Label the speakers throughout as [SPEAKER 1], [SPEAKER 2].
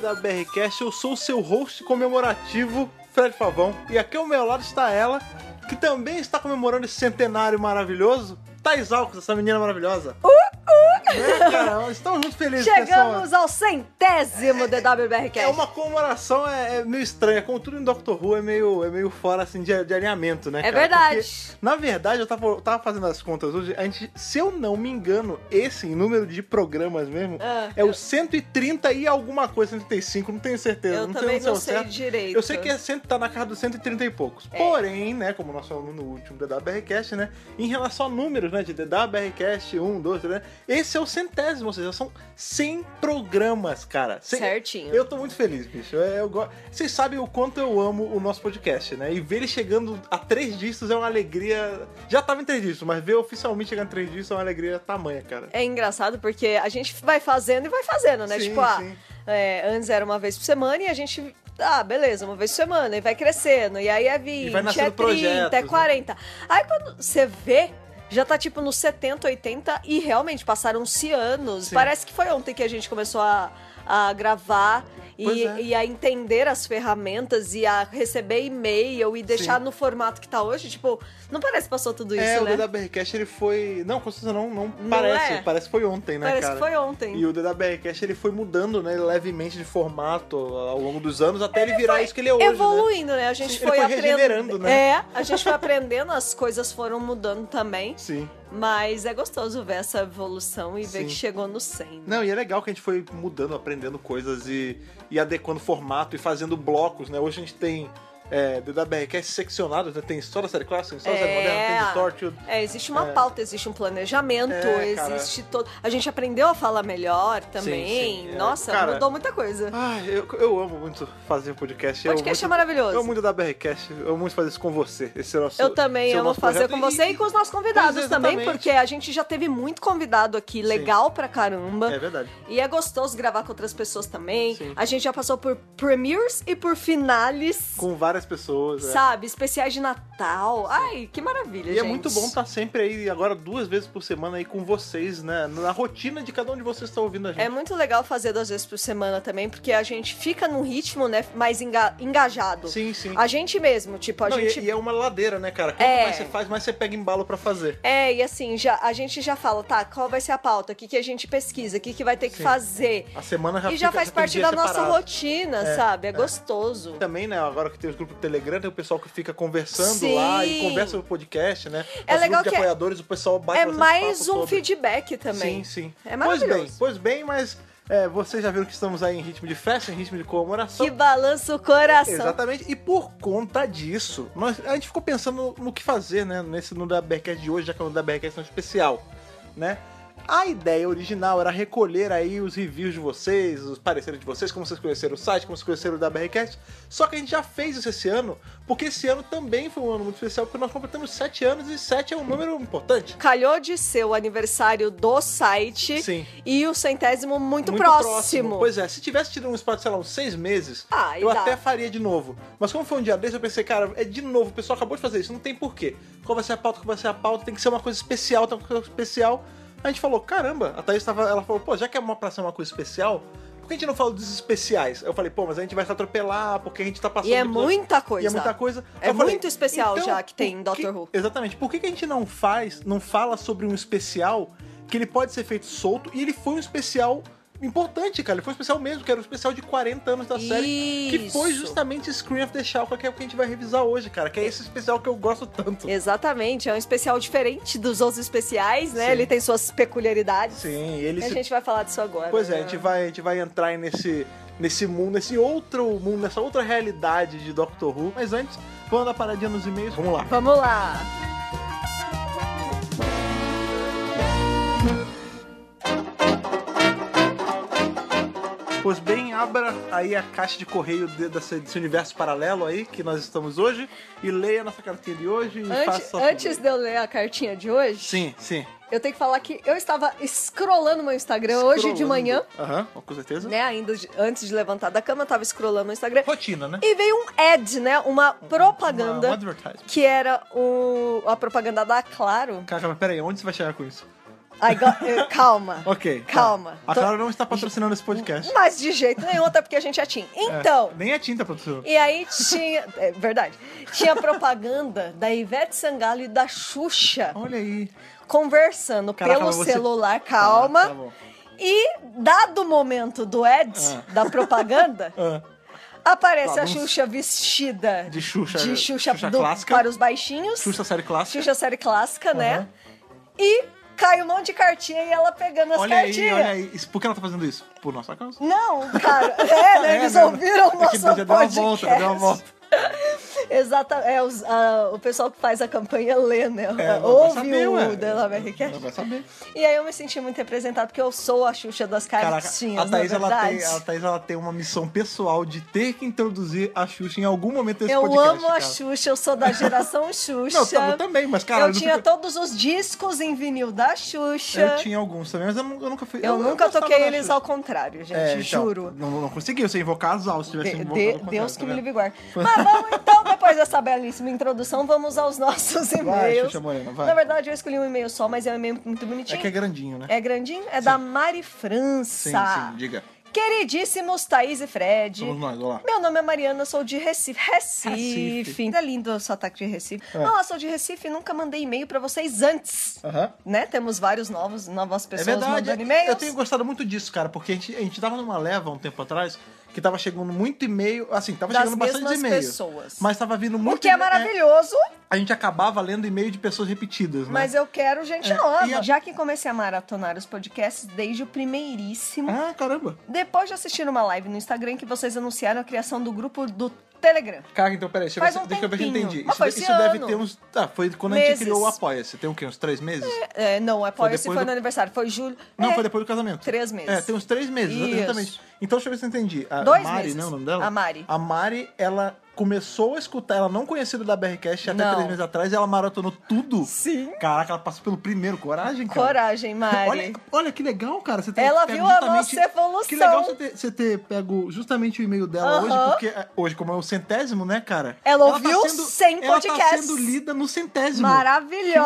[SPEAKER 1] da BRCast, eu sou o seu host comemorativo, Fred Favão. E aqui ao meu lado está ela, que também está comemorando esse centenário maravilhoso, Thais Alcos, essa menina maravilhosa. Uh, uh. Né, cara? Estamos muito felizes
[SPEAKER 2] Chegamos ao centésimo DWBRCast.
[SPEAKER 1] É uma comemoração é, é meio estranha, contudo em Doctor Who é meio, é meio fora assim, de, de alinhamento, né?
[SPEAKER 2] É
[SPEAKER 1] cara?
[SPEAKER 2] verdade.
[SPEAKER 1] Porque, na verdade, eu tava, eu tava fazendo as contas hoje, a gente, se eu não me engano, esse em número de programas mesmo
[SPEAKER 2] Ah,
[SPEAKER 1] é o 130 e alguma coisa, 135, não tenho certeza.
[SPEAKER 2] Eu
[SPEAKER 1] não
[SPEAKER 2] também
[SPEAKER 1] sei, é
[SPEAKER 2] não sei direito.
[SPEAKER 1] Eu sei que é 100, tá na casa dos 130 e poucos.
[SPEAKER 2] É.
[SPEAKER 1] Porém, né, como nós falamos no último DWRcast, né, em relação a números, né, de DWRcast 1, 2, 3, né, esse é o centésimo, ou seja, são 100 programas, cara. Cem-
[SPEAKER 2] Certinho.
[SPEAKER 1] Eu tô muito feliz, bicho. É, Eu, go- Vocês sabem o quanto eu amo o nosso podcast, né? E ver ele chegando a três dígitos é uma alegria. Já tava em três dígitos, mas ver oficialmente chegando a três dígitos é uma alegria tamanha, cara.
[SPEAKER 2] É engraçado porque a gente vai fazendo e vai fazendo, né?
[SPEAKER 1] Sim,
[SPEAKER 2] tipo, ah,
[SPEAKER 1] sim.
[SPEAKER 2] é, antes era uma vez por semana e a gente. Ah, beleza, uma vez por semana, e vai crescendo, e aí é 20,
[SPEAKER 1] vai
[SPEAKER 2] é 30,
[SPEAKER 1] nascendo projetos,
[SPEAKER 2] é
[SPEAKER 1] né?
[SPEAKER 2] 40. Aí quando você vê, já tá tipo nos 70, 80, e realmente passaram-se anos.
[SPEAKER 1] Sim.
[SPEAKER 2] Parece que foi ontem que a gente começou a, a gravar
[SPEAKER 1] Pois
[SPEAKER 2] e,
[SPEAKER 1] é.
[SPEAKER 2] e a entender as ferramentas e a receber e-mail e deixar no formato que tá hoje. Tipo, não parece que passou tudo isso,
[SPEAKER 1] é,
[SPEAKER 2] né?
[SPEAKER 1] o DWRcast ele foi. Não, com certeza não, não,
[SPEAKER 2] Não
[SPEAKER 1] parece.
[SPEAKER 2] é?
[SPEAKER 1] Parece que foi ontem, né,
[SPEAKER 2] Parece
[SPEAKER 1] cara?
[SPEAKER 2] que foi ontem.
[SPEAKER 1] E o DWRcast ele foi mudando, né, levemente de formato ao longo dos anos até ele virar isso que ele é hoje. Né?
[SPEAKER 2] Evoluindo, né? A gente
[SPEAKER 1] Sim, ele
[SPEAKER 2] foi,
[SPEAKER 1] foi
[SPEAKER 2] aprendendo.
[SPEAKER 1] regenerando, né?
[SPEAKER 2] É, a gente foi aprendendo, as coisas foram mudando também.
[SPEAKER 1] Sim.
[SPEAKER 2] Mas é gostoso ver essa evolução e ver
[SPEAKER 1] Sim.
[SPEAKER 2] que chegou no 100. né?
[SPEAKER 1] Não, e é legal que a gente foi mudando, aprendendo coisas e, e adequando formato e fazendo blocos, né? Hoje a gente tem é, DWRcast seccionados, né? Tem história da série clássica, história da série moderna, tem Distorted.
[SPEAKER 2] é, existe uma
[SPEAKER 1] É.
[SPEAKER 2] pauta, existe um planejamento,
[SPEAKER 1] É, cara.
[SPEAKER 2] existe todo. A gente aprendeu a falar melhor também.
[SPEAKER 1] Sim, sim, é.
[SPEAKER 2] Nossa,
[SPEAKER 1] Cara,
[SPEAKER 2] mudou muita coisa.
[SPEAKER 1] Ai, eu, eu amo muito fazer podcast.
[SPEAKER 2] Podcast
[SPEAKER 1] eu muito,
[SPEAKER 2] é maravilhoso.
[SPEAKER 1] Eu amo muito DWRcast, eu amo muito fazer isso com você. Esse é o nosso,
[SPEAKER 2] Eu também
[SPEAKER 1] esse é o
[SPEAKER 2] amo
[SPEAKER 1] nosso
[SPEAKER 2] fazer
[SPEAKER 1] projeto.
[SPEAKER 2] com você e, com os nossos convidados
[SPEAKER 1] Pois é,
[SPEAKER 2] também,
[SPEAKER 1] exatamente.
[SPEAKER 2] porque a gente já teve muito convidado aqui, legal pra caramba.
[SPEAKER 1] É verdade.
[SPEAKER 2] E é gostoso gravar com outras pessoas também.
[SPEAKER 1] Sim.
[SPEAKER 2] A gente já passou por premieres e por finales,
[SPEAKER 1] Com várias pessoas. é.
[SPEAKER 2] sabe? Especiais de Natal. Ai, que maravilha,
[SPEAKER 1] E
[SPEAKER 2] gente.
[SPEAKER 1] é muito bom estar sempre aí, agora duas vezes por semana aí com vocês, né? Na rotina de cada um de vocês que está ouvindo a gente.
[SPEAKER 2] É muito legal fazer duas vezes por semana também, porque a gente fica num ritmo, né, mais enga- engajado.
[SPEAKER 1] Sim, sim.
[SPEAKER 2] A gente mesmo, tipo, a
[SPEAKER 1] Não, e-
[SPEAKER 2] gente
[SPEAKER 1] e, é uma ladeira, né, cara? Quanto
[SPEAKER 2] É.
[SPEAKER 1] mais você faz, mais você pega embalo pra fazer.
[SPEAKER 2] É, e assim, já, a gente já fala, tá, qual vai ser a pauta, o que, que a gente pesquisa, o que, que vai ter que
[SPEAKER 1] Sim.
[SPEAKER 2] fazer.
[SPEAKER 1] A semana já
[SPEAKER 2] e já
[SPEAKER 1] fica-
[SPEAKER 2] faz
[SPEAKER 1] fica um
[SPEAKER 2] parte
[SPEAKER 1] dia
[SPEAKER 2] da nossa
[SPEAKER 1] separado.
[SPEAKER 2] rotina, sabe? É, gostoso.
[SPEAKER 1] Também, né? Agora que tem os grupos do Telegram, tem o pessoal que fica conversando
[SPEAKER 2] Sim.
[SPEAKER 1] lá e conversa no podcast, né?
[SPEAKER 2] É
[SPEAKER 1] Os
[SPEAKER 2] legal
[SPEAKER 1] grupos de
[SPEAKER 2] que é-
[SPEAKER 1] apoiadores, o pessoal bate
[SPEAKER 2] É
[SPEAKER 1] bastante
[SPEAKER 2] mais
[SPEAKER 1] papo
[SPEAKER 2] um
[SPEAKER 1] sobre.
[SPEAKER 2] feedback
[SPEAKER 1] Sim,
[SPEAKER 2] também.
[SPEAKER 1] sim.
[SPEAKER 2] É
[SPEAKER 1] pois
[SPEAKER 2] maravilhoso.
[SPEAKER 1] bem, pois bem, mas é, vocês já viram que estamos aí em ritmo de festa, em ritmo de comemoração.
[SPEAKER 2] Que balança o coração.
[SPEAKER 1] Exatamente. E por conta disso, nós, a gente ficou pensando no que fazer, né? Nesse no da Bearcast de hoje, já que é o da Bearcast é um especial, né? A ideia original era recolher aí os reviews de vocês, os pareceres de vocês, como vocês conheceram o site, como vocês conheceram o da BRCast. Só que a gente já fez isso esse ano, porque esse ano também foi um ano muito especial, porque nós completamos 7 anos e 7 é um número importante.
[SPEAKER 2] Calhou de ser o aniversário do site
[SPEAKER 1] Sim.
[SPEAKER 2] e o centésimo muito,
[SPEAKER 1] Muito
[SPEAKER 2] próximo.
[SPEAKER 1] Pois é, se tivesse tido um espaço, sei lá, uns seis meses,
[SPEAKER 2] Ah, e
[SPEAKER 1] eu
[SPEAKER 2] dá.
[SPEAKER 1] até faria de novo. Mas como foi um dia desse, eu pensei, cara, é de novo, o pessoal acabou de fazer isso, não tem porquê. Qual vai ser a pauta, qual vai ser a pauta, tem que ser uma coisa especial, tem uma coisa especial. A gente falou, caramba, a Thaís tava, ela falou, pô, já que é uma pra ser uma coisa especial, por que a gente não fala dos especiais? Eu falei, pô, mas a gente vai se atropelar, porque a gente tá passando...
[SPEAKER 2] E é
[SPEAKER 1] de todas-
[SPEAKER 2] muita
[SPEAKER 1] e
[SPEAKER 2] coisa.
[SPEAKER 1] é muita coisa.
[SPEAKER 2] É
[SPEAKER 1] Eu falei,
[SPEAKER 2] muito especial
[SPEAKER 1] então,
[SPEAKER 2] já que tem
[SPEAKER 1] por que-
[SPEAKER 2] Doctor Who.
[SPEAKER 1] Exatamente. Por que, que a gente não faz, não fala sobre um especial que ele pode ser feito solto e ele foi um especial importante, cara. Ele foi um especial mesmo, que era um especial de 40 anos da série. Que foi
[SPEAKER 2] Isso.
[SPEAKER 1] justamente Screen of the Shalka, que é o que a gente vai revisar hoje, cara. Que é esse especial que eu gosto tanto.
[SPEAKER 2] Exatamente, é um especial diferente dos outros especiais, né?
[SPEAKER 1] Sim.
[SPEAKER 2] Ele tem suas peculiaridades.
[SPEAKER 1] Sim, ele
[SPEAKER 2] E a
[SPEAKER 1] se
[SPEAKER 2] gente vai falar disso agora.
[SPEAKER 1] Pois é,
[SPEAKER 2] né?
[SPEAKER 1] a gente vai, a gente vai entrar aí nesse, nesse mundo, nesse outro mundo, nessa outra realidade de Doctor Who. Mas antes, vamos dar paradinha nos e-mails. Vamos lá.
[SPEAKER 2] Vamos lá.
[SPEAKER 1] Pois bem, abra aí a caixa de correio de- dessa- desse universo paralelo aí que nós estamos hoje e leia nossa cartinha de hoje e
[SPEAKER 2] Antes,
[SPEAKER 1] faça.
[SPEAKER 2] antes de eu ler a cartinha de hoje,
[SPEAKER 1] Sim, sim.
[SPEAKER 2] eu tenho que falar que eu estava scrollando meu Instagram hoje de
[SPEAKER 1] Scrollando.
[SPEAKER 2] manhã,
[SPEAKER 1] Aham, com certeza.
[SPEAKER 2] né? Ainda de- antes de levantar da cama, eu estava scrollando meu Instagram.
[SPEAKER 1] Rotina, né?
[SPEAKER 2] E veio um ad, né? Uma propaganda.
[SPEAKER 1] Um advertisement.
[SPEAKER 2] que era o, a propaganda da Claro.
[SPEAKER 1] Cara, mas peraí, onde você vai chegar com isso?
[SPEAKER 2] I got- eh, calma.
[SPEAKER 1] Ok. tá.
[SPEAKER 2] Calma.
[SPEAKER 1] A
[SPEAKER 2] Tô-
[SPEAKER 1] Clara não está patrocinando esse podcast.
[SPEAKER 2] Mas de jeito nenhum, até porque a gente é Tim.
[SPEAKER 1] É,
[SPEAKER 2] Então.
[SPEAKER 1] nem a tinta patrocinando.
[SPEAKER 2] E aí tinha. É verdade. Tinha propaganda da Ivete Sangalo e da Xuxa
[SPEAKER 1] Olha aí.
[SPEAKER 2] conversando
[SPEAKER 1] Caraca,
[SPEAKER 2] pelo
[SPEAKER 1] mas você-
[SPEAKER 2] celular, calma.
[SPEAKER 1] Tá, tá bom.
[SPEAKER 2] e, dado o momento do ads,
[SPEAKER 1] Ah.
[SPEAKER 2] da propaganda,
[SPEAKER 1] Ah,
[SPEAKER 2] aparece a
[SPEAKER 1] Bagunça.
[SPEAKER 2] Xuxa vestida
[SPEAKER 1] De Xuxa-
[SPEAKER 2] de Xuxa,
[SPEAKER 1] Xuxa
[SPEAKER 2] do-
[SPEAKER 1] clássica.
[SPEAKER 2] para os baixinhos.
[SPEAKER 1] Xuxa série clássica.
[SPEAKER 2] Xuxa série clássica, né?
[SPEAKER 1] Aham.
[SPEAKER 2] E cai um monte de cartinha e ela pegando as
[SPEAKER 1] Olha aí,
[SPEAKER 2] cartinhas.
[SPEAKER 1] olha aí. Isso- Por que ela tá fazendo isso? Por nossa causa.
[SPEAKER 2] Não, cara, é, né?
[SPEAKER 1] É,
[SPEAKER 2] Eles
[SPEAKER 1] né?
[SPEAKER 2] ouviram o
[SPEAKER 1] É que
[SPEAKER 2] nosso
[SPEAKER 1] já deu uma volta, já
[SPEAKER 2] podcast.
[SPEAKER 1] deu uma volta.
[SPEAKER 2] Exatamente. É, os- a- o pessoal que faz a campanha lê, né?
[SPEAKER 1] É, não vai
[SPEAKER 2] Ouve
[SPEAKER 1] saber,
[SPEAKER 2] o
[SPEAKER 1] ué.
[SPEAKER 2] Della
[SPEAKER 1] Não
[SPEAKER 2] Merricast.
[SPEAKER 1] vai saber.
[SPEAKER 2] E aí eu me senti muito representado, porque eu sou a Xuxa das
[SPEAKER 1] Caraca,
[SPEAKER 2] cartinhas,
[SPEAKER 1] a Thaís,
[SPEAKER 2] na
[SPEAKER 1] ela
[SPEAKER 2] verdade.
[SPEAKER 1] tem, a Thaís ela tem uma missão pessoal de ter que introduzir a Xuxa em algum momento desse
[SPEAKER 2] eu
[SPEAKER 1] podcast.
[SPEAKER 2] amo a
[SPEAKER 1] cara.
[SPEAKER 2] Xuxa, eu sou da geração Xuxa.
[SPEAKER 1] Não, tá, eu também, mas cara,
[SPEAKER 2] eu
[SPEAKER 1] não
[SPEAKER 2] tinha
[SPEAKER 1] fico-
[SPEAKER 2] todos os discos em vinil da Xuxa.
[SPEAKER 1] eu tinha alguns também, mas eu, nu- eu nunca fui.
[SPEAKER 2] Eu nunca
[SPEAKER 1] gostava
[SPEAKER 2] toquei
[SPEAKER 1] da
[SPEAKER 2] eles
[SPEAKER 1] Xuxa.
[SPEAKER 2] ao contrário, gente,
[SPEAKER 1] É, então,
[SPEAKER 2] juro.
[SPEAKER 1] Não, não conseguiu, você invocar as alças, se tivesse
[SPEAKER 2] De-
[SPEAKER 1] invocado
[SPEAKER 2] de-
[SPEAKER 1] ao contrário,
[SPEAKER 2] Deus
[SPEAKER 1] tá
[SPEAKER 2] que me
[SPEAKER 1] vendo?
[SPEAKER 2] livre e guarde. Mas vamos então, depois dessa belíssima introdução, vamos aos nossos e-mails.
[SPEAKER 1] Xuxa Morena, vai.
[SPEAKER 2] Na verdade, eu escolhi um e-mail só, mas é um e-mail muito bonitinho.
[SPEAKER 1] É que é grandinho, né?
[SPEAKER 2] É grandinho? É da Mari
[SPEAKER 1] sim,
[SPEAKER 2] França.
[SPEAKER 1] sim, diga.
[SPEAKER 2] Queridíssimos Thaís e Fred.
[SPEAKER 1] Somos nós, olha lá.
[SPEAKER 2] Meu nome é Mariana, sou de Recife. Recife.
[SPEAKER 1] Recife.
[SPEAKER 2] Ainda é lindo o sotaque de Recife.
[SPEAKER 1] É.
[SPEAKER 2] Olá, sou de Recife e nunca mandei e-mail pra vocês antes.
[SPEAKER 1] Aham.
[SPEAKER 2] Né? Temos vários novos, novas
[SPEAKER 1] É
[SPEAKER 2] pessoas
[SPEAKER 1] verdade.
[SPEAKER 2] mandando e-mails.
[SPEAKER 1] Eu tenho gostado muito disso, cara, porque a gente, a gente tava numa leva um tempo atrás que tava chegando muito e-mail, assim, tava
[SPEAKER 2] Das
[SPEAKER 1] chegando bastante
[SPEAKER 2] mesmas
[SPEAKER 1] e-mail.
[SPEAKER 2] pessoas.
[SPEAKER 1] Mas tava vindo muito
[SPEAKER 2] o que é
[SPEAKER 1] e-mail-
[SPEAKER 2] maravilhoso,
[SPEAKER 1] a gente acabava lendo e-mail de pessoas repetidas, né?
[SPEAKER 2] mas eu quero gente
[SPEAKER 1] É, e
[SPEAKER 2] nova.
[SPEAKER 1] a-
[SPEAKER 2] Já que comecei a maratonar os podcasts desde o primeiríssimo,
[SPEAKER 1] Ah, caramba.
[SPEAKER 2] depois de assistir uma live no Instagram em que vocês anunciaram a criação do grupo do Telegram.
[SPEAKER 1] Cara, então, peraí, deixa, eu ver
[SPEAKER 2] Faz
[SPEAKER 1] se-
[SPEAKER 2] um
[SPEAKER 1] deixa eu ver se eu
[SPEAKER 2] tempinho.
[SPEAKER 1] entendi.
[SPEAKER 2] Mas
[SPEAKER 1] Isso,
[SPEAKER 2] foi
[SPEAKER 1] isso
[SPEAKER 2] esse
[SPEAKER 1] deve
[SPEAKER 2] ano.
[SPEAKER 1] ter uns... Ah, foi quando a
[SPEAKER 2] Meses.
[SPEAKER 1] gente criou o Apoia-se. Tem o quê? Uns três meses?
[SPEAKER 2] É, não, apoia-se
[SPEAKER 1] Foi
[SPEAKER 2] foi,
[SPEAKER 1] depois
[SPEAKER 2] no
[SPEAKER 1] do-
[SPEAKER 2] aniversário, foi julho.
[SPEAKER 1] Não,
[SPEAKER 2] É,
[SPEAKER 1] foi depois do casamento.
[SPEAKER 2] três meses.
[SPEAKER 1] É, tem uns três meses,
[SPEAKER 2] Isso.
[SPEAKER 1] exatamente. Então, deixa eu ver se eu entendi. A
[SPEAKER 2] Dois
[SPEAKER 1] Mari,
[SPEAKER 2] meses.
[SPEAKER 1] né, o nome dela?
[SPEAKER 2] A Mari.
[SPEAKER 1] A Mari, ela começou a escutar, ela não conhecia o da BRCast até
[SPEAKER 2] Não.
[SPEAKER 1] três meses atrás, e ela maratonou tudo.
[SPEAKER 2] Sim.
[SPEAKER 1] Caraca, ela passou pelo primeiro. Coragem, cara.
[SPEAKER 2] Coragem, Mari.
[SPEAKER 1] Então. Olha, olha que legal, cara. Você ter
[SPEAKER 2] Ela
[SPEAKER 1] pego
[SPEAKER 2] viu a
[SPEAKER 1] justamente-
[SPEAKER 2] nossa evolução.
[SPEAKER 1] Que legal você ter, você ter pego justamente o e-mail dela
[SPEAKER 2] Aham.
[SPEAKER 1] hoje, porque é, hoje, como é o centésimo, né, cara?
[SPEAKER 2] Ela ouviu 100
[SPEAKER 1] ela Tá
[SPEAKER 2] podcasts.
[SPEAKER 1] sendo lida no centésimo. Que maneiro isso, que maneiro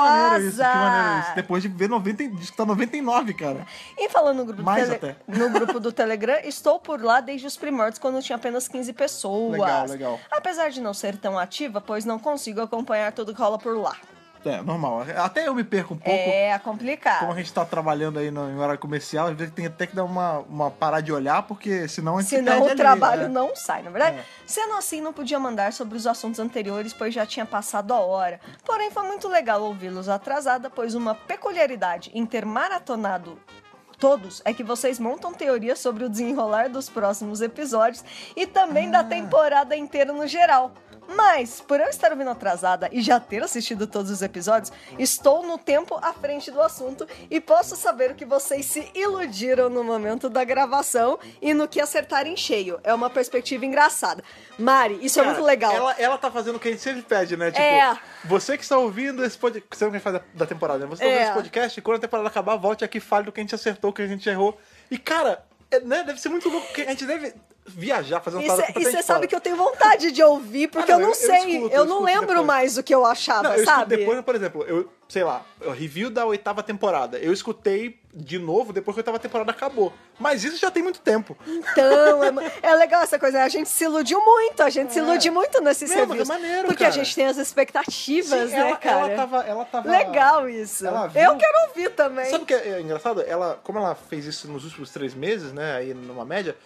[SPEAKER 2] Maravilhosa!
[SPEAKER 1] isso. Depois de ver 90, e- disso que tá 99, cara.
[SPEAKER 2] E falando no grupo,
[SPEAKER 1] Mais
[SPEAKER 2] do
[SPEAKER 1] até.
[SPEAKER 2] no grupo do Telegram, estou por lá desde os primórdios, quando tinha apenas 15 pessoas.
[SPEAKER 1] Legal, legal.
[SPEAKER 2] Apesar de não ser tão ativa, pois não consigo acompanhar tudo que rola por lá.
[SPEAKER 1] É, normal. Até eu me perco um pouco.
[SPEAKER 2] É
[SPEAKER 1] Como a
[SPEAKER 2] complicado.
[SPEAKER 1] gente tá trabalhando aí no, em horário comercial, às vezes tem até que dar uma, uma parada de olhar, porque senão a gente
[SPEAKER 2] Senão
[SPEAKER 1] perde
[SPEAKER 2] o
[SPEAKER 1] ali,
[SPEAKER 2] trabalho
[SPEAKER 1] né?
[SPEAKER 2] não sai, na verdade.
[SPEAKER 1] É.
[SPEAKER 2] Sendo assim, não podia mandar sobre os assuntos anteriores, pois já tinha passado a hora. Porém, foi muito legal ouvi-los atrasada, pois uma peculiaridade em ter maratonado todos é que vocês montam teorias sobre o desenrolar dos próximos episódios e também
[SPEAKER 1] Ah.
[SPEAKER 2] da temporada inteira no geral. Mas, por eu estar ouvindo atrasada e já ter assistido todos os episódios, estou no tempo à frente do assunto e posso saber que vocês se iludiram no momento da gravação e no que acertaram em cheio. É uma perspectiva engraçada. Mari, isso é
[SPEAKER 1] Cara,
[SPEAKER 2] muito legal.
[SPEAKER 1] Ela, ela tá fazendo o que a gente sempre pede, né? Tipo,
[SPEAKER 2] É.
[SPEAKER 1] você que está ouvindo esse podcast. Você não quer fazer da temporada, né? Você tá
[SPEAKER 2] É.
[SPEAKER 1] ouvindo esse podcast e quando a temporada acabar, volte aqui e fale do que a gente acertou, o que a gente errou. E, cara, é, né? Deve ser muito louco, porque a gente deve viajar, fazer é uma
[SPEAKER 2] E
[SPEAKER 1] parada
[SPEAKER 2] você é, sabe que eu tenho vontade de ouvir, porque
[SPEAKER 1] Ah,
[SPEAKER 2] eu
[SPEAKER 1] não,
[SPEAKER 2] não
[SPEAKER 1] eu- eu
[SPEAKER 2] sei, eu,
[SPEAKER 1] escuto, eu
[SPEAKER 2] não
[SPEAKER 1] escuto
[SPEAKER 2] lembro
[SPEAKER 1] depois.
[SPEAKER 2] mais o que eu achava,
[SPEAKER 1] Não, eu escuto
[SPEAKER 2] sabe?
[SPEAKER 1] depois, por exemplo, eu, sei lá, o review da oitava temporada. Eu escutei de novo depois que a oitava temporada acabou. Mas isso já tem muito tempo.
[SPEAKER 2] Então, é, ma- é legal essa coisa. A gente se iludiu muito, a gente se
[SPEAKER 1] É.
[SPEAKER 2] ilude muito nesses
[SPEAKER 1] Não, mas é
[SPEAKER 2] reviews.
[SPEAKER 1] maneiro,
[SPEAKER 2] porque a
[SPEAKER 1] cara.
[SPEAKER 2] gente tem as expectativas,
[SPEAKER 1] Sim,
[SPEAKER 2] né,
[SPEAKER 1] ela, tá
[SPEAKER 2] cara?
[SPEAKER 1] Ela tava, ela tava-
[SPEAKER 2] Legal isso.
[SPEAKER 1] ela viu-
[SPEAKER 2] Eu quero ouvir também.
[SPEAKER 1] Sabe o que é engraçado? Ela, como ela fez isso nos últimos três meses, né? Aí numa média,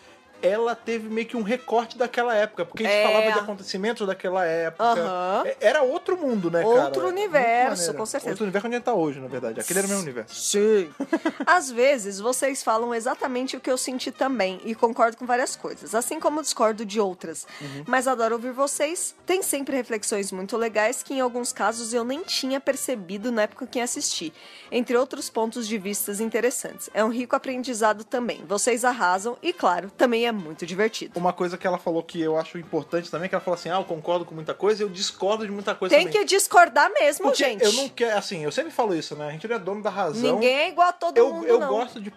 [SPEAKER 1] ela teve meio que um recorte daquela época. Porque a gente
[SPEAKER 2] É.
[SPEAKER 1] falava de acontecimentos daquela época.
[SPEAKER 2] Aham.
[SPEAKER 1] É- Era outro mundo, né, cara?
[SPEAKER 2] Outro
[SPEAKER 1] Muito
[SPEAKER 2] universo,
[SPEAKER 1] maneiro.
[SPEAKER 2] com certeza.
[SPEAKER 1] Outro universo onde a gente tá hoje, na verdade. Aquele era o meu universo.
[SPEAKER 2] Sim. Às vezes, vocês falam exatamente o que eu senti também e concordo com várias coisas, assim como discordo de outras.
[SPEAKER 1] Uhum.
[SPEAKER 2] Mas adoro ouvir vocês. Tem sempre reflexões muito legais que, em alguns casos, eu nem tinha percebido na época que assisti, entre outros pontos de vistas interessantes. É um rico aprendizado também. Vocês arrasam e, claro, também é muito divertido.
[SPEAKER 1] Uma coisa que ela falou que eu acho importante também, que ela falou assim, ah, eu concordo com muita coisa, eu discordo de muita coisa
[SPEAKER 2] Tem
[SPEAKER 1] também.
[SPEAKER 2] que discordar mesmo,
[SPEAKER 1] Porque
[SPEAKER 2] gente.
[SPEAKER 1] eu não quero, assim, eu sempre falo isso, né? A gente não é dono da razão.
[SPEAKER 2] Ninguém é igual a todo
[SPEAKER 1] eu,
[SPEAKER 2] mundo,
[SPEAKER 1] eu
[SPEAKER 2] não.
[SPEAKER 1] gosto de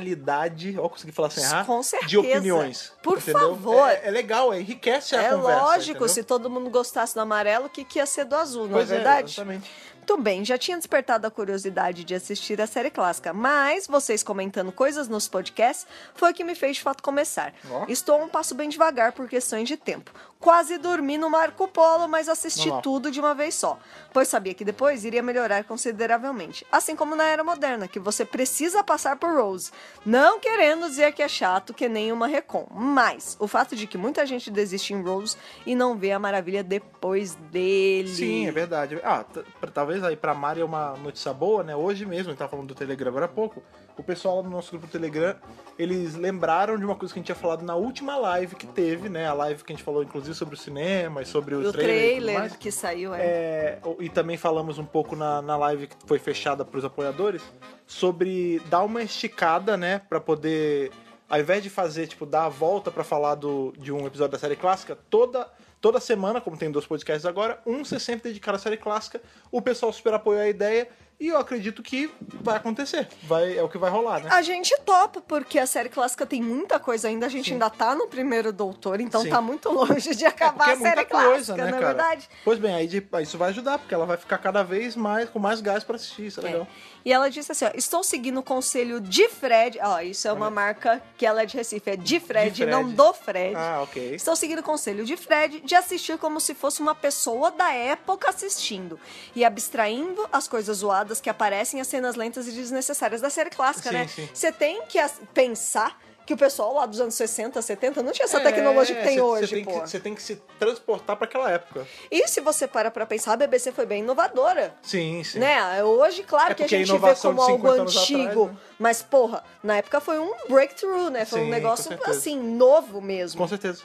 [SPEAKER 1] pluralidade, ó, consegui falar sem errar,
[SPEAKER 2] Com certeza.
[SPEAKER 1] de opiniões.
[SPEAKER 2] Por
[SPEAKER 1] entendeu?
[SPEAKER 2] favor.
[SPEAKER 1] É, é legal, é, enriquece a
[SPEAKER 2] É
[SPEAKER 1] conversa.
[SPEAKER 2] lógico,
[SPEAKER 1] entendeu?
[SPEAKER 2] se todo mundo gostasse do amarelo, o que, que ia ser do azul, não
[SPEAKER 1] Pois
[SPEAKER 2] é verdade?
[SPEAKER 1] exatamente.
[SPEAKER 2] Muito bem, já tinha despertado a curiosidade de assistir a série clássica, mas vocês comentando coisas nos podcasts foi o que me fez de fato começar.
[SPEAKER 1] Ó.
[SPEAKER 2] Estou um passo bem devagar por questões de tempo. Quase dormi no Marco Polo, mas assisti
[SPEAKER 1] Normal.
[SPEAKER 2] tudo de uma vez só, pois sabia que depois iria melhorar consideravelmente. Assim como na era moderna, que você precisa passar por Rose. Não querendo dizer que é chato, que nem uma Recon, mas o fato de que muita gente desiste em Rose e não vê a maravilha depois dele.
[SPEAKER 1] Sim, é verdade. Ah, t- pra- talvez aí pra Mari é uma notícia boa, né? Hoje mesmo, a gente tava falando do Telegram agora há pouco, o pessoal lá no nosso grupo do Telegram, eles lembraram de uma coisa que a gente tinha falado na última live que teve, né? A live que a gente falou, inclusive, sobre o cinema e sobre o, trailer, e
[SPEAKER 2] o
[SPEAKER 1] tudo
[SPEAKER 2] trailer
[SPEAKER 1] mais.
[SPEAKER 2] que saiu é.
[SPEAKER 1] É, o- e também falamos um pouco na, na live que foi fechada para os apoiadores sobre dar uma esticada, né, Pra poder, ao invés de fazer tipo dar a volta pra falar do, de um episódio da série clássica, toda toda semana, como tem dois podcasts agora, um ser sempre dedicado à série clássica. O pessoal super apoiou a ideia e eu acredito que vai acontecer, vai é o que vai rolar, né?
[SPEAKER 2] A gente topa, porque a série clássica tem muita coisa ainda. A gente ainda tá no primeiro Doutor, então
[SPEAKER 1] Sim. É,
[SPEAKER 2] tá muito longe de acabar
[SPEAKER 1] Porque
[SPEAKER 2] a série clássica,
[SPEAKER 1] né,
[SPEAKER 2] não é verdade?
[SPEAKER 1] Pois bem, aí, de- aí isso vai ajudar, porque ela vai ficar cada vez mais com mais gás pra assistir, isso é legal.
[SPEAKER 2] E ela disse assim: ó, estou seguindo o conselho de Fred. Ó, isso é uma marca que ela é de Recife, é de Fred,
[SPEAKER 1] Fred.
[SPEAKER 2] não do Fred.
[SPEAKER 1] Ah, ok.
[SPEAKER 2] Estou seguindo o conselho de Fred de assistir como se fosse uma pessoa da época assistindo e abstraindo as coisas zoadas que aparecem as cenas lentas e desnecessárias da série clássica,
[SPEAKER 1] Sim,
[SPEAKER 2] né?
[SPEAKER 1] sim.
[SPEAKER 2] Você tem que as- pensar que o pessoal lá dos anos 60, 70 não tinha essa
[SPEAKER 1] É,
[SPEAKER 2] tecnologia que tem
[SPEAKER 1] cê-
[SPEAKER 2] hoje,
[SPEAKER 1] cê tem que-
[SPEAKER 2] pô.
[SPEAKER 1] Você tem que se transportar pra aquela época.
[SPEAKER 2] E se você para pra pensar, a BBC foi bem inovadora.
[SPEAKER 1] Sim, sim.
[SPEAKER 2] Né? Hoje, claro
[SPEAKER 1] É
[SPEAKER 2] que a
[SPEAKER 1] porque a
[SPEAKER 2] gente vê
[SPEAKER 1] inovação
[SPEAKER 2] como
[SPEAKER 1] de
[SPEAKER 2] algo
[SPEAKER 1] 50 anos
[SPEAKER 2] antigo,
[SPEAKER 1] atrás, né?
[SPEAKER 2] mas porra, na época foi um breakthrough, né? Foi um
[SPEAKER 1] Sim,
[SPEAKER 2] negócio
[SPEAKER 1] com certeza.
[SPEAKER 2] assim, novo mesmo.
[SPEAKER 1] Com certeza.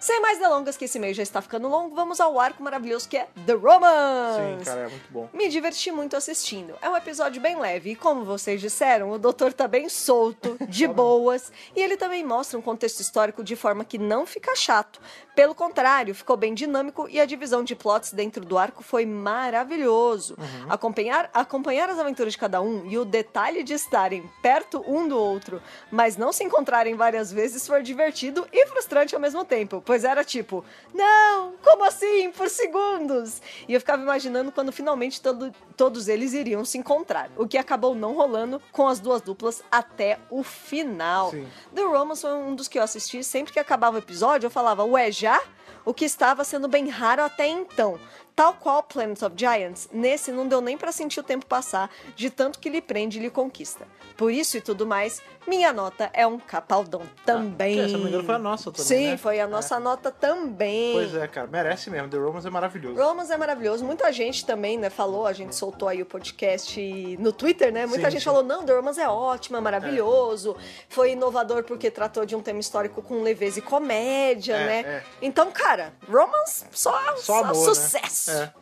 [SPEAKER 2] Sem mais delongas, que esse meio já está ficando longo, vamos ao arco maravilhoso que é The Romans.
[SPEAKER 1] Sim, cara, é muito bom.
[SPEAKER 2] Me diverti muito assistindo. É um episódio bem leve e, como vocês disseram, o doutor tá bem solto, de boas, e ele também mostra um contexto histórico de forma que não fica chato. Pelo contrário, ficou bem dinâmico e a divisão de plots dentro do arco foi maravilhoso.
[SPEAKER 1] Uhum.
[SPEAKER 2] Acompanhar, acompanhar as aventuras de cada um e o detalhe de estarem perto um do outro, mas não se encontrarem várias vezes foi divertido e frustrante ao mesmo tempo, pois era tipo, não, como assim? Por segundos! E eu ficava imaginando quando finalmente todo- todos eles iriam se encontrar, o que acabou não rolando com as duas duplas até o final.
[SPEAKER 1] Sim.
[SPEAKER 2] The Romans foi um dos que eu assisti, sempre que acabava o episódio eu falava, ué, já? O que estava sendo bem raro até então. Tal qual Planet of Giants, nesse não deu nem pra sentir o tempo passar, de tanto que lhe prende e lhe conquista. Por isso e tudo mais, minha nota é um capaldão também.
[SPEAKER 1] Ah, que, se eu não me engano, foi a nossa também,
[SPEAKER 2] Sim,
[SPEAKER 1] né?
[SPEAKER 2] foi a nossa nota também.
[SPEAKER 1] Pois é, cara, merece mesmo. The Romans é maravilhoso.
[SPEAKER 2] Romans é maravilhoso. Muita gente também, né, falou, a gente soltou aí o podcast no Twitter, né? Muita
[SPEAKER 1] Sim,
[SPEAKER 2] gente
[SPEAKER 1] sim.
[SPEAKER 2] falou, não, The Romans é ótimo, é maravilhoso. Foi inovador porque tratou de um tema histórico com leveza e comédia,
[SPEAKER 1] É,
[SPEAKER 2] né?
[SPEAKER 1] é.
[SPEAKER 2] Então, cara, Romans só, só,
[SPEAKER 1] amor, né?
[SPEAKER 2] sucesso.
[SPEAKER 1] É.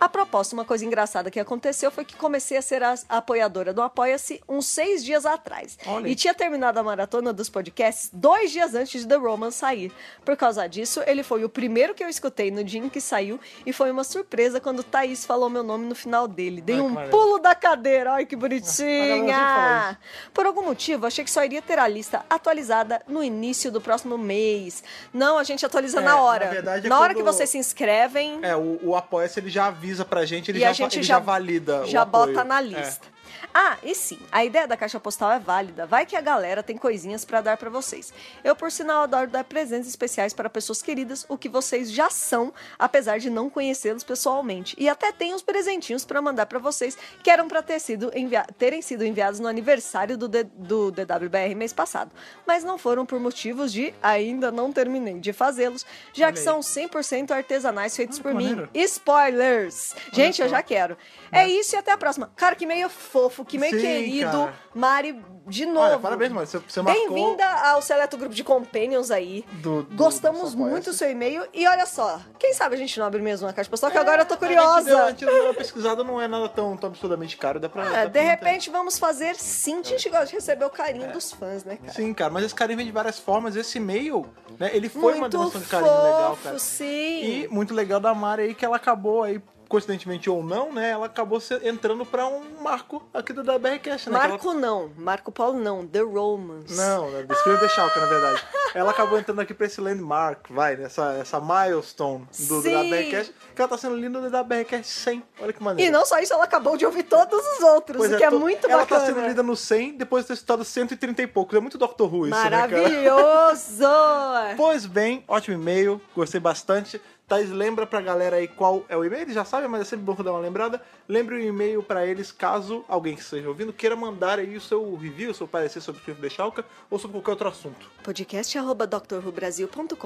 [SPEAKER 2] A proposta, uma coisa engraçada que aconteceu foi que comecei a ser a a apoiadora do Apoia-se uns seis dias atrás.
[SPEAKER 1] Olha.
[SPEAKER 2] E tinha terminado a maratona dos podcasts dois dias antes de The Roman sair. Por causa disso, ele foi o primeiro que eu escutei no dia em que saiu e foi uma surpresa quando Thaís falou meu nome no final dele. Dei
[SPEAKER 1] Ai, que
[SPEAKER 2] um
[SPEAKER 1] maravilha.
[SPEAKER 2] pulo da cadeira, ai que
[SPEAKER 1] A galera sempre fala
[SPEAKER 2] bonitinha!
[SPEAKER 1] isso.
[SPEAKER 2] Por algum motivo, achei que só iria ter a lista atualizada no início do próximo mês. Não, a gente atualiza
[SPEAKER 1] É,
[SPEAKER 2] na
[SPEAKER 1] na
[SPEAKER 2] hora.
[SPEAKER 1] verdade, é
[SPEAKER 2] na hora que
[SPEAKER 1] quando-
[SPEAKER 2] vocês se inscrevem,
[SPEAKER 1] É, o, o Apoia-se ele já avisa pra gente, ele,
[SPEAKER 2] E
[SPEAKER 1] já,
[SPEAKER 2] a gente
[SPEAKER 1] ele
[SPEAKER 2] já-
[SPEAKER 1] já valida. o
[SPEAKER 2] já
[SPEAKER 1] apoio.
[SPEAKER 2] bota na
[SPEAKER 1] É.
[SPEAKER 2] lista. Ah, e sim, a ideia da caixa postal é válida. Vai que a galera tem coisinhas pra dar pra vocês. Eu, por sinal, adoro dar presentes especiais para pessoas queridas, o que vocês já são, apesar de não conhecê-los pessoalmente. E até tem uns presentinhos pra mandar pra vocês que eram pra ter sido envia- terem sido enviados no aniversário do, D- do DWBR mês passado, mas não foram por motivos de ainda não terminei de fazê-los, já
[SPEAKER 1] Olha
[SPEAKER 2] que
[SPEAKER 1] aí.
[SPEAKER 2] são 100% artesanais feitos
[SPEAKER 1] Ah,
[SPEAKER 2] por
[SPEAKER 1] que
[SPEAKER 2] mim.
[SPEAKER 1] maneiro.
[SPEAKER 2] Spoilers! Gente, eu
[SPEAKER 1] só.
[SPEAKER 2] já quero. É isso e até a próxima. Cara, que meio fofo, que meio
[SPEAKER 1] Sim,
[SPEAKER 2] querido.
[SPEAKER 1] cara.
[SPEAKER 2] Mari, de novo.
[SPEAKER 1] Olha, parabéns, mano. Você, você marcou.
[SPEAKER 2] Bem-vinda ao seleto grupo de companions aí.
[SPEAKER 1] Do- do- do
[SPEAKER 2] Gostamos
[SPEAKER 1] seu
[SPEAKER 2] muito do
[SPEAKER 1] apoia-se.
[SPEAKER 2] seu e-mail. E olha só, quem sabe a gente não abre mesmo na caixa postal, que agora eu tô
[SPEAKER 1] É, A gente, deu, a
[SPEAKER 2] curiosa.
[SPEAKER 1] gente deu uma pesquisada, não é nada tão, tão absurdamente caro. Dá pra,
[SPEAKER 2] Ah,
[SPEAKER 1] dá
[SPEAKER 2] de
[SPEAKER 1] pra manter.
[SPEAKER 2] repente vamos fazer sim. A gente gosta de receber o carinho
[SPEAKER 1] É.
[SPEAKER 2] dos fãs, né, cara?
[SPEAKER 1] Sim, cara, mas esse carinho vem de várias formas. Esse e-mail, né? Ele foi uma
[SPEAKER 2] muito
[SPEAKER 1] demonstração de
[SPEAKER 2] fofo,
[SPEAKER 1] carinho legal, cara. assim,
[SPEAKER 2] sim.
[SPEAKER 1] E muito legal da Mari aí que ela acabou aí coincidentemente ou não, né, ela acabou se- entrando pra um marco aqui do da BRCast, né? que ela-
[SPEAKER 2] Marco não, Marco Paulo não, The Romans.
[SPEAKER 1] Não, né? The Spirit of the Chalk, na verdade. Ela acabou entrando aqui pra esse landmark, vai, nessa essa milestone do, do da
[SPEAKER 2] Sim.
[SPEAKER 1] BRCast, que ela tá sendo linda do da BRCast 100. Olha que maneiro.
[SPEAKER 2] E não só isso, ela acabou de ouvir todos os outros, o que é,
[SPEAKER 1] to-
[SPEAKER 2] muito
[SPEAKER 1] ela
[SPEAKER 2] bacana.
[SPEAKER 1] tá sendo lida no 100, depois de ter estado 130 e poucos. É muito Doctor Who isso, né, cara?
[SPEAKER 2] Maravilhoso!
[SPEAKER 1] Pois bem, ótimo e-mail, gostei bastante. Thaís, lembra pra galera aí qual é o e-mail, eles já sabem, mas é sempre bom dar uma lembrada. Lembre o e-mail pra eles caso alguém que esteja ouvindo queira mandar aí o seu review, o seu parecer sobre o filme de Chalca ou sobre qualquer outro assunto.
[SPEAKER 2] Podcast arroba drrubrasil.com.br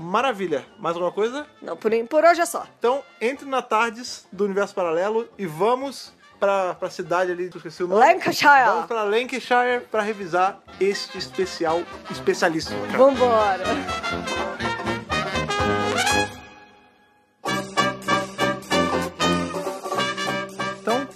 [SPEAKER 1] Maravilha! Mais alguma coisa?
[SPEAKER 2] Não, por, por hoje é só.
[SPEAKER 1] Então, entre na Tardes do Universo Paralelo e vamos pra, pra cidade ali, que eu esqueci o nome.
[SPEAKER 2] Lancashire.
[SPEAKER 1] Vamos pra Lancashire pra revisar este especial especialíssimo.
[SPEAKER 2] Vambora!
[SPEAKER 1] Então,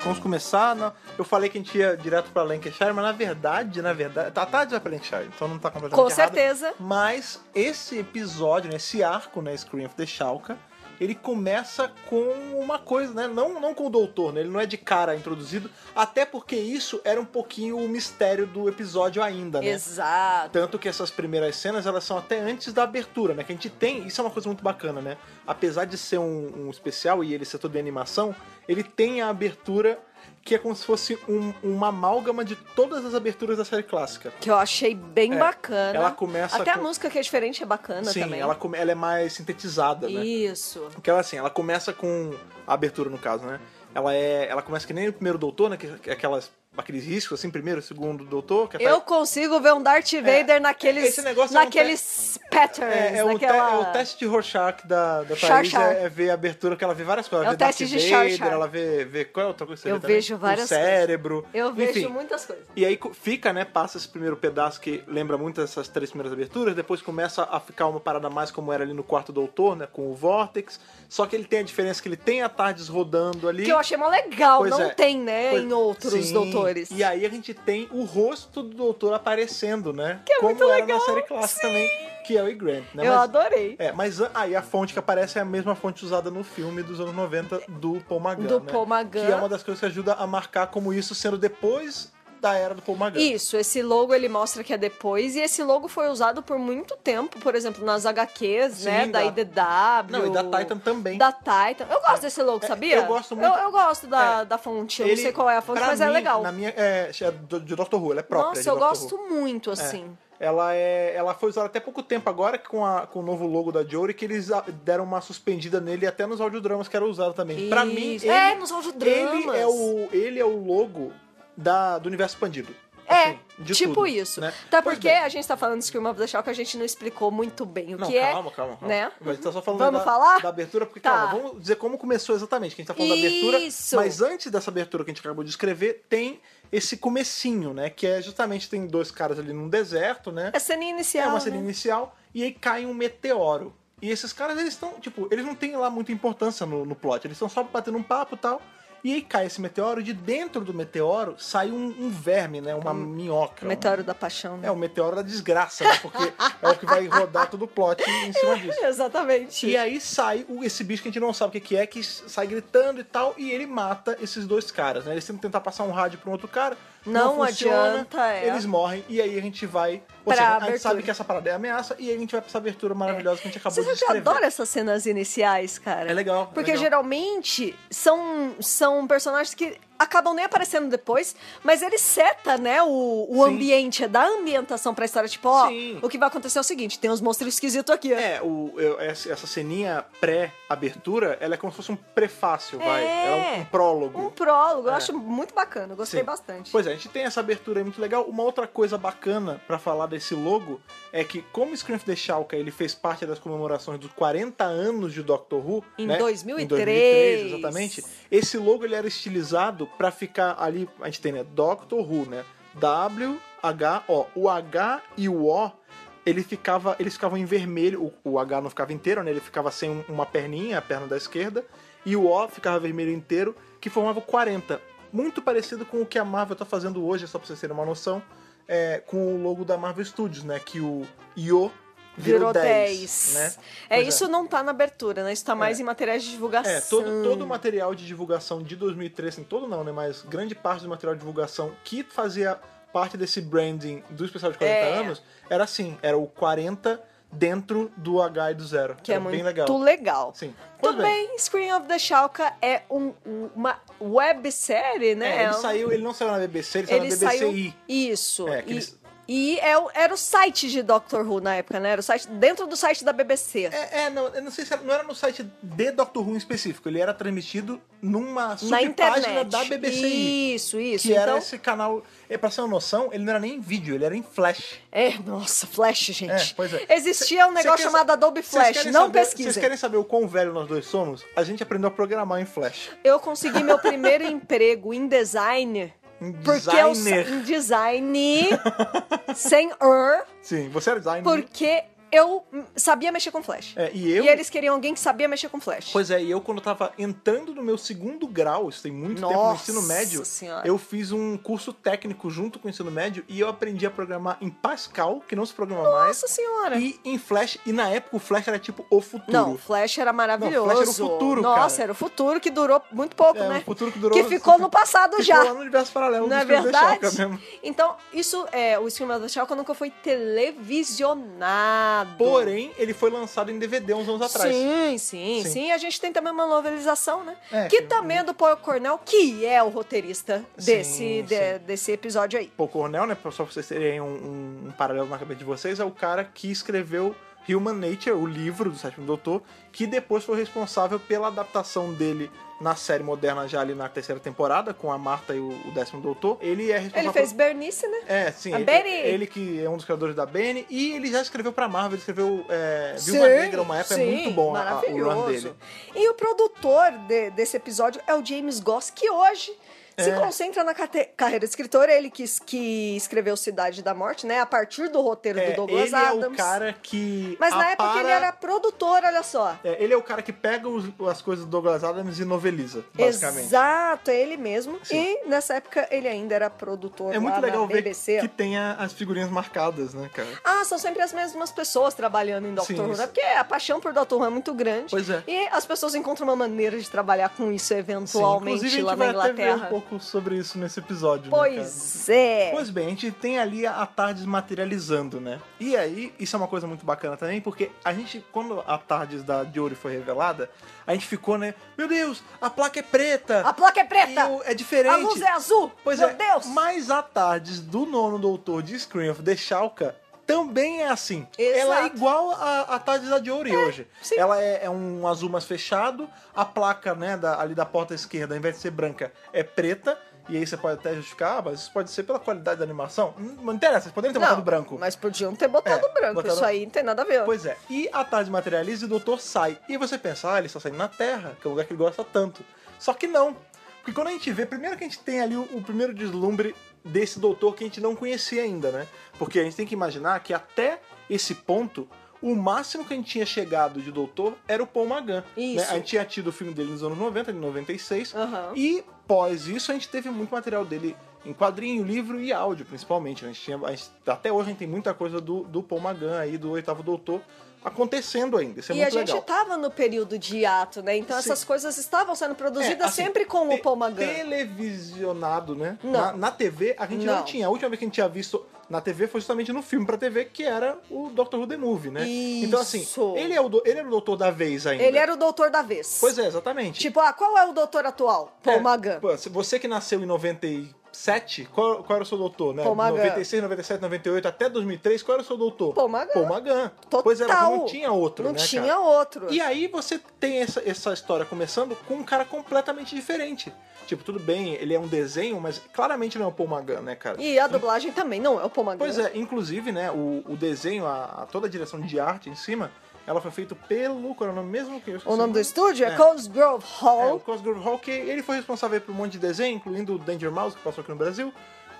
[SPEAKER 1] vamos começar. né? Eu falei que a gente ia direto pra Lancashire, mas na verdade, na verdade, a Tardes vai pra Lancashire, então não tá completamente
[SPEAKER 2] Com
[SPEAKER 1] errado.
[SPEAKER 2] certeza.
[SPEAKER 1] Mas esse episódio, né, esse arco, né, Scream of the Shalka, ele começa com uma coisa, né? Não, não com o doutor, né? Ele não é de cara introduzido, até porque isso era um pouquinho o mistério do episódio ainda, né?
[SPEAKER 2] Exato.
[SPEAKER 1] Tanto que essas primeiras cenas, elas são até antes da abertura, né? Que a gente tem, isso é uma coisa muito bacana, né? Apesar de ser um, um especial e ele ser todo em animação, ele tem a abertura que é como se fosse um- uma amálgama de todas as aberturas da série clássica.
[SPEAKER 2] Que eu achei bem
[SPEAKER 1] É,
[SPEAKER 2] bacana.
[SPEAKER 1] ela começa
[SPEAKER 2] Até
[SPEAKER 1] com-
[SPEAKER 2] a música que é diferente é bacana
[SPEAKER 1] Sim,
[SPEAKER 2] também.
[SPEAKER 1] ela, come- ela é mais sintetizada, né?
[SPEAKER 2] Isso.
[SPEAKER 1] Porque ela assim, ela começa com a abertura no caso, né? Ela é, ela começa que nem o primeiro doutor, né? Que, que aquelas aqueles riscos assim, primeiro, segundo doutor, que a
[SPEAKER 2] Eu consigo ver um Darth Vader naqueles,
[SPEAKER 1] É, esse negócio é um
[SPEAKER 2] naqueles patterns,
[SPEAKER 1] É, é o te-
[SPEAKER 2] naquela...
[SPEAKER 1] é o teste de Rorschach da, da
[SPEAKER 2] Char,
[SPEAKER 1] Thaís,
[SPEAKER 2] char.
[SPEAKER 1] é, é ver a abertura, que ela vê várias coisas.
[SPEAKER 2] É
[SPEAKER 1] Ela
[SPEAKER 2] o
[SPEAKER 1] vê
[SPEAKER 2] teste
[SPEAKER 1] Darth
[SPEAKER 2] de char,
[SPEAKER 1] Vader,
[SPEAKER 2] char.
[SPEAKER 1] ela vê, vê... Qual é a outra coisa que você
[SPEAKER 2] Eu
[SPEAKER 1] vê também?
[SPEAKER 2] vejo várias
[SPEAKER 1] O cérebro.
[SPEAKER 2] Eu vejo
[SPEAKER 1] Enfim,
[SPEAKER 2] muitas coisas.
[SPEAKER 1] E aí co- fica, né? Passa esse primeiro pedaço que lembra muito essas três primeiras aberturas. Depois começa a ficar uma parada mais como era ali no quarto doutor, né? Com o Vortex. Só que ele tem a diferença que ele tem a Tardes rodando ali.
[SPEAKER 2] Que eu achei mó legal,
[SPEAKER 1] Pois
[SPEAKER 2] não
[SPEAKER 1] é.
[SPEAKER 2] tem, né,
[SPEAKER 1] Pois-
[SPEAKER 2] em outros
[SPEAKER 1] Sim.
[SPEAKER 2] doutores.
[SPEAKER 1] E aí a gente tem o rosto do doutor aparecendo, né?
[SPEAKER 2] Que é
[SPEAKER 1] como
[SPEAKER 2] muito
[SPEAKER 1] era
[SPEAKER 2] legal,
[SPEAKER 1] na série clássica também, que é o E. Grant, né?
[SPEAKER 2] eu
[SPEAKER 1] Mas-
[SPEAKER 2] adorei.
[SPEAKER 1] é, mas a- aí a fonte que aparece é a mesma fonte usada no filme dos anos 90 do Paul Magan,
[SPEAKER 2] Do
[SPEAKER 1] né?
[SPEAKER 2] Paul Magan.
[SPEAKER 1] Que é uma das coisas que ajuda a marcar como isso sendo depois da era do Paul Magan.
[SPEAKER 2] Isso, esse logo ele mostra que é depois, e esse logo foi usado por muito tempo, por exemplo, nas HQs,
[SPEAKER 1] Sim,
[SPEAKER 2] né, da
[SPEAKER 1] da-
[SPEAKER 2] IDW.
[SPEAKER 1] Não, e da Titan também.
[SPEAKER 2] Da Titan. Eu gosto desse logo,
[SPEAKER 1] É,
[SPEAKER 2] sabia?
[SPEAKER 1] eu gosto muito.
[SPEAKER 2] Eu, eu gosto da,
[SPEAKER 1] É.
[SPEAKER 2] da fonte, eu
[SPEAKER 1] Ele,
[SPEAKER 2] não sei qual é a fonte,
[SPEAKER 1] pra
[SPEAKER 2] mas é
[SPEAKER 1] mim,
[SPEAKER 2] legal.
[SPEAKER 1] Na minha, é, é do- de Doctor Who, ela é própria.
[SPEAKER 2] Nossa,
[SPEAKER 1] de
[SPEAKER 2] eu
[SPEAKER 1] Doctor
[SPEAKER 2] gosto
[SPEAKER 1] Who.
[SPEAKER 2] muito,
[SPEAKER 1] É.
[SPEAKER 2] assim.
[SPEAKER 1] Ela, é, ela foi usada até pouco tempo agora com, a- com o novo logo da Jory, que eles a- deram uma suspendida nele até nos audiodramas que era usado também. Pra mim,
[SPEAKER 2] Isso. É,
[SPEAKER 1] ele-
[SPEAKER 2] nos audiodramas.
[SPEAKER 1] Ele é o, ele é o logo da, do universo expandido.
[SPEAKER 2] É,
[SPEAKER 1] Assim, de
[SPEAKER 2] tipo
[SPEAKER 1] tudo,
[SPEAKER 2] isso.
[SPEAKER 1] né?
[SPEAKER 2] Tá,
[SPEAKER 1] Pois
[SPEAKER 2] porque
[SPEAKER 1] bem.
[SPEAKER 2] a gente tá falando de Scream of the Shock, a gente não explicou muito bem o
[SPEAKER 1] Não,
[SPEAKER 2] que
[SPEAKER 1] calma,
[SPEAKER 2] é.
[SPEAKER 1] calma, calma.
[SPEAKER 2] né?
[SPEAKER 1] Mas tá só falando
[SPEAKER 2] Vamos
[SPEAKER 1] da,
[SPEAKER 2] falar?
[SPEAKER 1] da abertura, porque
[SPEAKER 2] Tá.
[SPEAKER 1] calma, vamos dizer como começou exatamente, que a gente tá falando da
[SPEAKER 2] Isso.
[SPEAKER 1] abertura. Mas antes dessa abertura que a gente acabou de escrever, tem esse comecinho, né? Que é justamente tem dois caras ali num deserto, né?
[SPEAKER 2] É a cena inicial,
[SPEAKER 1] É uma
[SPEAKER 2] né?
[SPEAKER 1] cena inicial, e aí cai um meteoro. E esses caras, eles estão, tipo, eles não têm lá muita importância no, no plot, eles estão só batendo um papo e tal. E aí cai esse meteoro, e de dentro do meteoro sai um, um verme, né? Uma minhoca. uma-
[SPEAKER 2] Meteoro da Paixão, né?
[SPEAKER 1] É, o meteoro da desgraça, né? Porque é o que vai rodar todo o plot em cima disso.
[SPEAKER 2] Exatamente.
[SPEAKER 1] E aí sai o- esse bicho que a gente não sabe o que que é, que sai gritando e tal, e ele mata esses dois caras, né? Eles tentam tentar passar um rádio pra um outro cara, não,
[SPEAKER 2] Não
[SPEAKER 1] funciona,
[SPEAKER 2] adianta, é.
[SPEAKER 1] eles morrem, e aí a gente vai... Ou
[SPEAKER 2] Pra
[SPEAKER 1] seja, a
[SPEAKER 2] abertura.
[SPEAKER 1] gente sabe que essa parada é ameaça, e aí a gente vai pra essa abertura maravilhosa que a gente acabou
[SPEAKER 2] Você
[SPEAKER 1] de
[SPEAKER 2] já
[SPEAKER 1] escrever.
[SPEAKER 2] adora essas cenas iniciais, cara?
[SPEAKER 1] É legal, é
[SPEAKER 2] Porque
[SPEAKER 1] legal.
[SPEAKER 2] geralmente são, são personagens que acabam nem aparecendo depois, mas ele seta, né, o, o
[SPEAKER 1] Sim.
[SPEAKER 2] ambiente, dá ambientação pra história, tipo, ó,
[SPEAKER 1] Sim.
[SPEAKER 2] o que vai acontecer é o seguinte, tem uns monstros esquisitos aqui. ó.
[SPEAKER 1] É, o, eu- essa essa ceninha pré-abertura, ela é como se fosse um prefácio, vai.
[SPEAKER 2] É.
[SPEAKER 1] Ela é um, um prólogo.
[SPEAKER 2] Um prólogo, eu
[SPEAKER 1] É.
[SPEAKER 2] acho muito bacana, eu gostei
[SPEAKER 1] Sim.
[SPEAKER 2] bastante.
[SPEAKER 1] Pois é, a gente tem essa abertura aí muito legal. Uma outra coisa bacana pra falar desse logo é que, como Scream of the Shalka, ele fez parte das comemorações dos 40 anos de Doctor Who,
[SPEAKER 2] Em
[SPEAKER 1] né?
[SPEAKER 2] 2003.
[SPEAKER 1] Em 2003, exatamente. Esse logo ele era estilizado pra ficar ali, a gente tem, né, Doctor Who, né? W H O. O H e o O ele ficava, eles ficavam em vermelho, o, o H não ficava inteiro, né? Ele ficava sem um- uma perninha, a perna da esquerda, e o O ficava vermelho inteiro, que formava o 40. Muito parecido com o que a Marvel tá fazendo hoje, só pra vocês terem uma noção, é, com o logo da Marvel Studios, né? Que o IO virou,
[SPEAKER 2] Virou 10.
[SPEAKER 1] 10. né?
[SPEAKER 2] É,
[SPEAKER 1] Pois
[SPEAKER 2] isso não tá na abertura, né? Isso tá mais em materiais de divulgação.
[SPEAKER 1] É, todo, todo o material de divulgação de 2013, assim, todo não, né? Mas grande parte do material de divulgação que fazia parte desse branding do especial de 40
[SPEAKER 2] É.
[SPEAKER 1] anos era assim, era o 40 dentro do H e do zero.
[SPEAKER 2] Que é
[SPEAKER 1] era
[SPEAKER 2] muito
[SPEAKER 1] bem legal.
[SPEAKER 2] legal.
[SPEAKER 1] Sim. Pois é. bem,
[SPEAKER 2] Também, Screen of the Shalka é um- uma websérie, né?
[SPEAKER 1] é, ele
[SPEAKER 2] um-
[SPEAKER 1] saiu, ele não saiu na BBC, ele saiu
[SPEAKER 2] ele
[SPEAKER 1] na BBCI.
[SPEAKER 2] Isso.
[SPEAKER 1] É,
[SPEAKER 2] e
[SPEAKER 1] que eles-
[SPEAKER 2] e é o- era o site de Doctor Who na época, né? Era o site dentro do site da BBC.
[SPEAKER 1] É, é, não, eu não sei se era, não era no site de Doctor Who em específico, ele era transmitido numa
[SPEAKER 2] na
[SPEAKER 1] subpágina
[SPEAKER 2] internet.
[SPEAKER 1] da BBCI.
[SPEAKER 2] Isso, isso.
[SPEAKER 1] Que era
[SPEAKER 2] então,
[SPEAKER 1] esse canal. É, pra ser uma noção, ele não era nem em vídeo, ele era em flash.
[SPEAKER 2] É, nossa, Flash, gente.
[SPEAKER 1] É, pois é.
[SPEAKER 2] Existia um
[SPEAKER 1] Cê-
[SPEAKER 2] negócio
[SPEAKER 1] cê quer-
[SPEAKER 2] chamado Adobe
[SPEAKER 1] Vocês
[SPEAKER 2] Flash.
[SPEAKER 1] querem
[SPEAKER 2] Não
[SPEAKER 1] saber-
[SPEAKER 2] pesquisem.
[SPEAKER 1] Vocês querem saber o quão velho nós dois somos? A gente aprendeu a programar em Flash.
[SPEAKER 2] Eu consegui meu primeiro emprego em design.
[SPEAKER 1] Em
[SPEAKER 2] Porque eu sa-
[SPEAKER 1] designer.
[SPEAKER 2] em design sem er,
[SPEAKER 1] Sim, você era designer.
[SPEAKER 2] porque eu hum, sabia mexer com Flash.
[SPEAKER 1] É, e eu.
[SPEAKER 2] E eles queriam alguém que sabia mexer com Flash.
[SPEAKER 1] Pois é, e eu quando eu tava entrando no meu segundo grau, isso tem muito tempo no
[SPEAKER 2] Nossa
[SPEAKER 1] ensino médio,
[SPEAKER 2] Senhora.
[SPEAKER 1] eu fiz um curso técnico junto com o ensino médio e eu aprendi a programar em Pascal, que não se programa
[SPEAKER 2] Nossa senhora.
[SPEAKER 1] mais, é. e em Flash, e na época o Flash era tipo o futuro.
[SPEAKER 2] Não, Flash era maravilhoso.
[SPEAKER 1] Não, Flash era o futuro,
[SPEAKER 2] Nossa,
[SPEAKER 1] cara.
[SPEAKER 2] era o futuro que durou muito pouco,
[SPEAKER 1] É,
[SPEAKER 2] né?
[SPEAKER 1] o futuro que durou-
[SPEAKER 2] Que ficou no passado
[SPEAKER 1] Ficou
[SPEAKER 2] já.
[SPEAKER 1] lá no universo paralelo
[SPEAKER 2] Não é
[SPEAKER 1] do Scream da
[SPEAKER 2] verdade?
[SPEAKER 1] Choca mesmo.
[SPEAKER 2] Então, isso é o Scream of the Shalka nunca foi televisionado.
[SPEAKER 1] Porém, ele foi lançado em DVD uns anos atrás.
[SPEAKER 2] Sim, sim,
[SPEAKER 1] Sim.
[SPEAKER 2] sim, A gente tem também uma novelização, né?
[SPEAKER 1] É,
[SPEAKER 2] que
[SPEAKER 1] que-
[SPEAKER 2] também é do Paul Cornell, que é o roteirista
[SPEAKER 1] Sim,
[SPEAKER 2] desse, de-
[SPEAKER 1] sim.
[SPEAKER 2] desse episódio aí.
[SPEAKER 1] Paul Cornell, né? Só pra vocês terem um, um- um paralelo na cabeça de vocês, é o cara que escreveu Human Nature, o livro do Sétimo Doutor, que depois foi responsável pela adaptação dele na série moderna já ali na terceira temporada, com a Marta e o, o Décimo Doutor. Ele é responsável...
[SPEAKER 2] Ele fez Bernice, né?
[SPEAKER 1] por- É, sim.
[SPEAKER 2] a
[SPEAKER 1] ele,
[SPEAKER 2] Betty.
[SPEAKER 1] ele que é um dos criadores da Benny, e ele já escreveu pra Marvel, ele escreveu é,
[SPEAKER 2] Sim,
[SPEAKER 1] Viúva Negra uma época, é
[SPEAKER 2] sim,
[SPEAKER 1] muito bom a- a- o run
[SPEAKER 2] maravilhoso.
[SPEAKER 1] dele.
[SPEAKER 2] E o produtor de- desse episódio é o James Goss, que hoje se
[SPEAKER 1] É.
[SPEAKER 2] concentra na cate- carreira de escritor. Ele que, es- que escreveu Cidade da Morte, né? A partir do roteiro
[SPEAKER 1] É,
[SPEAKER 2] do Douglas
[SPEAKER 1] ele
[SPEAKER 2] Adams.
[SPEAKER 1] é o cara que
[SPEAKER 2] Mas na época
[SPEAKER 1] apara-
[SPEAKER 2] ele era produtor, olha só.
[SPEAKER 1] É, ele é o cara que pega os- as coisas do Douglas Adams e noveliza, basicamente.
[SPEAKER 2] Exato, é ele mesmo.
[SPEAKER 1] Sim.
[SPEAKER 2] E nessa época ele ainda era produtor
[SPEAKER 1] É muito
[SPEAKER 2] lá
[SPEAKER 1] legal
[SPEAKER 2] na
[SPEAKER 1] ver
[SPEAKER 2] BBC.
[SPEAKER 1] que tem a- as figurinhas marcadas, né, cara?
[SPEAKER 2] Ah, são sempre as mesmas pessoas trabalhando em Doctor
[SPEAKER 1] Sim,
[SPEAKER 2] Who,
[SPEAKER 1] isso.
[SPEAKER 2] né? Porque a paixão por Doctor Who é muito grande.
[SPEAKER 1] Pois é.
[SPEAKER 2] E as pessoas encontram uma maneira de trabalhar com isso
[SPEAKER 1] Sim,
[SPEAKER 2] eventualmente
[SPEAKER 1] Inclusive,
[SPEAKER 2] lá
[SPEAKER 1] a gente vai
[SPEAKER 2] na
[SPEAKER 1] até ver um
[SPEAKER 2] Inglaterra.
[SPEAKER 1] pouco sobre isso nesse episódio, né, cara?
[SPEAKER 2] pois é.
[SPEAKER 1] Pois bem, a gente tem ali a Tardes materializando, né? E aí, isso é uma coisa muito bacana também, porque a gente, quando a Tardes da Diori foi revelada, a gente ficou, né? Meu Deus, a placa é preta!
[SPEAKER 2] A placa é preta!
[SPEAKER 1] E o- é
[SPEAKER 2] a
[SPEAKER 1] diferente!
[SPEAKER 2] luz é azul!
[SPEAKER 1] Pois
[SPEAKER 2] Meu
[SPEAKER 1] é,
[SPEAKER 2] Deus!
[SPEAKER 1] mas a Tardes do nono doutor de Scream of the Shalka também é assim.
[SPEAKER 2] Exato.
[SPEAKER 1] Ela é igual a, a Tardes da Jory hoje.
[SPEAKER 2] sim.
[SPEAKER 1] Ela é, é um azul mais fechado, a placa né, da- ali da porta esquerda, ao invés de ser branca, é preta. E aí você pode até justificar, ah, mas isso pode ser pela qualidade da animação. Hum, Não interessa, vocês poderiam ter
[SPEAKER 2] Não,
[SPEAKER 1] botado branco.
[SPEAKER 2] Mas podiam ter botado
[SPEAKER 1] É,
[SPEAKER 2] branco.
[SPEAKER 1] botaram-
[SPEAKER 2] Isso aí não tem nada a ver.
[SPEAKER 1] Pois é, e a tarde materializa e o doutor sai. E você pensa, ah, ele está saindo na Terra, que é o lugar que ele gosta tanto. Só que não. Porque quando a gente vê, primeiro que a gente tem ali o, o primeiro deslumbre desse doutor que a gente não conhecia ainda, né? Porque a gente tem que imaginar que até esse ponto, o máximo que a gente tinha chegado de doutor era o Paul Magan.
[SPEAKER 2] Isso.
[SPEAKER 1] né? A gente tinha tido o filme dele nos anos 90, em 96.
[SPEAKER 2] Aham.
[SPEAKER 1] E pós isso, a gente teve muito material dele em quadrinho, livro e áudio, principalmente. né? A gente tinha, a gente- até hoje a gente tem muita coisa do, do Paul Magan aí, do Oitavo Doutor, acontecendo ainda. Isso é
[SPEAKER 2] E
[SPEAKER 1] muito
[SPEAKER 2] a gente
[SPEAKER 1] legal.
[SPEAKER 2] estava no período de hiato, né? Então
[SPEAKER 1] Sim.
[SPEAKER 2] essas coisas estavam sendo produzidas
[SPEAKER 1] É, assim,
[SPEAKER 2] sempre com o
[SPEAKER 1] Te-
[SPEAKER 2] Paul Magan.
[SPEAKER 1] Televisionado, né?
[SPEAKER 2] Não.
[SPEAKER 1] Na, na TV, a gente não.
[SPEAKER 2] Não.
[SPEAKER 1] tinha. A última vez que a gente tinha visto na TV foi justamente no filme pra TV, que era o Doctor Who The Movie, né? Então, assim,
[SPEAKER 2] Isso.
[SPEAKER 1] ele, é o, do- ele era o doutor da vez ainda.
[SPEAKER 2] Ele era o doutor da vez.
[SPEAKER 1] Pois é, exatamente.
[SPEAKER 2] Tipo, ah, qual é o doutor atual? Paul
[SPEAKER 1] É,
[SPEAKER 2] Magan.
[SPEAKER 1] pô, se Você que nasceu em 97, qual, qual era o seu doutor, né?
[SPEAKER 2] Paul Magan.
[SPEAKER 1] 96, 97, 98, até 2003, qual era o seu doutor?
[SPEAKER 2] Paul Magan.
[SPEAKER 1] Paul Magan.
[SPEAKER 2] Total.
[SPEAKER 1] Pois é, você não tinha outro,
[SPEAKER 2] Não
[SPEAKER 1] né,
[SPEAKER 2] tinha
[SPEAKER 1] cara?
[SPEAKER 2] outro.
[SPEAKER 1] E aí você tem essa, essa história começando com um cara completamente diferente. Tipo, tudo bem, ele é um desenho, mas claramente não é o Paul Magan, né, cara?
[SPEAKER 2] E a dublagem também não é o Paul Magan.
[SPEAKER 1] Pois é, inclusive, né, o, o desenho, a, a- toda a direção de arte em cima, ela foi feita pelo... Qual era o nome mesmo? Que eu esqueci
[SPEAKER 2] O nome do estúdio é,
[SPEAKER 1] É.
[SPEAKER 2] Cosgrove
[SPEAKER 1] é, o
[SPEAKER 2] Hall.
[SPEAKER 1] Cosgrove Hall, que ele foi responsável aí por um monte de desenho, incluindo o Danger Mouse, que passou aqui no Brasil.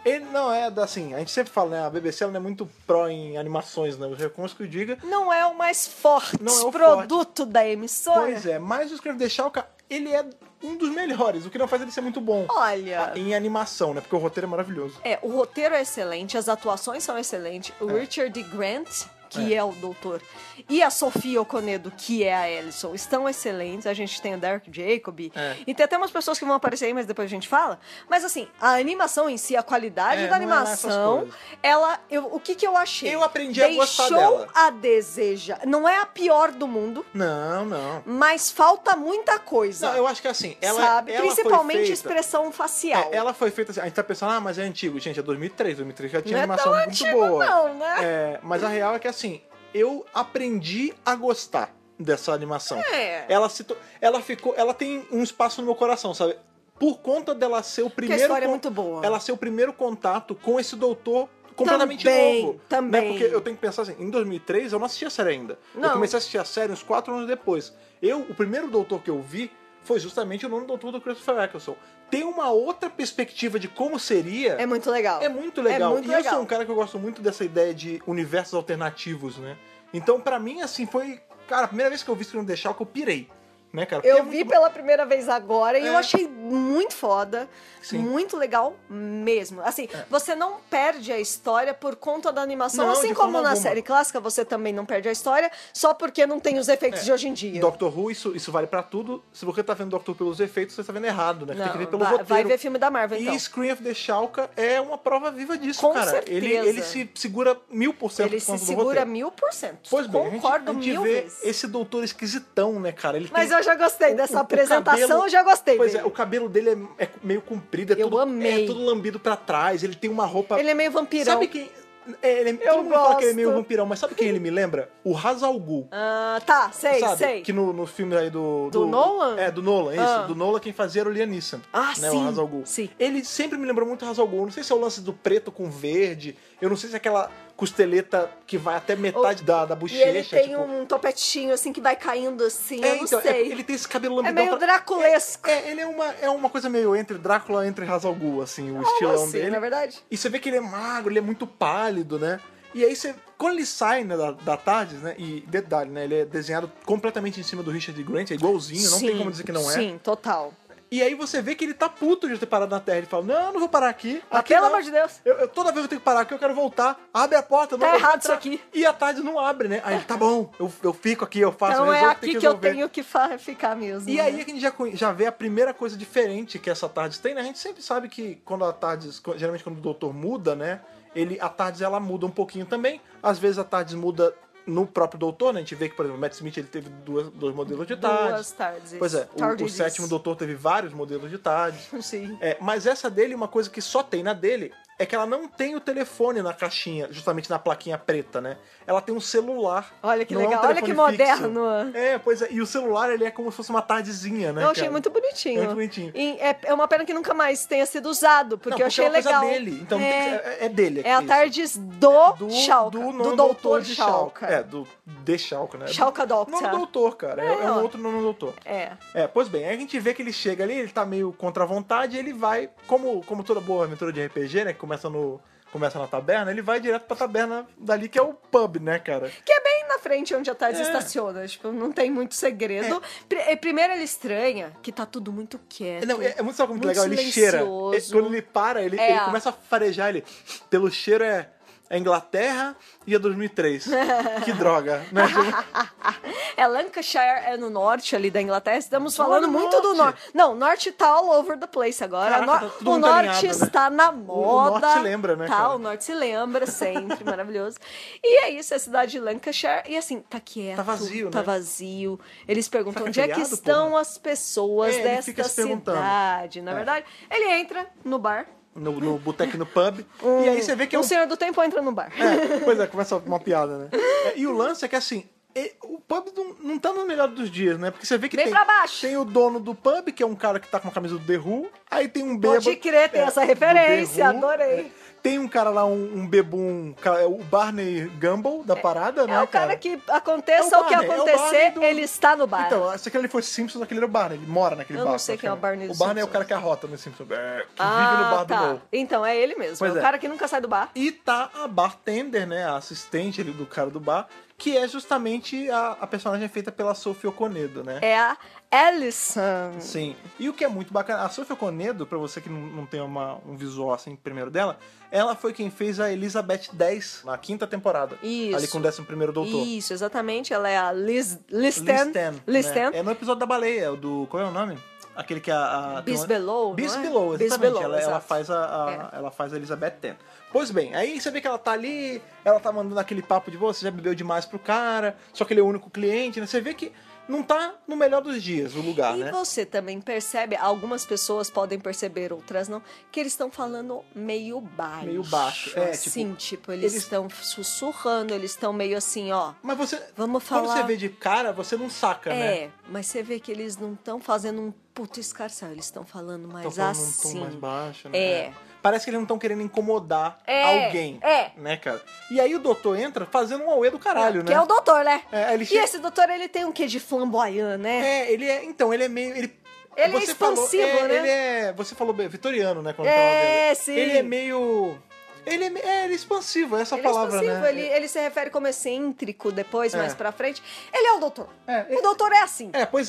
[SPEAKER 1] Ele não é, da- assim, a gente sempre fala, né? A BBC ela não é muito pró em animações, né? Eu reconheço que eu diga.
[SPEAKER 2] Não é o mais forte
[SPEAKER 1] Não é o
[SPEAKER 2] produto da emissora.
[SPEAKER 1] Pois é, mas o Scrooge Shalka, ele é um dos melhores, o que não faz ele ser muito bom
[SPEAKER 2] Olha.
[SPEAKER 1] em animação, né? Porque o roteiro é maravilhoso.
[SPEAKER 2] É, o roteiro é excelente, as atuações são excelentes. O Richard D. Grant, que é. o doutor, e a Sofia Oconedo, que é a Ellison, estão excelentes. A gente tem o Derek Jacob.
[SPEAKER 1] É.
[SPEAKER 2] E tem até umas pessoas que vão aparecer aí, mas depois a gente fala. Mas assim, a animação em si, a qualidade
[SPEAKER 1] É,
[SPEAKER 2] da
[SPEAKER 1] não é lá essas
[SPEAKER 2] animação,
[SPEAKER 1] coisas.
[SPEAKER 2] ela. eu- o que, que eu achei?
[SPEAKER 1] Eu aprendi a
[SPEAKER 2] Deixou
[SPEAKER 1] gostar dela.
[SPEAKER 2] a desejar. Não é a pior do mundo,
[SPEAKER 1] Não, não.
[SPEAKER 2] mas falta muita coisa.
[SPEAKER 1] Não, eu acho que assim, ela,
[SPEAKER 2] sabe?
[SPEAKER 1] ela
[SPEAKER 2] Principalmente
[SPEAKER 1] foi feita,
[SPEAKER 2] expressão facial.
[SPEAKER 1] É, ela foi feita assim, a gente tá pensando, ah, mas é antigo. Gente, é 2003, 2003 já tinha
[SPEAKER 2] não é
[SPEAKER 1] animação
[SPEAKER 2] tão
[SPEAKER 1] muito
[SPEAKER 2] antigo,
[SPEAKER 1] boa.
[SPEAKER 2] não, né?
[SPEAKER 1] É, mas a real é que assim, eu aprendi a gostar dessa animação.
[SPEAKER 2] É.
[SPEAKER 1] Ela se to- ela ficou, ela tem um espaço no meu coração, sabe? Por conta dela ser o
[SPEAKER 2] Porque a
[SPEAKER 1] primeiro
[SPEAKER 2] história é
[SPEAKER 1] con-
[SPEAKER 2] muito boa.
[SPEAKER 1] ela ser o primeiro contato com esse doutor completamente
[SPEAKER 2] Também,
[SPEAKER 1] novo.
[SPEAKER 2] também.
[SPEAKER 1] Né? Porque eu tenho que pensar assim, em 2003 eu não assisti a série ainda.
[SPEAKER 2] Não.
[SPEAKER 1] Eu comecei a assistir a série uns 4 anos depois. Eu, o primeiro doutor que eu vi foi justamente o nono doutor do Christopher Eccleston. Tem uma outra perspectiva de como seria.
[SPEAKER 2] É muito legal.
[SPEAKER 1] É muito legal.
[SPEAKER 2] É muito
[SPEAKER 1] e
[SPEAKER 2] legal.
[SPEAKER 1] eu sou um cara que eu gosto muito dessa ideia de universos alternativos, né? Então, pra mim, assim, foi. Cara, a primeira vez que eu vi Scream The Shock, eu pirei. Né, cara? Porque é
[SPEAKER 2] Eu
[SPEAKER 1] muito
[SPEAKER 2] vi
[SPEAKER 1] bom.
[SPEAKER 2] pela primeira vez agora e
[SPEAKER 1] É.
[SPEAKER 2] eu achei muito foda,
[SPEAKER 1] Sim. É.
[SPEAKER 2] muito legal mesmo. Assim, você não perde a história por conta da animação,
[SPEAKER 1] Não,
[SPEAKER 2] assim
[SPEAKER 1] de
[SPEAKER 2] como
[SPEAKER 1] forma
[SPEAKER 2] na
[SPEAKER 1] alguma.
[SPEAKER 2] série clássica você também não perde a história só porque não tem os efeitos de hoje em dia.
[SPEAKER 1] É. Doctor Who, isso, isso vale pra tudo. Se você tá vendo Doctor Who pelos efeitos, você tá vendo errado, né? Você tem que ver
[SPEAKER 2] Não,
[SPEAKER 1] pelo
[SPEAKER 2] vai,
[SPEAKER 1] roteiro.
[SPEAKER 2] vai ver filme da Marvel então.
[SPEAKER 1] E Scream of the Shalka é uma prova viva disso,
[SPEAKER 2] Com
[SPEAKER 1] cara. Ele,
[SPEAKER 2] certeza.
[SPEAKER 1] ele se segura mil por cento
[SPEAKER 2] Ele
[SPEAKER 1] por
[SPEAKER 2] se
[SPEAKER 1] conta do
[SPEAKER 2] segura
[SPEAKER 1] roteiro.
[SPEAKER 2] mil por cento.
[SPEAKER 1] Pois bem, a gente-
[SPEAKER 2] Concordo
[SPEAKER 1] a gente,
[SPEAKER 2] mil
[SPEAKER 1] vê
[SPEAKER 2] vezes.
[SPEAKER 1] esse doutor esquisitão, né, cara? Ele
[SPEAKER 2] Mas
[SPEAKER 1] tem...
[SPEAKER 2] eu já gostei
[SPEAKER 1] o-
[SPEAKER 2] dessa
[SPEAKER 1] o
[SPEAKER 2] apresentação,
[SPEAKER 1] cabelo-
[SPEAKER 2] eu já gostei
[SPEAKER 1] Pois
[SPEAKER 2] dele.
[SPEAKER 1] é, o cabelo dele é, é meio comprido, é
[SPEAKER 2] Eu
[SPEAKER 1] tudo,
[SPEAKER 2] amei.
[SPEAKER 1] é tudo lambido pra trás, ele tem uma roupa.
[SPEAKER 2] Ele é meio vampirão.
[SPEAKER 1] Sabe quem. é, ele é- todo
[SPEAKER 2] Eu
[SPEAKER 1] mundo fala que ele é
[SPEAKER 2] gosto.
[SPEAKER 1] meio vampirão, mas sabe quem ele me lembra? O Hazal Ghul.
[SPEAKER 2] Ah, tá, sei,
[SPEAKER 1] sabe?
[SPEAKER 2] sei.
[SPEAKER 1] Que no, no filme aí do,
[SPEAKER 2] Do Nolan?
[SPEAKER 1] É, do Nolan, isso.
[SPEAKER 2] Ah.
[SPEAKER 1] Do Nolan quem fazia era o Liam Neeson.
[SPEAKER 2] Ah,
[SPEAKER 1] né,
[SPEAKER 2] sim,
[SPEAKER 1] O Hazal Ghul.
[SPEAKER 2] sim.
[SPEAKER 1] Ele sempre me lembrou muito o Hazal Ghul. Não sei se é o lance do preto com verde. Eu não sei se é aquela costeleta que vai até metade da, da
[SPEAKER 2] E
[SPEAKER 1] bochecha.
[SPEAKER 2] ele tem
[SPEAKER 1] tipo...
[SPEAKER 2] um topetinho assim que vai caindo assim,
[SPEAKER 1] É,
[SPEAKER 2] eu não
[SPEAKER 1] então, é,
[SPEAKER 2] sei.
[SPEAKER 1] ele tem esse cabelo
[SPEAKER 2] É
[SPEAKER 1] lambidão.
[SPEAKER 2] meio
[SPEAKER 1] pra-
[SPEAKER 2] draculesco.
[SPEAKER 1] É, ele é uma, é uma coisa meio entre Drácula entre Hazal Ghul, assim, o estilão
[SPEAKER 2] assim,
[SPEAKER 1] dele.
[SPEAKER 2] na verdade.
[SPEAKER 1] E você vê que ele é magro, ele é muito pálido, né? E aí você. Quando ele sai né, da, da tarde, né? E detalhe, né? Ele é desenhado completamente em cima do Richard Grant, é igualzinho, não tem como dizer que não é.
[SPEAKER 2] Sim, total.
[SPEAKER 1] E aí você vê que ele tá puto de ter parado na Terra. Ele fala, não, não vou parar aqui.
[SPEAKER 2] Mas
[SPEAKER 1] aqui
[SPEAKER 2] pelo
[SPEAKER 1] não.
[SPEAKER 2] amor de Deus.
[SPEAKER 1] Eu, eu- toda vez eu tenho que parar aqui, eu quero voltar. Abre a porta, não
[SPEAKER 2] Tá
[SPEAKER 1] eu vou
[SPEAKER 2] errado isso
[SPEAKER 1] entrar."
[SPEAKER 2] aqui.
[SPEAKER 1] E a tarde não abre, né? Aí ele, tá bom, eu, eu fico aqui, eu faço
[SPEAKER 2] então
[SPEAKER 1] eu
[SPEAKER 2] é
[SPEAKER 1] resolvo, tem
[SPEAKER 2] aqui que eu
[SPEAKER 1] resolver."
[SPEAKER 2] tenho que fa- ficar mesmo.
[SPEAKER 1] E
[SPEAKER 2] né?
[SPEAKER 1] aí que a gente já, conhe- já vê a primeira coisa diferente que essa tarde tem, né? A gente sempre sabe que quando a tarde, geralmente quando o doutor muda, né? Ele, a tarde ela muda um pouquinho também. Às vezes a tarde muda no próprio doutor, né? A gente vê que, por exemplo, o Matt Smith ele teve duas, dois modelos de tarde.
[SPEAKER 2] duas tardes.
[SPEAKER 1] Pois é, o, o
[SPEAKER 2] Tardes.
[SPEAKER 1] sétimo doutor teve vários modelos de tarde.
[SPEAKER 2] Sim.
[SPEAKER 1] É, mas essa dele, uma coisa que só tem na dele, é que ela não tem o telefone na caixinha, justamente na plaquinha preta, né? Ela tem um celular.
[SPEAKER 2] Olha que
[SPEAKER 1] não é um
[SPEAKER 2] legal, olha que
[SPEAKER 1] telefone fixo.
[SPEAKER 2] moderno.
[SPEAKER 1] É, pois é. E o celular, ele é como se fosse uma tardezinha, né?
[SPEAKER 2] eu achei
[SPEAKER 1] cara?
[SPEAKER 2] muito bonitinho.
[SPEAKER 1] Muito bonitinho.
[SPEAKER 2] E é, é uma pena que nunca mais tenha sido usado, porque
[SPEAKER 1] Não,
[SPEAKER 2] eu achei
[SPEAKER 1] é uma coisa
[SPEAKER 2] legal.
[SPEAKER 1] dele. Então,
[SPEAKER 2] é,
[SPEAKER 1] é, é dele.
[SPEAKER 2] é a
[SPEAKER 1] isso. É,
[SPEAKER 2] tardes do,
[SPEAKER 1] do,
[SPEAKER 2] Schalke,
[SPEAKER 1] do,
[SPEAKER 2] do,
[SPEAKER 1] nono
[SPEAKER 2] doutor
[SPEAKER 1] de Schalke.
[SPEAKER 2] Schalke.
[SPEAKER 1] É, do de Schalke, né?
[SPEAKER 2] Schalke
[SPEAKER 1] Nono
[SPEAKER 2] Doctor.
[SPEAKER 1] doutor, cara. É,
[SPEAKER 2] É,
[SPEAKER 1] é
[SPEAKER 2] ó.
[SPEAKER 1] um outro nono doutor.
[SPEAKER 2] É.
[SPEAKER 1] É, pois bem, aí a gente vê que ele chega ali, ele tá meio contra a vontade, ele vai, como, como toda boa aventura de RPG, né, que começa, no, começa na taberna, ele vai direto pra taberna dali, que é o pub, né, cara?
[SPEAKER 2] Que é bem na frente onde a Tardes
[SPEAKER 1] É.
[SPEAKER 2] estaciona. Tipo, não tem muito segredo. Pri- eh, primeiro ele estranha que tá tudo muito quieto.
[SPEAKER 1] Não, é, é muito, sabe como é
[SPEAKER 2] Muito
[SPEAKER 1] legal, ele cheira.
[SPEAKER 2] silencioso.
[SPEAKER 1] Ele- Quando ele para, ele,
[SPEAKER 2] É.
[SPEAKER 1] ele começa a farejar, ele, pelo cheiro é... é Inglaterra e é 2003. que droga, né?
[SPEAKER 2] É Lancashire, é no norte ali da Inglaterra. Estamos
[SPEAKER 1] Lá
[SPEAKER 2] falando
[SPEAKER 1] no
[SPEAKER 2] muito do
[SPEAKER 1] norte.
[SPEAKER 2] norte. Não, o norte tá all over the place agora.
[SPEAKER 1] Caraca,
[SPEAKER 2] Nor-
[SPEAKER 1] tá tudo
[SPEAKER 2] o
[SPEAKER 1] muito
[SPEAKER 2] norte
[SPEAKER 1] alinhado, né?
[SPEAKER 2] está na moda.
[SPEAKER 1] norte se lembra, né,
[SPEAKER 2] Tá,
[SPEAKER 1] cara?
[SPEAKER 2] o norte se lembra sempre, maravilhoso. E é isso, é a cidade de Lancashire. E assim, tá quieto.
[SPEAKER 1] Tá vazio,
[SPEAKER 2] Tá
[SPEAKER 1] né?
[SPEAKER 2] vazio. Eles perguntam
[SPEAKER 1] Será que
[SPEAKER 2] onde
[SPEAKER 1] é
[SPEAKER 2] é que
[SPEAKER 1] feriado,
[SPEAKER 2] estão
[SPEAKER 1] porra?
[SPEAKER 2] as pessoas
[SPEAKER 1] É, ele
[SPEAKER 2] desta
[SPEAKER 1] fica se perguntando.
[SPEAKER 2] cidade. Na
[SPEAKER 1] É.
[SPEAKER 2] verdade, ele entra no bar.
[SPEAKER 1] no, no boteco e no pub.
[SPEAKER 2] Um-
[SPEAKER 1] e aí você vê que é
[SPEAKER 2] um
[SPEAKER 1] um
[SPEAKER 2] senhor do tempo entra no bar.
[SPEAKER 1] É, pois é, começa uma piada, né? É, e o lance é que assim. e- O pub não, não tá no melhor dos dias, né? Porque você vê que
[SPEAKER 2] Vem
[SPEAKER 1] tem,
[SPEAKER 2] pra baixo.
[SPEAKER 1] tem o dono do pub, que é um cara que tá com uma camisa do The Who. Aí tem um bêbado...
[SPEAKER 2] Pode crer, tem
[SPEAKER 1] é,
[SPEAKER 2] essa
[SPEAKER 1] do
[SPEAKER 2] referência,
[SPEAKER 1] The Who.
[SPEAKER 2] adorei.
[SPEAKER 1] Tem um cara lá, um, um bebum, cara, é o Barney Gumble da parada, né,
[SPEAKER 2] É o cara que aconteça
[SPEAKER 1] É o
[SPEAKER 2] o que
[SPEAKER 1] Barney, é o
[SPEAKER 2] acontecer,
[SPEAKER 1] Barney do-
[SPEAKER 2] ele está no bar.
[SPEAKER 1] Então, se aquele fosse Simpsons, aquele era o Barney. Ele mora naquele
[SPEAKER 2] Eu
[SPEAKER 1] bar.
[SPEAKER 2] não sei quem é o Barney
[SPEAKER 1] O
[SPEAKER 2] dos
[SPEAKER 1] Barney é o
[SPEAKER 2] Simpsons.
[SPEAKER 1] cara que arrota no Simpsons. é, que vive
[SPEAKER 2] ah,
[SPEAKER 1] no bar
[SPEAKER 2] tá.
[SPEAKER 1] do Mo.
[SPEAKER 2] Então, é ele mesmo.
[SPEAKER 1] Pois
[SPEAKER 2] é o
[SPEAKER 1] é.
[SPEAKER 2] cara que nunca sai do bar.
[SPEAKER 1] E tá a bartender, né? A assistente ali do cara do bar, que é justamente a, a personagem é feita pela Sophie Okonedo, né?
[SPEAKER 2] É a Alison.
[SPEAKER 1] Sim. E o que é muito bacana, a Sophie Okonedo, pra você que não, não tem uma, um visual assim primeiro dela, ela foi quem fez a Elizabeth 10 na quinta temporada.
[SPEAKER 2] Isso.
[SPEAKER 1] Ali com o 11 primeiro doutor.
[SPEAKER 2] Isso, exatamente. Ela é a Liz, Liz
[SPEAKER 1] Liz
[SPEAKER 2] Tan.
[SPEAKER 1] Tan,
[SPEAKER 2] Liz
[SPEAKER 1] né?
[SPEAKER 2] Tan.
[SPEAKER 1] É no episódio da baleia, do. Qual é o nome? Aquele que a. a tem
[SPEAKER 2] Bis
[SPEAKER 1] uma-
[SPEAKER 2] Below, não
[SPEAKER 1] Bis
[SPEAKER 2] é?
[SPEAKER 1] Below,
[SPEAKER 2] Bis
[SPEAKER 1] exatamente.
[SPEAKER 2] Below,
[SPEAKER 1] ela, ela
[SPEAKER 2] exato. É.
[SPEAKER 1] faz a, a- ela faz a Elizabeth Ten. Pois bem, aí você vê que ela tá ali, ela tá mandando aquele papo de "Pô, você já bebeu demais pro cara, só que ele é o único cliente, né? Você vê que não tá no melhor dos dias o lugar,
[SPEAKER 2] E
[SPEAKER 1] né?
[SPEAKER 2] você também percebe, algumas pessoas podem perceber, outras não, que eles estão falando meio baixo.
[SPEAKER 1] Meio baixo, é, tipo,
[SPEAKER 2] Sim, tipo, eles
[SPEAKER 1] eles-
[SPEAKER 2] estão sussurrando, eles estão meio assim, ó.
[SPEAKER 1] Mas você.
[SPEAKER 2] Vamos
[SPEAKER 1] Quando
[SPEAKER 2] falar-
[SPEAKER 1] você vê de cara, você não saca, né?
[SPEAKER 2] É, mas você vê que eles não estão fazendo um puto escarçal, eles estão falando
[SPEAKER 1] Tão
[SPEAKER 2] mais
[SPEAKER 1] falando num
[SPEAKER 2] assim.
[SPEAKER 1] tom mais baixo, né?
[SPEAKER 2] É.
[SPEAKER 1] Parece que eles não estão querendo incomodar
[SPEAKER 2] É,
[SPEAKER 1] alguém.
[SPEAKER 2] é.
[SPEAKER 1] Né, cara? E aí o doutor entra fazendo um auê do caralho, né?
[SPEAKER 2] Que é o doutor, né?
[SPEAKER 1] É, aí ele
[SPEAKER 2] E
[SPEAKER 1] chega-
[SPEAKER 2] esse doutor, ele tem um quê de flamboyant, né?
[SPEAKER 1] É, ele é. Então, ele é meio. Ele,
[SPEAKER 2] Ele é
[SPEAKER 1] você falou-
[SPEAKER 2] expansivo,
[SPEAKER 1] é,
[SPEAKER 2] né?
[SPEAKER 1] Ele é. Você falou bem, vitoriano, né? Quando
[SPEAKER 2] É,
[SPEAKER 1] tava vendo.
[SPEAKER 2] sim.
[SPEAKER 1] Ele é meio. Ele é, me- é, ele é expansivo, é essa
[SPEAKER 2] Ele
[SPEAKER 1] palavra,
[SPEAKER 2] é expansivo,
[SPEAKER 1] né?
[SPEAKER 2] ele, ele se refere como excêntrico depois,
[SPEAKER 1] É.
[SPEAKER 2] mais pra frente. Ele é o doutor.
[SPEAKER 1] É,
[SPEAKER 2] O doutor é assim.
[SPEAKER 1] É, pois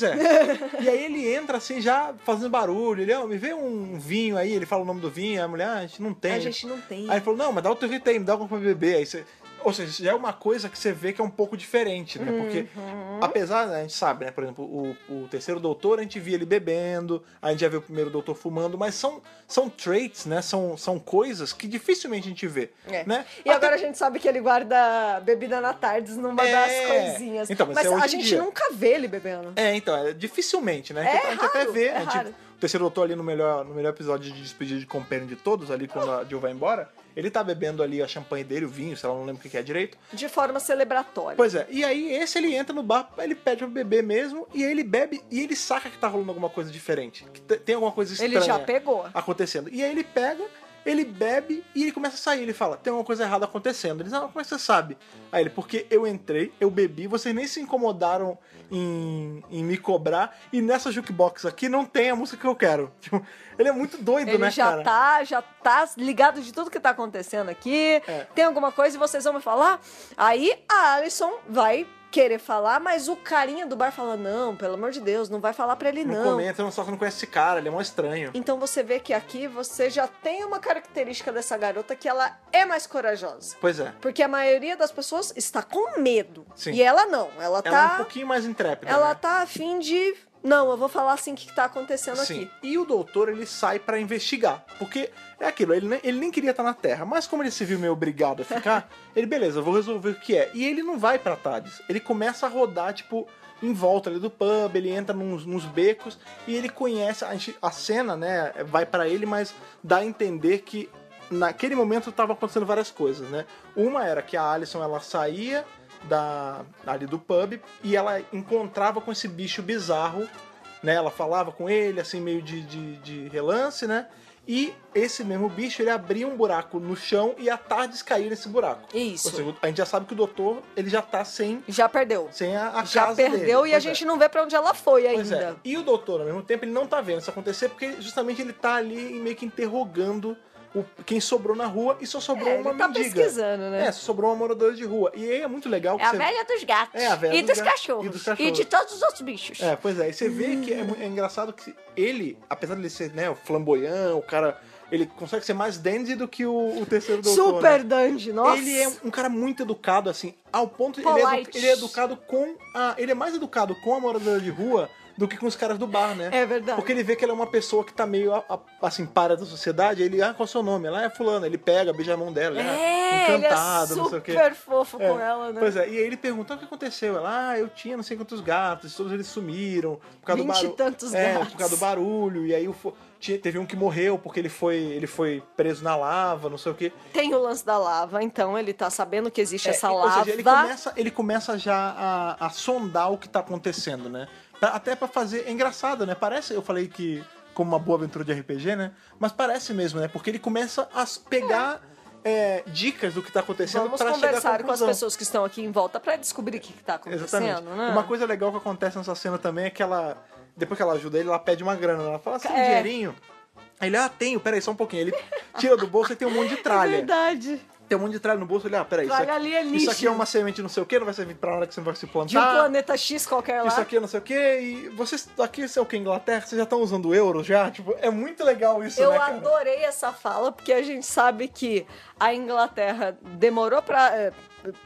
[SPEAKER 1] é. e aí ele entra assim, já fazendo barulho. Ele, ó, me vê um vinho aí, ele fala o nome do vinho, aí a mulher, ah, a gente não tem.
[SPEAKER 2] A gente não tem.
[SPEAKER 1] Aí ele falou, não, mas dá outro jeito aí, me dá alguma coisa pra beber. Aí você... Ou seja, já é uma coisa que você vê que é um pouco diferente, né? Porque,
[SPEAKER 2] Uhum.
[SPEAKER 1] apesar, né, a gente sabe, né? Por exemplo, o, o terceiro doutor, a gente via ele bebendo, a gente já vê o primeiro doutor fumando, mas são, são traits, né? São, são coisas que dificilmente a gente vê,
[SPEAKER 2] É.
[SPEAKER 1] né?
[SPEAKER 2] E agora a gente sabe que ele guarda bebida na tarde numa
[SPEAKER 1] É.
[SPEAKER 2] das coisinhas.
[SPEAKER 1] Então, mas
[SPEAKER 2] mas
[SPEAKER 1] é hoje
[SPEAKER 2] a
[SPEAKER 1] em
[SPEAKER 2] gente
[SPEAKER 1] dia.
[SPEAKER 2] nunca vê ele bebendo.
[SPEAKER 1] É, então, é, dificilmente, né?
[SPEAKER 2] É
[SPEAKER 1] a gente até
[SPEAKER 2] raro,
[SPEAKER 1] vê.
[SPEAKER 2] é
[SPEAKER 1] a gente-
[SPEAKER 2] raro.
[SPEAKER 1] o terceiro doutor ali no melhor, no melhor episódio de despedida de companion de todos, ali quando a Jill vai embora, ele tá bebendo ali a champanhe dele, o vinho, sei lá, não lembro o que que é direito.
[SPEAKER 2] De forma celebratória.
[SPEAKER 1] Pois é, e aí esse ele entra no bar, ele pede pra beber mesmo, e aí ele bebe e ele saca que tá rolando alguma coisa diferente. Que te- tem alguma coisa estranha
[SPEAKER 2] ele já pegou.
[SPEAKER 1] Tá acontecendo. E aí ele pega, ele bebe e ele começa a sair. Ele fala, tem alguma coisa errada acontecendo. Eles, ah, como é que você sabe? Aí ele, porque eu entrei, eu bebi, vocês nem se incomodaram em, em me cobrar, e nessa jukebox aqui não tem a música que eu quero. Tipo, ele é muito doido,
[SPEAKER 2] Ele
[SPEAKER 1] né,
[SPEAKER 2] já
[SPEAKER 1] cara?
[SPEAKER 2] tá, já tá ligado de tudo que tá acontecendo aqui.
[SPEAKER 1] É.
[SPEAKER 2] Tem alguma coisa e vocês vão me falar? Aí a Alison vai querer falar, mas o carinha do bar fala: "Não, pelo amor de Deus, não vai falar pra ele
[SPEAKER 1] Não,
[SPEAKER 2] não".
[SPEAKER 1] comenta, não, só que não conhece esse cara, ele é mó estranho.
[SPEAKER 2] Então você vê que aqui você já tem uma característica dessa garota que ela é mais corajosa.
[SPEAKER 1] Pois é.
[SPEAKER 2] Porque a maioria das pessoas está com medo.
[SPEAKER 1] Sim.
[SPEAKER 2] E ela não. Ela,
[SPEAKER 1] Ela é um
[SPEAKER 2] tá.
[SPEAKER 1] pouquinho mais intrépida.
[SPEAKER 2] ela
[SPEAKER 1] né?
[SPEAKER 2] tá afim de. Não, eu vou falar assim o que que tá acontecendo
[SPEAKER 1] Sim.
[SPEAKER 2] aqui.
[SPEAKER 1] E o doutor, ele sai pra investigar. Porque é aquilo, ele nem, ele nem queria estar na Terra, mas como ele se viu meio obrigado a ficar, ele, beleza, eu vou resolver o que é. E ele não vai pra Tades. Ele começa a rodar, tipo, em volta ali do pub, ele entra nos, nos becos e ele conhece. A, gente- a cena, né, vai pra ele, mas dá a entender que naquele momento estavam acontecendo várias coisas, né? Uma era que a Alison ela saía da ali do pub e ela encontrava com esse bicho bizarro, né? Ela falava com ele assim meio de, de, de relance, né? E esse mesmo bicho ele abria um buraco no chão e a Tardes caía nesse buraco.
[SPEAKER 2] Isso.
[SPEAKER 1] Ou seja, a gente já sabe que o doutor ele já tá sem
[SPEAKER 2] Já perdeu.
[SPEAKER 1] sem a, a
[SPEAKER 2] Já
[SPEAKER 1] casa
[SPEAKER 2] perdeu
[SPEAKER 1] dele.
[SPEAKER 2] e
[SPEAKER 1] Pois
[SPEAKER 2] a
[SPEAKER 1] é.
[SPEAKER 2] gente não vê pra onde ela foi
[SPEAKER 1] Pois é.
[SPEAKER 2] ainda.
[SPEAKER 1] E o doutor, ao mesmo tempo, ele não tá vendo isso acontecer porque justamente ele tá ali meio que interrogando o, quem sobrou na rua e só sobrou
[SPEAKER 2] É,
[SPEAKER 1] uma
[SPEAKER 2] ele tá
[SPEAKER 1] mendiga.
[SPEAKER 2] pesquisando, né?
[SPEAKER 1] É, só sobrou uma moradora de rua. E aí é muito legal que
[SPEAKER 3] É a
[SPEAKER 1] você...
[SPEAKER 3] velha dos gatos.
[SPEAKER 1] É, a velha
[SPEAKER 3] e,
[SPEAKER 1] dos
[SPEAKER 3] dos
[SPEAKER 1] gatos.
[SPEAKER 3] cachorros.
[SPEAKER 1] E dos cachorros.
[SPEAKER 3] E de todos os outros bichos.
[SPEAKER 1] É, pois é. E você vê que é, mu- é engraçado que ele, apesar dele ser, né, o flamboyant, o cara... Ele consegue ser mais dandy do que o, o terceiro doutor, né?
[SPEAKER 2] Super dandy, nossa.
[SPEAKER 1] Ele é um cara muito educado, assim, ao ponto de ele, é edu-
[SPEAKER 3] Polite.
[SPEAKER 1] ele é educado com a. Ele é mais educado com a moradora de rua do que com os caras do bar, né?
[SPEAKER 2] É verdade.
[SPEAKER 1] Porque ele vê que ela é uma pessoa que tá meio a- a- assim, para da sociedade, ele, ah, qual é o seu nome? Ela é fulana, ele pega, beija a mão dela, ele, ah,
[SPEAKER 2] É, ele é
[SPEAKER 1] encantado, não sei o quê.
[SPEAKER 2] super fofo
[SPEAKER 1] É,
[SPEAKER 2] com ela, né?
[SPEAKER 1] Pois é, e aí ele pergunta o que aconteceu. Ela, ah, eu tinha não sei quantos gatos, todos eles sumiram. Por causa do
[SPEAKER 2] Vinte e
[SPEAKER 1] barulho.
[SPEAKER 2] tantos
[SPEAKER 1] é,
[SPEAKER 2] gatos.
[SPEAKER 1] Por causa do barulho. E aí o fo- tinha- teve um que morreu porque ele foi, ele foi preso na lava, não sei o quê.
[SPEAKER 2] Tem o lance da lava, então ele tá sabendo que existe essa
[SPEAKER 1] É,
[SPEAKER 2] lava.
[SPEAKER 1] Ou seja, ele começa, ele começa já a, a sondar o que tá acontecendo, né? Pra- até pra fazer. É engraçado, né? Parece, eu falei que como uma boa aventura de RPG, né? Mas parece mesmo, né? Porque ele começa a s- pegar é, dicas do que tá acontecendo
[SPEAKER 2] Vamos
[SPEAKER 1] pra chegar à
[SPEAKER 2] conversar com as
[SPEAKER 1] conclusão.
[SPEAKER 2] pessoas que estão aqui em volta pra descobrir o que, que tá acontecendo,
[SPEAKER 1] Exatamente.
[SPEAKER 2] né?
[SPEAKER 1] Uma coisa legal que acontece nessa cena também é que ela. Depois que ela ajuda ele, ela pede uma grana. Ela fala assim, um
[SPEAKER 2] É.
[SPEAKER 1] dinheirinho. Aí ele, ah, tenho, peraí, só um pouquinho. Ele tira do bolso e tem um monte de tralha.
[SPEAKER 2] É verdade.
[SPEAKER 1] Tem um monte de tralha no bolso, ele, ah, peraí, isso
[SPEAKER 2] Tralha
[SPEAKER 1] aqui,
[SPEAKER 2] alienígena.
[SPEAKER 1] isso aqui é uma semente não sei o que, não vai servir pra hora que você vai se plantar.
[SPEAKER 2] De um planeta X qualquer lá.
[SPEAKER 1] Tá Isso aqui é não sei o que, e vocês aqui, sei o que, Inglaterra, vocês já estão usando o euro já? Tipo, é muito legal isso,
[SPEAKER 2] Eu
[SPEAKER 1] né, cara?
[SPEAKER 2] adorei essa fala, porque a gente sabe que a Inglaterra demorou pra. eh,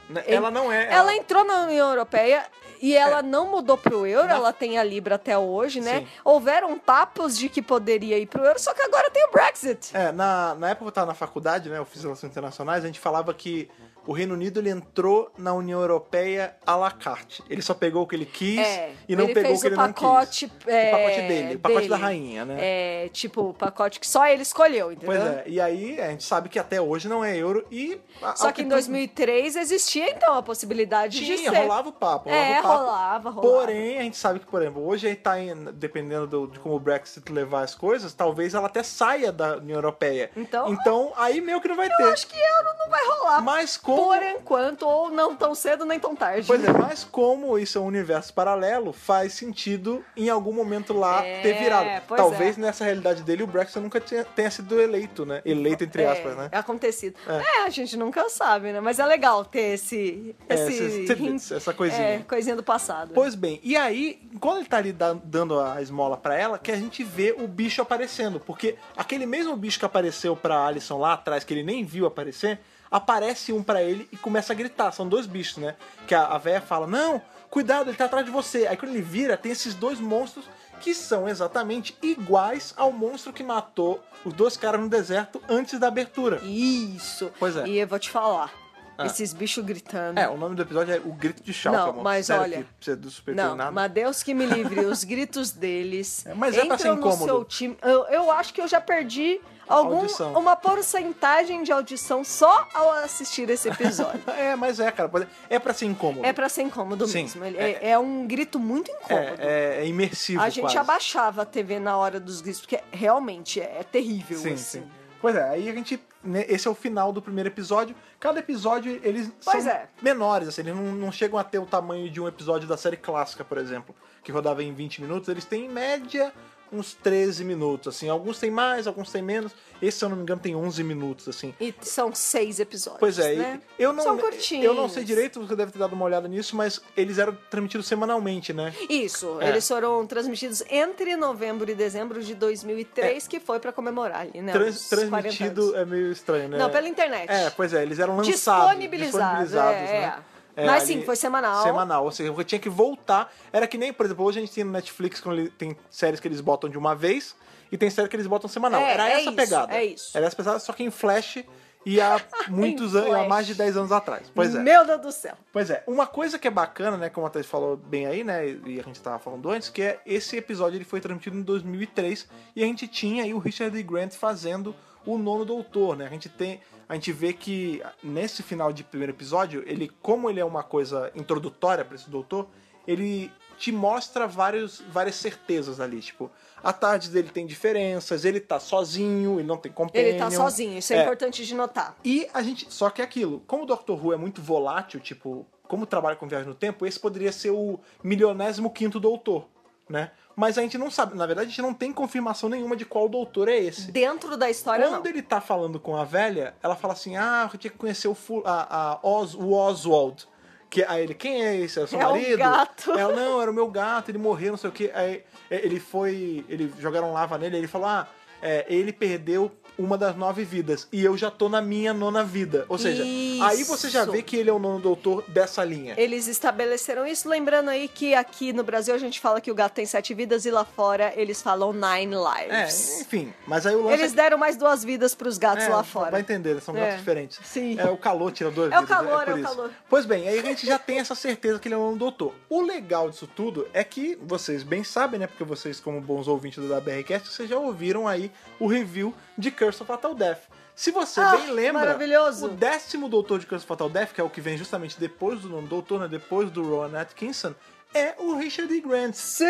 [SPEAKER 1] Né? Ela não é.
[SPEAKER 2] Ela entrou na União Europeia e ela não mudou pro euro, ela tem a Libra até hoje, né?
[SPEAKER 1] Sim.
[SPEAKER 2] Houveram papos de que poderia ir pro euro, só que agora tem o Brexit.
[SPEAKER 1] É, na, na época que eu tava na faculdade, né, eu fiz relações internacionais, a gente falava que o Reino Unido ele entrou na União Europeia à la carte. Ele só pegou o que ele quis
[SPEAKER 2] É,
[SPEAKER 1] e não
[SPEAKER 2] ele
[SPEAKER 1] pegou
[SPEAKER 2] fez
[SPEAKER 1] o que ele
[SPEAKER 2] pacote,
[SPEAKER 1] não quis.
[SPEAKER 2] é,
[SPEAKER 1] o pacote dele, o pacote da rainha, né?
[SPEAKER 2] É, tipo, o pacote que só ele escolheu, entendeu?
[SPEAKER 1] Pois é, e aí a gente sabe que até hoje não é euro e. a-
[SPEAKER 2] Só
[SPEAKER 1] ao
[SPEAKER 2] que em
[SPEAKER 1] tudo
[SPEAKER 2] 2003 existia, então, a possibilidade de
[SPEAKER 1] Tinha,
[SPEAKER 2] ser.
[SPEAKER 1] rolava o papo. Rolava
[SPEAKER 2] É,
[SPEAKER 1] o papo.
[SPEAKER 2] rolava, rolava.
[SPEAKER 1] Porém, a gente sabe que, por exemplo, hoje a gente tá em, dependendo do- de como o Brexit levar as coisas, talvez ela até saia da União Europeia.
[SPEAKER 2] Então-
[SPEAKER 1] então aí meio que não vai
[SPEAKER 2] Eu
[SPEAKER 1] ter.
[SPEAKER 2] acho que euro não vai rolar.
[SPEAKER 1] Mas como.
[SPEAKER 2] Por enquanto, ou não tão cedo nem tão tarde.
[SPEAKER 1] Pois é, mas como isso é um universo paralelo, faz sentido em algum momento lá
[SPEAKER 2] É,
[SPEAKER 1] ter virado.
[SPEAKER 2] pois é.
[SPEAKER 1] Talvez nessa realidade dele o Brexit nunca tinha- tenha sido eleito, né? Eleito entre aspas,
[SPEAKER 2] é,
[SPEAKER 1] né?
[SPEAKER 2] Acontecido. É. a gente nunca sabe, né? Mas é legal ter esse.
[SPEAKER 1] É,
[SPEAKER 2] esse
[SPEAKER 1] esses tidbits,
[SPEAKER 2] hint-
[SPEAKER 1] essa coisinha.
[SPEAKER 2] É, coisinha do passado.
[SPEAKER 1] Pois bem, e aí, quando ele tá ali da- dando a esmola pra ela, que a gente vê o bicho aparecendo. Porque aquele mesmo bicho que apareceu pra Alison lá atrás, que ele nem viu aparecer, aparece um pra ele e começa a gritar. São dois bichos, né? Que a, a véia fala: Não, cuidado, ele tá atrás de você. Aí quando ele vira, tem esses dois monstros que são exatamente iguais ao monstro que matou os dois caras no deserto antes da abertura.
[SPEAKER 2] Isso.
[SPEAKER 1] Pois é.
[SPEAKER 2] E eu vou te falar.
[SPEAKER 1] Ah.
[SPEAKER 2] Esses bichos gritando.
[SPEAKER 1] É, o nome do episódio é O Grito de Chalk,
[SPEAKER 2] Não,
[SPEAKER 1] amor.
[SPEAKER 2] mas
[SPEAKER 1] Sério
[SPEAKER 2] olha-
[SPEAKER 1] que você não superou
[SPEAKER 2] Não,
[SPEAKER 1] nada.
[SPEAKER 2] mas Deus que me livre, os gritos deles.
[SPEAKER 1] É, mas é pra ser
[SPEAKER 2] entram no
[SPEAKER 1] incômodo.
[SPEAKER 2] seu time. Eu, eu acho que eu já perdi algum,
[SPEAKER 1] Audição.
[SPEAKER 2] uma porcentagem de audição só ao assistir esse episódio.
[SPEAKER 1] É, mas é, cara. pode- É pra ser incômodo.
[SPEAKER 2] é pra ser incômodo
[SPEAKER 1] Sim,
[SPEAKER 2] mesmo. Ele- É, é um grito muito incômodo.
[SPEAKER 1] É, é, é imersivo.
[SPEAKER 2] a gente
[SPEAKER 1] quase.
[SPEAKER 2] abaixava a TV na hora dos gritos, porque realmente é, é terrível.
[SPEAKER 1] Sim,
[SPEAKER 2] assim.
[SPEAKER 1] sim. Pois é, aí a gente. né, esse é o final do primeiro episódio. Cada episódio, eles
[SPEAKER 2] Pois
[SPEAKER 1] são
[SPEAKER 2] é.
[SPEAKER 1] menores, assim, eles não, não chegam a ter o tamanho de um episódio da série clássica, por exemplo, que rodava em 20 minutos. Eles têm, em média, uns 13 minutos, assim. Alguns têm mais, alguns têm menos. Esse, se eu não me engano, tem 11 minutos, assim.
[SPEAKER 2] E são seis episódios.
[SPEAKER 1] Pois é, e
[SPEAKER 2] né?
[SPEAKER 1] eu não
[SPEAKER 2] São curtinhos.
[SPEAKER 1] eu não sei direito, você deve ter dado uma olhada nisso, mas eles eram transmitidos semanalmente, né?
[SPEAKER 2] Isso,
[SPEAKER 1] É.
[SPEAKER 2] eles foram transmitidos entre novembro e dezembro de 2003, que foi pra comemorar ali, né?
[SPEAKER 1] É. Trans-
[SPEAKER 2] os 40 anos.
[SPEAKER 1] transmitido é meio estranho, né?
[SPEAKER 2] Não, pela internet.
[SPEAKER 1] É, pois é, eles eram lançados.
[SPEAKER 2] Disponibilizado,
[SPEAKER 1] disponibilizados,
[SPEAKER 2] é,
[SPEAKER 1] né?
[SPEAKER 2] é. Mas
[SPEAKER 1] ali-
[SPEAKER 2] sim, foi semanal.
[SPEAKER 1] Semanal, ou seja, eu tinha que voltar. Era que nem, por exemplo, hoje a gente tem no Netflix, quando ele- tem séries que eles botam de uma vez e tem série que eles botam semanal.
[SPEAKER 2] É,
[SPEAKER 1] Era
[SPEAKER 2] é
[SPEAKER 1] essa a
[SPEAKER 2] isso,
[SPEAKER 1] pegada.
[SPEAKER 2] é isso.
[SPEAKER 1] Era essa pegada, só que em Flash e há muitos anos, há
[SPEAKER 2] Flash.
[SPEAKER 1] mais de 10 anos atrás. Pois é.
[SPEAKER 2] Meu Deus do céu.
[SPEAKER 1] Pois é, uma coisa que é bacana, né, como a Thaís falou bem aí, né, e a gente tava falando antes, que é esse episódio ele foi transmitido em 2003 e a gente tinha aí o Richard D. Grant fazendo o nono doutor, né? A gente tem, a gente vê que nesse final de primeiro episódio, ele como ele é uma coisa introdutória para esse doutor, ele te mostra vários, várias certezas ali, tipo, a tarde dele tem diferenças, ele tá sozinho, ele não tem companhia.
[SPEAKER 2] Ele tá sozinho, isso é,
[SPEAKER 1] É.
[SPEAKER 2] importante de notar.
[SPEAKER 1] E a gente. Só que é aquilo, como o Doctor Who é muito volátil, tipo, como trabalha com viagem no tempo, esse poderia ser o milionésimo quinto doutor, né? Mas a gente não sabe, na verdade, a gente não tem confirmação nenhuma de qual doutor é esse.
[SPEAKER 2] Dentro da história,
[SPEAKER 1] Quando
[SPEAKER 2] não.
[SPEAKER 1] ele tá falando com a velha, ela fala assim: Ah, eu tinha que conhecer o, fu- a- a Os- o Oswald. Que, aí ele, quem é esse? É o seu
[SPEAKER 2] É um
[SPEAKER 1] marido?
[SPEAKER 2] gato.
[SPEAKER 1] Ela, não, era o meu gato, ele morreu, não sei o que. Aí é, ele foi. Ele jogaram lava nele, aí ele falou: Ah, é, ele perdeu uma das nove vidas. E eu já tô na minha nona vida. Ou seja, aí você já
[SPEAKER 2] Isso.
[SPEAKER 1] vê que ele é o nono doutor dessa linha.
[SPEAKER 2] Eles estabeleceram isso, lembrando aí que aqui no Brasil a gente fala que o gato tem sete vidas e lá fora eles falam nine
[SPEAKER 1] É,
[SPEAKER 2] lives.
[SPEAKER 1] enfim. Mas aí o lance.
[SPEAKER 2] Eles deram mais duas vidas pros gatos
[SPEAKER 1] É,
[SPEAKER 2] lá
[SPEAKER 1] Vai
[SPEAKER 2] fora.
[SPEAKER 1] entender, são gatos
[SPEAKER 2] É.
[SPEAKER 1] diferentes.
[SPEAKER 2] Sim.
[SPEAKER 1] É o calor tira duas
[SPEAKER 2] É o
[SPEAKER 1] vidas,
[SPEAKER 2] calor,
[SPEAKER 1] por
[SPEAKER 2] é o
[SPEAKER 1] isso.
[SPEAKER 2] calor.
[SPEAKER 1] Pois bem, aí a gente já tem essa certeza que ele é um doutor. O legal disso tudo é que vocês bem sabem, né? Porque vocês, como bons ouvintes da BRCast, vocês já ouviram aí o review de Curse of Fatal Death. Se você
[SPEAKER 2] Ah,
[SPEAKER 1] bem lembra,
[SPEAKER 2] maravilhoso.
[SPEAKER 1] o décimo doutor de Curse of Fatal Death, que é o que vem justamente depois do nome doutor, né? Depois do Rowan Atkinson, é o Richard E. Grant.
[SPEAKER 2] Sim!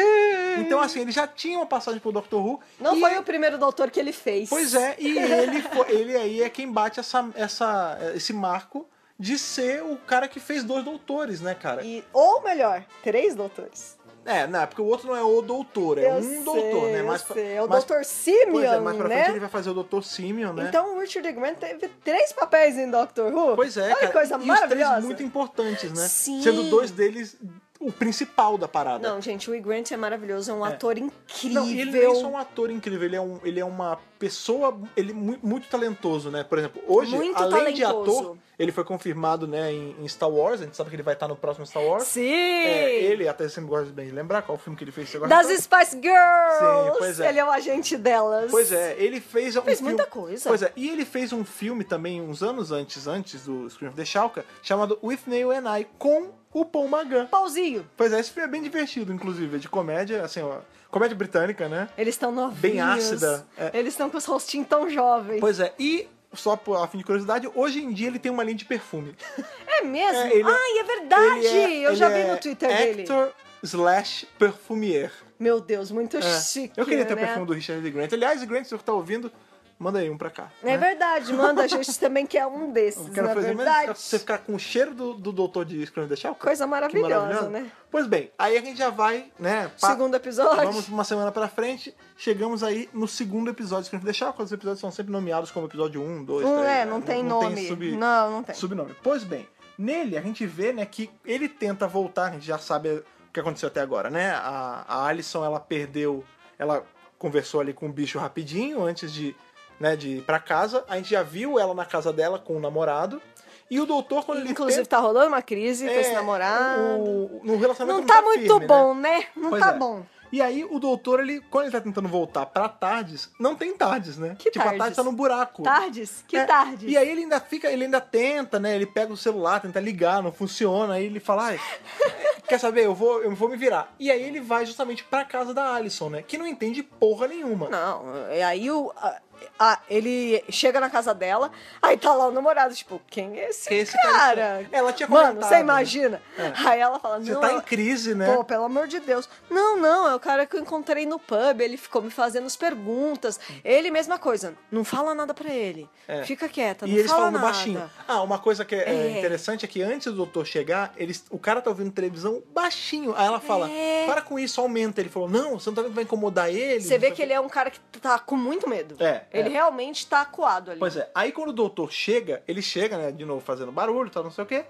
[SPEAKER 1] Então, assim, ele já tinha uma passagem pro Doctor Who.
[SPEAKER 2] Não
[SPEAKER 1] e-
[SPEAKER 2] foi o primeiro doutor que ele fez.
[SPEAKER 1] Pois é, e ele, foi- ele aí é quem bate essa, essa, esse marco de ser o cara que fez dois doutores, né, cara?
[SPEAKER 2] E- ou melhor, três doutores.
[SPEAKER 1] É, não, é porque o outro não é o doutor, é
[SPEAKER 2] Eu
[SPEAKER 1] um
[SPEAKER 2] sei,
[SPEAKER 1] doutor, né?
[SPEAKER 2] eu
[SPEAKER 1] Mais pra-
[SPEAKER 2] sei. É o
[SPEAKER 1] mais-
[SPEAKER 2] Dr. Simeon,
[SPEAKER 1] Pois é, mais pra
[SPEAKER 2] né?
[SPEAKER 1] frente ele vai fazer o doutor Simeon, né?
[SPEAKER 2] Então o Richard Grant teve três papéis em Doctor Who.
[SPEAKER 1] Pois é,
[SPEAKER 2] Olha
[SPEAKER 1] cara.
[SPEAKER 2] que coisa
[SPEAKER 1] e os
[SPEAKER 2] maravilhosa.
[SPEAKER 1] três muito importantes, né?
[SPEAKER 2] Sim.
[SPEAKER 1] Sendo dois deles o principal da parada.
[SPEAKER 2] Não, gente, o E. Grant é maravilhoso, é um
[SPEAKER 1] É.
[SPEAKER 2] ator incrível.
[SPEAKER 1] Não, e ele não é só um ator incrível, ele é, um, ele é uma pessoa ele é mu- muito talentoso, né? Por exemplo, hoje,
[SPEAKER 2] Muito
[SPEAKER 1] além de
[SPEAKER 2] talentoso.
[SPEAKER 1] ator, ele foi confirmado né, em, em Star Wars, a gente sabe que ele vai estar no próximo Star Wars.
[SPEAKER 2] Sim!
[SPEAKER 1] É, ele, até sempre gosta bem de lembrar qual filme que ele fez, você gosta
[SPEAKER 2] Das
[SPEAKER 1] tanto?
[SPEAKER 2] Spice Girls!
[SPEAKER 1] Sim, pois é.
[SPEAKER 2] Ele é o agente delas.
[SPEAKER 1] Pois é, ele fez um
[SPEAKER 2] Fez
[SPEAKER 1] filme-
[SPEAKER 2] muita coisa.
[SPEAKER 1] Pois é, e ele fez um filme também uns anos antes, antes do Scream of the Shalka, chamado With Nail and I, com o Paul Magan.
[SPEAKER 2] Pauzinho.
[SPEAKER 1] Pois é, esse filme é bem divertido, inclusive, é de comédia, assim, ó, comédia britânica, né?
[SPEAKER 2] Eles estão novinhos.
[SPEAKER 1] Bem ácida, é.
[SPEAKER 2] Eles estão com os rostinhos tão jovens.
[SPEAKER 1] Pois é, e só por, a fim de curiosidade, hoje em dia ele tem uma linha de perfume.
[SPEAKER 2] É mesmo?
[SPEAKER 1] É, ele-
[SPEAKER 2] Ai, é
[SPEAKER 1] Ele
[SPEAKER 2] verdade!
[SPEAKER 1] é-
[SPEAKER 2] Eu
[SPEAKER 1] ele
[SPEAKER 2] já vi
[SPEAKER 1] é
[SPEAKER 2] no Twitter dele.
[SPEAKER 1] Actor slash perfumier.
[SPEAKER 2] Meu Deus, muito
[SPEAKER 1] É.
[SPEAKER 2] chique,
[SPEAKER 1] Eu queria ter o
[SPEAKER 2] né?
[SPEAKER 1] perfume do Richard Grant. Aliás, Grant, se você tá ouvindo, manda aí um pra cá.
[SPEAKER 2] É verdade, manda, a gente também quer um desses,
[SPEAKER 1] Eu
[SPEAKER 2] não é
[SPEAKER 1] quero fazer
[SPEAKER 2] verdade?
[SPEAKER 1] mas você ficar com o cheiro do, do doutor de Scrum deixar
[SPEAKER 2] Coisa maravilhosa, né?
[SPEAKER 1] Pois bem, aí a gente já vai, né? pa-
[SPEAKER 2] Segundo episódio.
[SPEAKER 1] Vamos uma semana pra frente. Chegamos aí no segundo episódio de Scrum deixar os episódios são sempre nomeados como episódio 1, 2,
[SPEAKER 2] Não
[SPEAKER 1] 3. né?
[SPEAKER 2] é, não tem nome.
[SPEAKER 1] sub-
[SPEAKER 2] Não, não tem.
[SPEAKER 1] Subnome. Pois bem, nele a gente vê, né, que ele tenta voltar, a gente já sabe o que aconteceu até agora, né? A, a Alison, ela perdeu, ela conversou ali com o bicho rapidinho antes de, né, de ir pra casa. A gente já viu ela na casa dela com o namorado. E o doutor, quando ele
[SPEAKER 2] Inclusive,
[SPEAKER 1] tenta-
[SPEAKER 2] tá rolando uma crise com esse
[SPEAKER 1] é,
[SPEAKER 2] namorado.
[SPEAKER 1] o- no relacionamento
[SPEAKER 2] Não tá
[SPEAKER 1] firme,
[SPEAKER 2] muito
[SPEAKER 1] né?
[SPEAKER 2] bom, né? Não
[SPEAKER 1] Pois
[SPEAKER 2] tá
[SPEAKER 1] é.
[SPEAKER 2] bom.
[SPEAKER 1] E aí o doutor, ele quando ele tá tentando voltar pra tardes, não tem tardes, né?
[SPEAKER 2] Que
[SPEAKER 1] tipo, a tarde
[SPEAKER 2] tardes?
[SPEAKER 1] tá no buraco.
[SPEAKER 2] Tardes? Que
[SPEAKER 1] É,
[SPEAKER 2] tardes?
[SPEAKER 1] E aí ele ainda fica, ele ainda tenta, né? Ele pega o celular, tenta ligar, não funciona. Aí ele fala, ai, quer saber? Eu vou, eu vou me virar. E aí ele vai justamente pra casa da Alison, né? Que não entende porra nenhuma.
[SPEAKER 2] Não, e aí o, a- a- ele chega na casa dela, aí tá lá o namorado, tipo, quem é esse,
[SPEAKER 1] Quem é esse
[SPEAKER 2] cara?
[SPEAKER 1] cara? Ela tinha
[SPEAKER 2] Mano,
[SPEAKER 1] comentado,
[SPEAKER 2] você
[SPEAKER 1] né?
[SPEAKER 2] imagina?
[SPEAKER 1] É.
[SPEAKER 2] Aí ela fala,
[SPEAKER 1] Você
[SPEAKER 2] não,
[SPEAKER 1] tá
[SPEAKER 2] ela-
[SPEAKER 1] em crise, né?
[SPEAKER 2] Pô, pelo amor de Deus. Não, não, é o cara que eu encontrei no pub, ele ficou me fazendo as perguntas. Ele, mesma coisa, não fala nada pra ele.
[SPEAKER 1] É.
[SPEAKER 2] Fica quieta, não
[SPEAKER 1] E eles
[SPEAKER 2] fala
[SPEAKER 1] falando
[SPEAKER 2] nada.
[SPEAKER 1] baixinho. Ah, uma coisa que é,
[SPEAKER 2] É.
[SPEAKER 1] interessante é que antes do doutor chegar, eles, o cara tá ouvindo televisão baixinho. Aí ela fala,
[SPEAKER 2] É.
[SPEAKER 1] para com isso, aumenta. Ele falou, não, você não tá vendo que vai incomodar ele?
[SPEAKER 2] Você vê que ele é um cara que tá com muito medo.
[SPEAKER 1] É,
[SPEAKER 2] Ele
[SPEAKER 1] é.
[SPEAKER 2] realmente tá acuado ali.
[SPEAKER 1] Pois é, aí quando o doutor chega, ele chega, né, de novo fazendo barulho, tal, não sei o quê.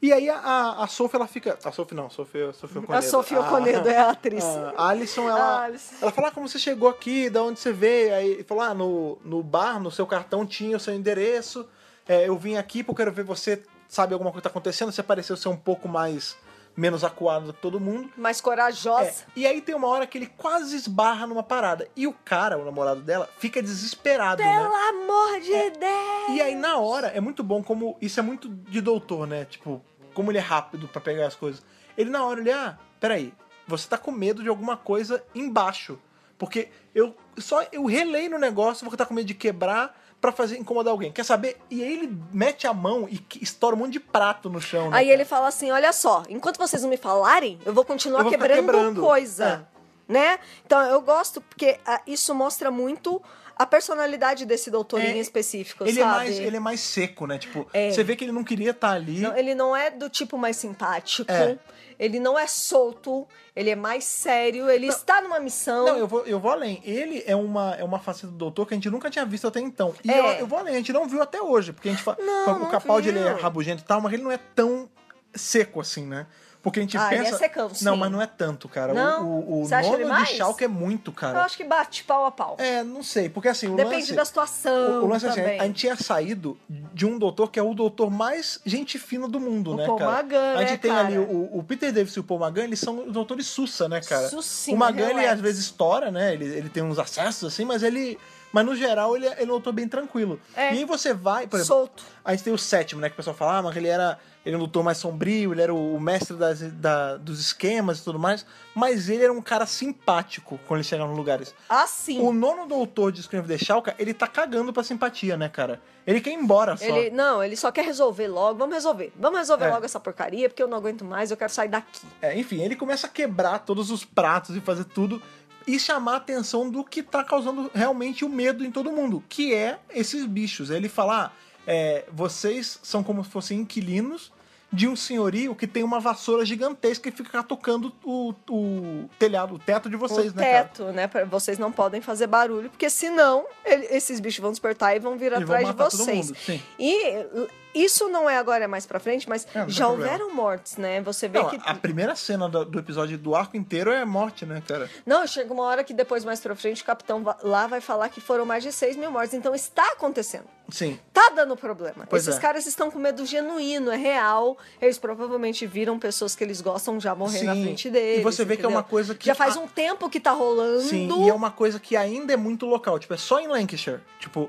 [SPEAKER 1] E aí a, a, a Sophie, ela fica... A Sophie não, Sophie, Sophie Oconedo.
[SPEAKER 2] A Sophie
[SPEAKER 1] Ah,
[SPEAKER 2] Oconedo é a atriz.
[SPEAKER 1] A Alison, ela,
[SPEAKER 2] A Alison.
[SPEAKER 1] ela fala ah, como você chegou aqui, da onde você veio. Aí ele falou, ah, no, no bar, no seu cartão tinha o seu endereço. É, eu vim aqui porque eu quero ver você, sabe, alguma coisa tá acontecendo. Você pareceu ser um pouco mais, menos acuado do que todo mundo.
[SPEAKER 2] Mais
[SPEAKER 1] É,
[SPEAKER 2] corajosa.
[SPEAKER 1] e aí tem uma hora que ele quase esbarra numa parada. E o cara, o namorado dela, fica desesperado, né?
[SPEAKER 2] Pelo amor de Deus!
[SPEAKER 1] E aí, na hora, é muito bom como. Isso é muito de doutor, né? Tipo, como ele é rápido pra pegar as coisas. Ele, na hora, ele, ah, peraí, você tá com medo de alguma coisa embaixo. Porque eu só eu relei no negócio, vou tá com medo de quebrar pra fazer incomodar alguém. Quer saber? E aí ele mete a mão e que- estoura um monte de prato no chão. Né?
[SPEAKER 2] Aí ele fala assim: olha só, enquanto vocês não me falarem, eu vou continuar
[SPEAKER 1] Eu vou ficar
[SPEAKER 2] quebrando,
[SPEAKER 1] quebrando. É.
[SPEAKER 2] coisa. Né? Então eu gosto porque ah, isso mostra muito a personalidade desse doutor
[SPEAKER 1] É,
[SPEAKER 2] em específico,
[SPEAKER 1] ele é,
[SPEAKER 2] sabe?
[SPEAKER 1] mais, ele é mais seco, né? Tipo,
[SPEAKER 2] É.
[SPEAKER 1] você vê que ele não queria estar ali.
[SPEAKER 2] Não, ele não é do tipo mais simpático,
[SPEAKER 1] É.
[SPEAKER 2] ele não é solto, ele é mais sério, ele está numa missão.
[SPEAKER 1] Não, eu vou, eu vou além. Ele é uma, é uma faceta do doutor que a gente nunca tinha visto até então. E
[SPEAKER 2] É.
[SPEAKER 1] eu, eu vou além, a gente não viu até hoje. Porque a gente fala.
[SPEAKER 2] Não,
[SPEAKER 1] fala que
[SPEAKER 2] não
[SPEAKER 1] o Capaldi
[SPEAKER 2] viu.
[SPEAKER 1] ele é rabugento e tal, mas ele não é tão seco assim, né? Porque a gente
[SPEAKER 2] Ah, ele
[SPEAKER 1] pensa.
[SPEAKER 2] é secão, sim.
[SPEAKER 1] Não, mas não é tanto, cara. O-
[SPEAKER 2] Não?
[SPEAKER 1] O, o,
[SPEAKER 2] Você acha ele
[SPEAKER 1] nono de
[SPEAKER 2] mais?
[SPEAKER 1] Schalke é muito,
[SPEAKER 2] Eu
[SPEAKER 1] cara.
[SPEAKER 2] acho que bate pau a pau.
[SPEAKER 1] É, não sei. Porque assim, o
[SPEAKER 2] Depende
[SPEAKER 1] lance.
[SPEAKER 2] da situação.
[SPEAKER 1] o, o lance é assim,
[SPEAKER 2] também.
[SPEAKER 1] a gente tinha saído de um doutor que é o doutor mais gente fina do mundo,
[SPEAKER 2] O
[SPEAKER 1] né,
[SPEAKER 2] Paul
[SPEAKER 1] cara?
[SPEAKER 2] Magan,
[SPEAKER 1] a gente
[SPEAKER 2] né,
[SPEAKER 1] tem
[SPEAKER 2] cara?
[SPEAKER 1] ali o, o Peter Davis e o Paul Magan, eles são os doutores Sussa, né, cara?
[SPEAKER 2] Sussinho,
[SPEAKER 1] o Magan, ele
[SPEAKER 2] relax.
[SPEAKER 1] às vezes estoura, né? Ele, ele tem uns acessos assim, mas ele. Mas no geral, ele, ele é um doutor bem tranquilo.
[SPEAKER 2] É.
[SPEAKER 1] E aí você vai, por exemplo.
[SPEAKER 2] solto.
[SPEAKER 1] A gente tem o sétimo, né? Que o pessoal fala, ah, mas ele era. Ele é um doutor mais sombrio, ele era o, o mestre das, da- dos esquemas e tudo mais. Mas ele era um cara simpático quando ele chegava nos lugares.
[SPEAKER 2] Assim.
[SPEAKER 1] O nono doutor de Scream of the Shalka, ele tá cagando pra simpatia, né, cara? Ele quer ir embora só.
[SPEAKER 2] Ele, não, ele só quer resolver logo. Vamos resolver. Vamos resolver
[SPEAKER 1] É.
[SPEAKER 2] logo essa porcaria, porque eu não aguento mais, eu quero sair daqui.
[SPEAKER 1] É, enfim, ele começa a quebrar todos os pratos e fazer tudo e chamar a atenção do que tá causando realmente o medo em todo mundo, que é esses bichos. Ele fala, ah, é, vocês são como se fossem inquilinos de um senhorio que tem uma vassoura gigantesca e fica catucando o, o telhado, o teto de vocês,
[SPEAKER 2] o
[SPEAKER 1] né, cara?
[SPEAKER 2] teto, né? Pra, vocês não podem fazer barulho, porque senão ele- esses bichos vão despertar e vão vir
[SPEAKER 1] Eles vão
[SPEAKER 2] atrás de
[SPEAKER 1] matar todo
[SPEAKER 2] vocês.
[SPEAKER 1] mundo, sim.
[SPEAKER 2] E l- isso não é agora, é mais pra frente, mas
[SPEAKER 1] É, não tem
[SPEAKER 2] já
[SPEAKER 1] problema.
[SPEAKER 2] houveram mortes, né? Você vê
[SPEAKER 1] Não,
[SPEAKER 2] que.
[SPEAKER 1] A primeira cena do, do episódio do arco inteiro é morte, né, cara?
[SPEAKER 2] Não, chega uma hora que depois, mais pra frente, o capitão va- lá vai falar que foram mais de 6 mil mortes. Então está acontecendo.
[SPEAKER 1] Sim.
[SPEAKER 2] Tá dando problema.
[SPEAKER 1] Pois
[SPEAKER 2] Esses
[SPEAKER 1] é.
[SPEAKER 2] caras estão com medo genuíno, é real. Eles provavelmente viram pessoas que eles gostam já morrer na
[SPEAKER 1] Sim.
[SPEAKER 2] frente deles.
[SPEAKER 1] E você vê que é uma
[SPEAKER 2] entendeu?
[SPEAKER 1] coisa que-
[SPEAKER 2] Já faz
[SPEAKER 1] a-
[SPEAKER 2] um tempo que tá rolando.
[SPEAKER 1] Sim, e é uma coisa que ainda é muito local. Tipo, é só em Lancashire. Tipo,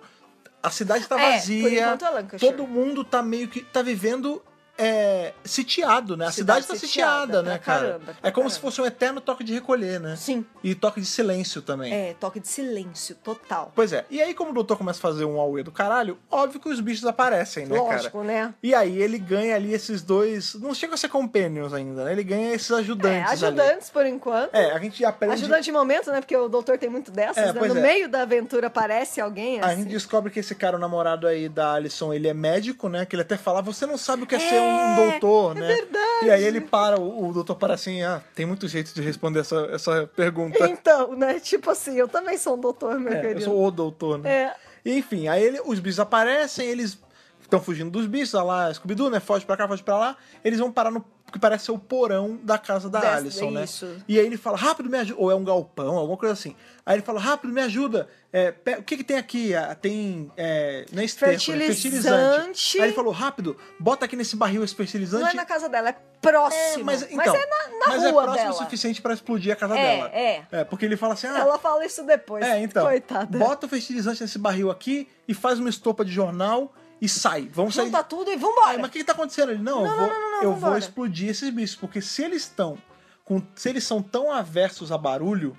[SPEAKER 1] a cidade tá
[SPEAKER 2] É, por
[SPEAKER 1] vazia.
[SPEAKER 2] enquanto é Lancashire.
[SPEAKER 1] Todo mundo tá meio que. tá vivendo. é, sitiado, né? A cidade,
[SPEAKER 2] Cidade
[SPEAKER 1] tá
[SPEAKER 2] sitiada,
[SPEAKER 1] sitiada, né,
[SPEAKER 2] pra
[SPEAKER 1] cara?
[SPEAKER 2] caramba, pra
[SPEAKER 1] é como se
[SPEAKER 2] caramba.
[SPEAKER 1] fosse um eterno toque de recolher, né?
[SPEAKER 2] Sim.
[SPEAKER 1] E toque de silêncio também.
[SPEAKER 2] É, toque de silêncio total.
[SPEAKER 1] Pois é. E aí, como o doutor começa a fazer um auê do caralho, óbvio que os bichos aparecem, né, cara?
[SPEAKER 2] Lógico, né?
[SPEAKER 1] E aí ele ganha ali esses dois. Não chega a ser companions ainda, né? Ele ganha esses
[SPEAKER 2] É,
[SPEAKER 1] ajudantes. ali.
[SPEAKER 2] ajudantes, por enquanto.
[SPEAKER 1] É, a gente aprende.
[SPEAKER 2] Ajudante de momento, né? Porque o doutor tem muito dessas,
[SPEAKER 1] É,
[SPEAKER 2] né?
[SPEAKER 1] pois
[SPEAKER 2] No
[SPEAKER 1] é.
[SPEAKER 2] meio da aventura aparece alguém
[SPEAKER 1] A
[SPEAKER 2] assim.
[SPEAKER 1] gente descobre que esse cara, o namorado aí da Alison, ele é médico, né? Que ele até fala, você não sabe o que é, ser um doutor, né? É verdade. E aí ele para, o, o doutor para assim, ah, tem muito jeito de responder essa, essa pergunta.
[SPEAKER 2] Então, né? Tipo assim, eu também sou um doutor, meu
[SPEAKER 1] tá- É, eu
[SPEAKER 2] querido.
[SPEAKER 1] sou o doutor, né?
[SPEAKER 2] É.
[SPEAKER 1] E, Enfim, aí ele- os bichos aparecem, eles estão fugindo dos bichos, olha lá Scooby-Doo, né? Foge pra cá, foge pra lá. Eles vão parar no que parece ser o porão da casa da
[SPEAKER 2] Dessa-
[SPEAKER 1] Alison, né?
[SPEAKER 2] é isso.
[SPEAKER 1] E aí ele fala, rápido, me ajuda. Ou é um galpão, alguma coisa assim. Aí ele fala, rápido, me ajuda. É, pe- O que que tem aqui? Ah, Tem, é, não é esterco, né?
[SPEAKER 2] Fertilizante.
[SPEAKER 1] Aí ele falou, rápido, bota aqui nesse barril esse fertilizante.
[SPEAKER 2] Não é na casa dela, é próximo.
[SPEAKER 1] É, mas, então,
[SPEAKER 2] é na, na
[SPEAKER 1] mas é
[SPEAKER 2] rua
[SPEAKER 1] próximo
[SPEAKER 2] dela.
[SPEAKER 1] o suficiente pra explodir a casa
[SPEAKER 2] É,
[SPEAKER 1] dela.
[SPEAKER 2] é.
[SPEAKER 1] porque ele fala assim, ah,
[SPEAKER 2] Ela fala isso depois.
[SPEAKER 1] é, então.
[SPEAKER 2] Coitada.
[SPEAKER 1] Bota o fertilizante nesse barril aqui e faz uma estopa de jornal e sai. Vamos sair.
[SPEAKER 2] Junta tudo e
[SPEAKER 1] Ah,
[SPEAKER 2] vambora.
[SPEAKER 1] mas o que, que tá acontecendo ali? Não, eu vou,
[SPEAKER 2] tá não, não, não,
[SPEAKER 1] eu
[SPEAKER 2] vambora.
[SPEAKER 1] vou explodir esses bichos. Porque se eles estão. com- Se eles são tão aversos a barulho,